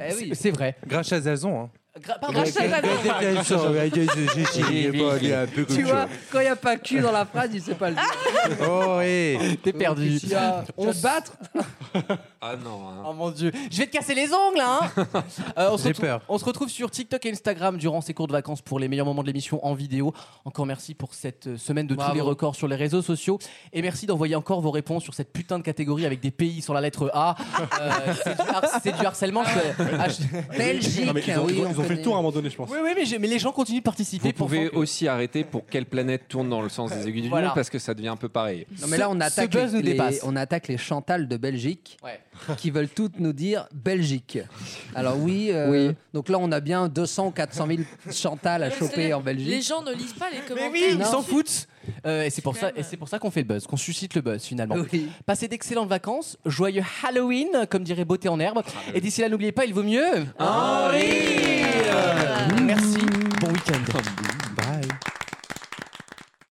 S7: Eh oui.
S3: C'est vrai.
S10: Grâce à Zazon. Hein.
S7: Grâce à Zazon. Tu vois, quand il n'y a pas cul dans la phrase, il sait pas le
S3: (laughs)
S7: dire.
S10: Oh, hé.
S3: T'es perdu.
S7: Il
S5: (laughs)
S7: y a- On se battre
S8: Ah non. hein.
S3: Oh mon dieu, je vais te casser les
S5: (laughs)
S3: ongles hein Euh, on se
S10: J'ai
S3: retrouve-
S10: peur.
S3: On se retrouve sur TikTok et Instagram durant ces cours de vacances pour les meilleurs moments de l'émission en vidéo. Encore merci pour cette euh, semaine de
S7: Bravo.
S3: tous les records sur les réseaux sociaux et merci d'envoyer encore vos réponses sur cette putain de catégorie avec des pays sur la lettre A. Euh, c'est du, har- c'est du harcèlement. je- ah, je-
S5: Non, mais ils ont, ils ont- ils ont fait le tour à un moment donné, je pense.
S3: Oui, oui, mais, j'ai- mais les gens continuent de participer.
S8: Vous pouvez
S3: pensant que-
S8: aussi arrêter pour quelle planète tourne dans le sens des aiguilles du
S3: Voilà.
S8: Nord parce que ça devient un peu pareil.
S7: Non mais là on attaque
S3: buzz
S7: les,
S3: nous dépasse.
S7: les- on attaque les Chantal de Belgique
S3: Ouais.
S7: qui veulent toutes nous dire Belgique. Alors oui, euh, donc là on a bien 200 400 000 Chantal à choper en Belgique.
S4: Les gens ne lisent pas les commentaires.
S3: Eh oui, ils
S4: Non.
S3: s'en foutent. Euh, et c'est pour ça, et c'est pour ça qu'on fait le buzz, qu'on suscite le buzz finalement. Passez d'excellentes vacances, joyeux Halloween, comme dirait Beauté en herbe. Et d'ici là, n'oubliez pas, il vaut mieux. Henri Merci. Bon week-end.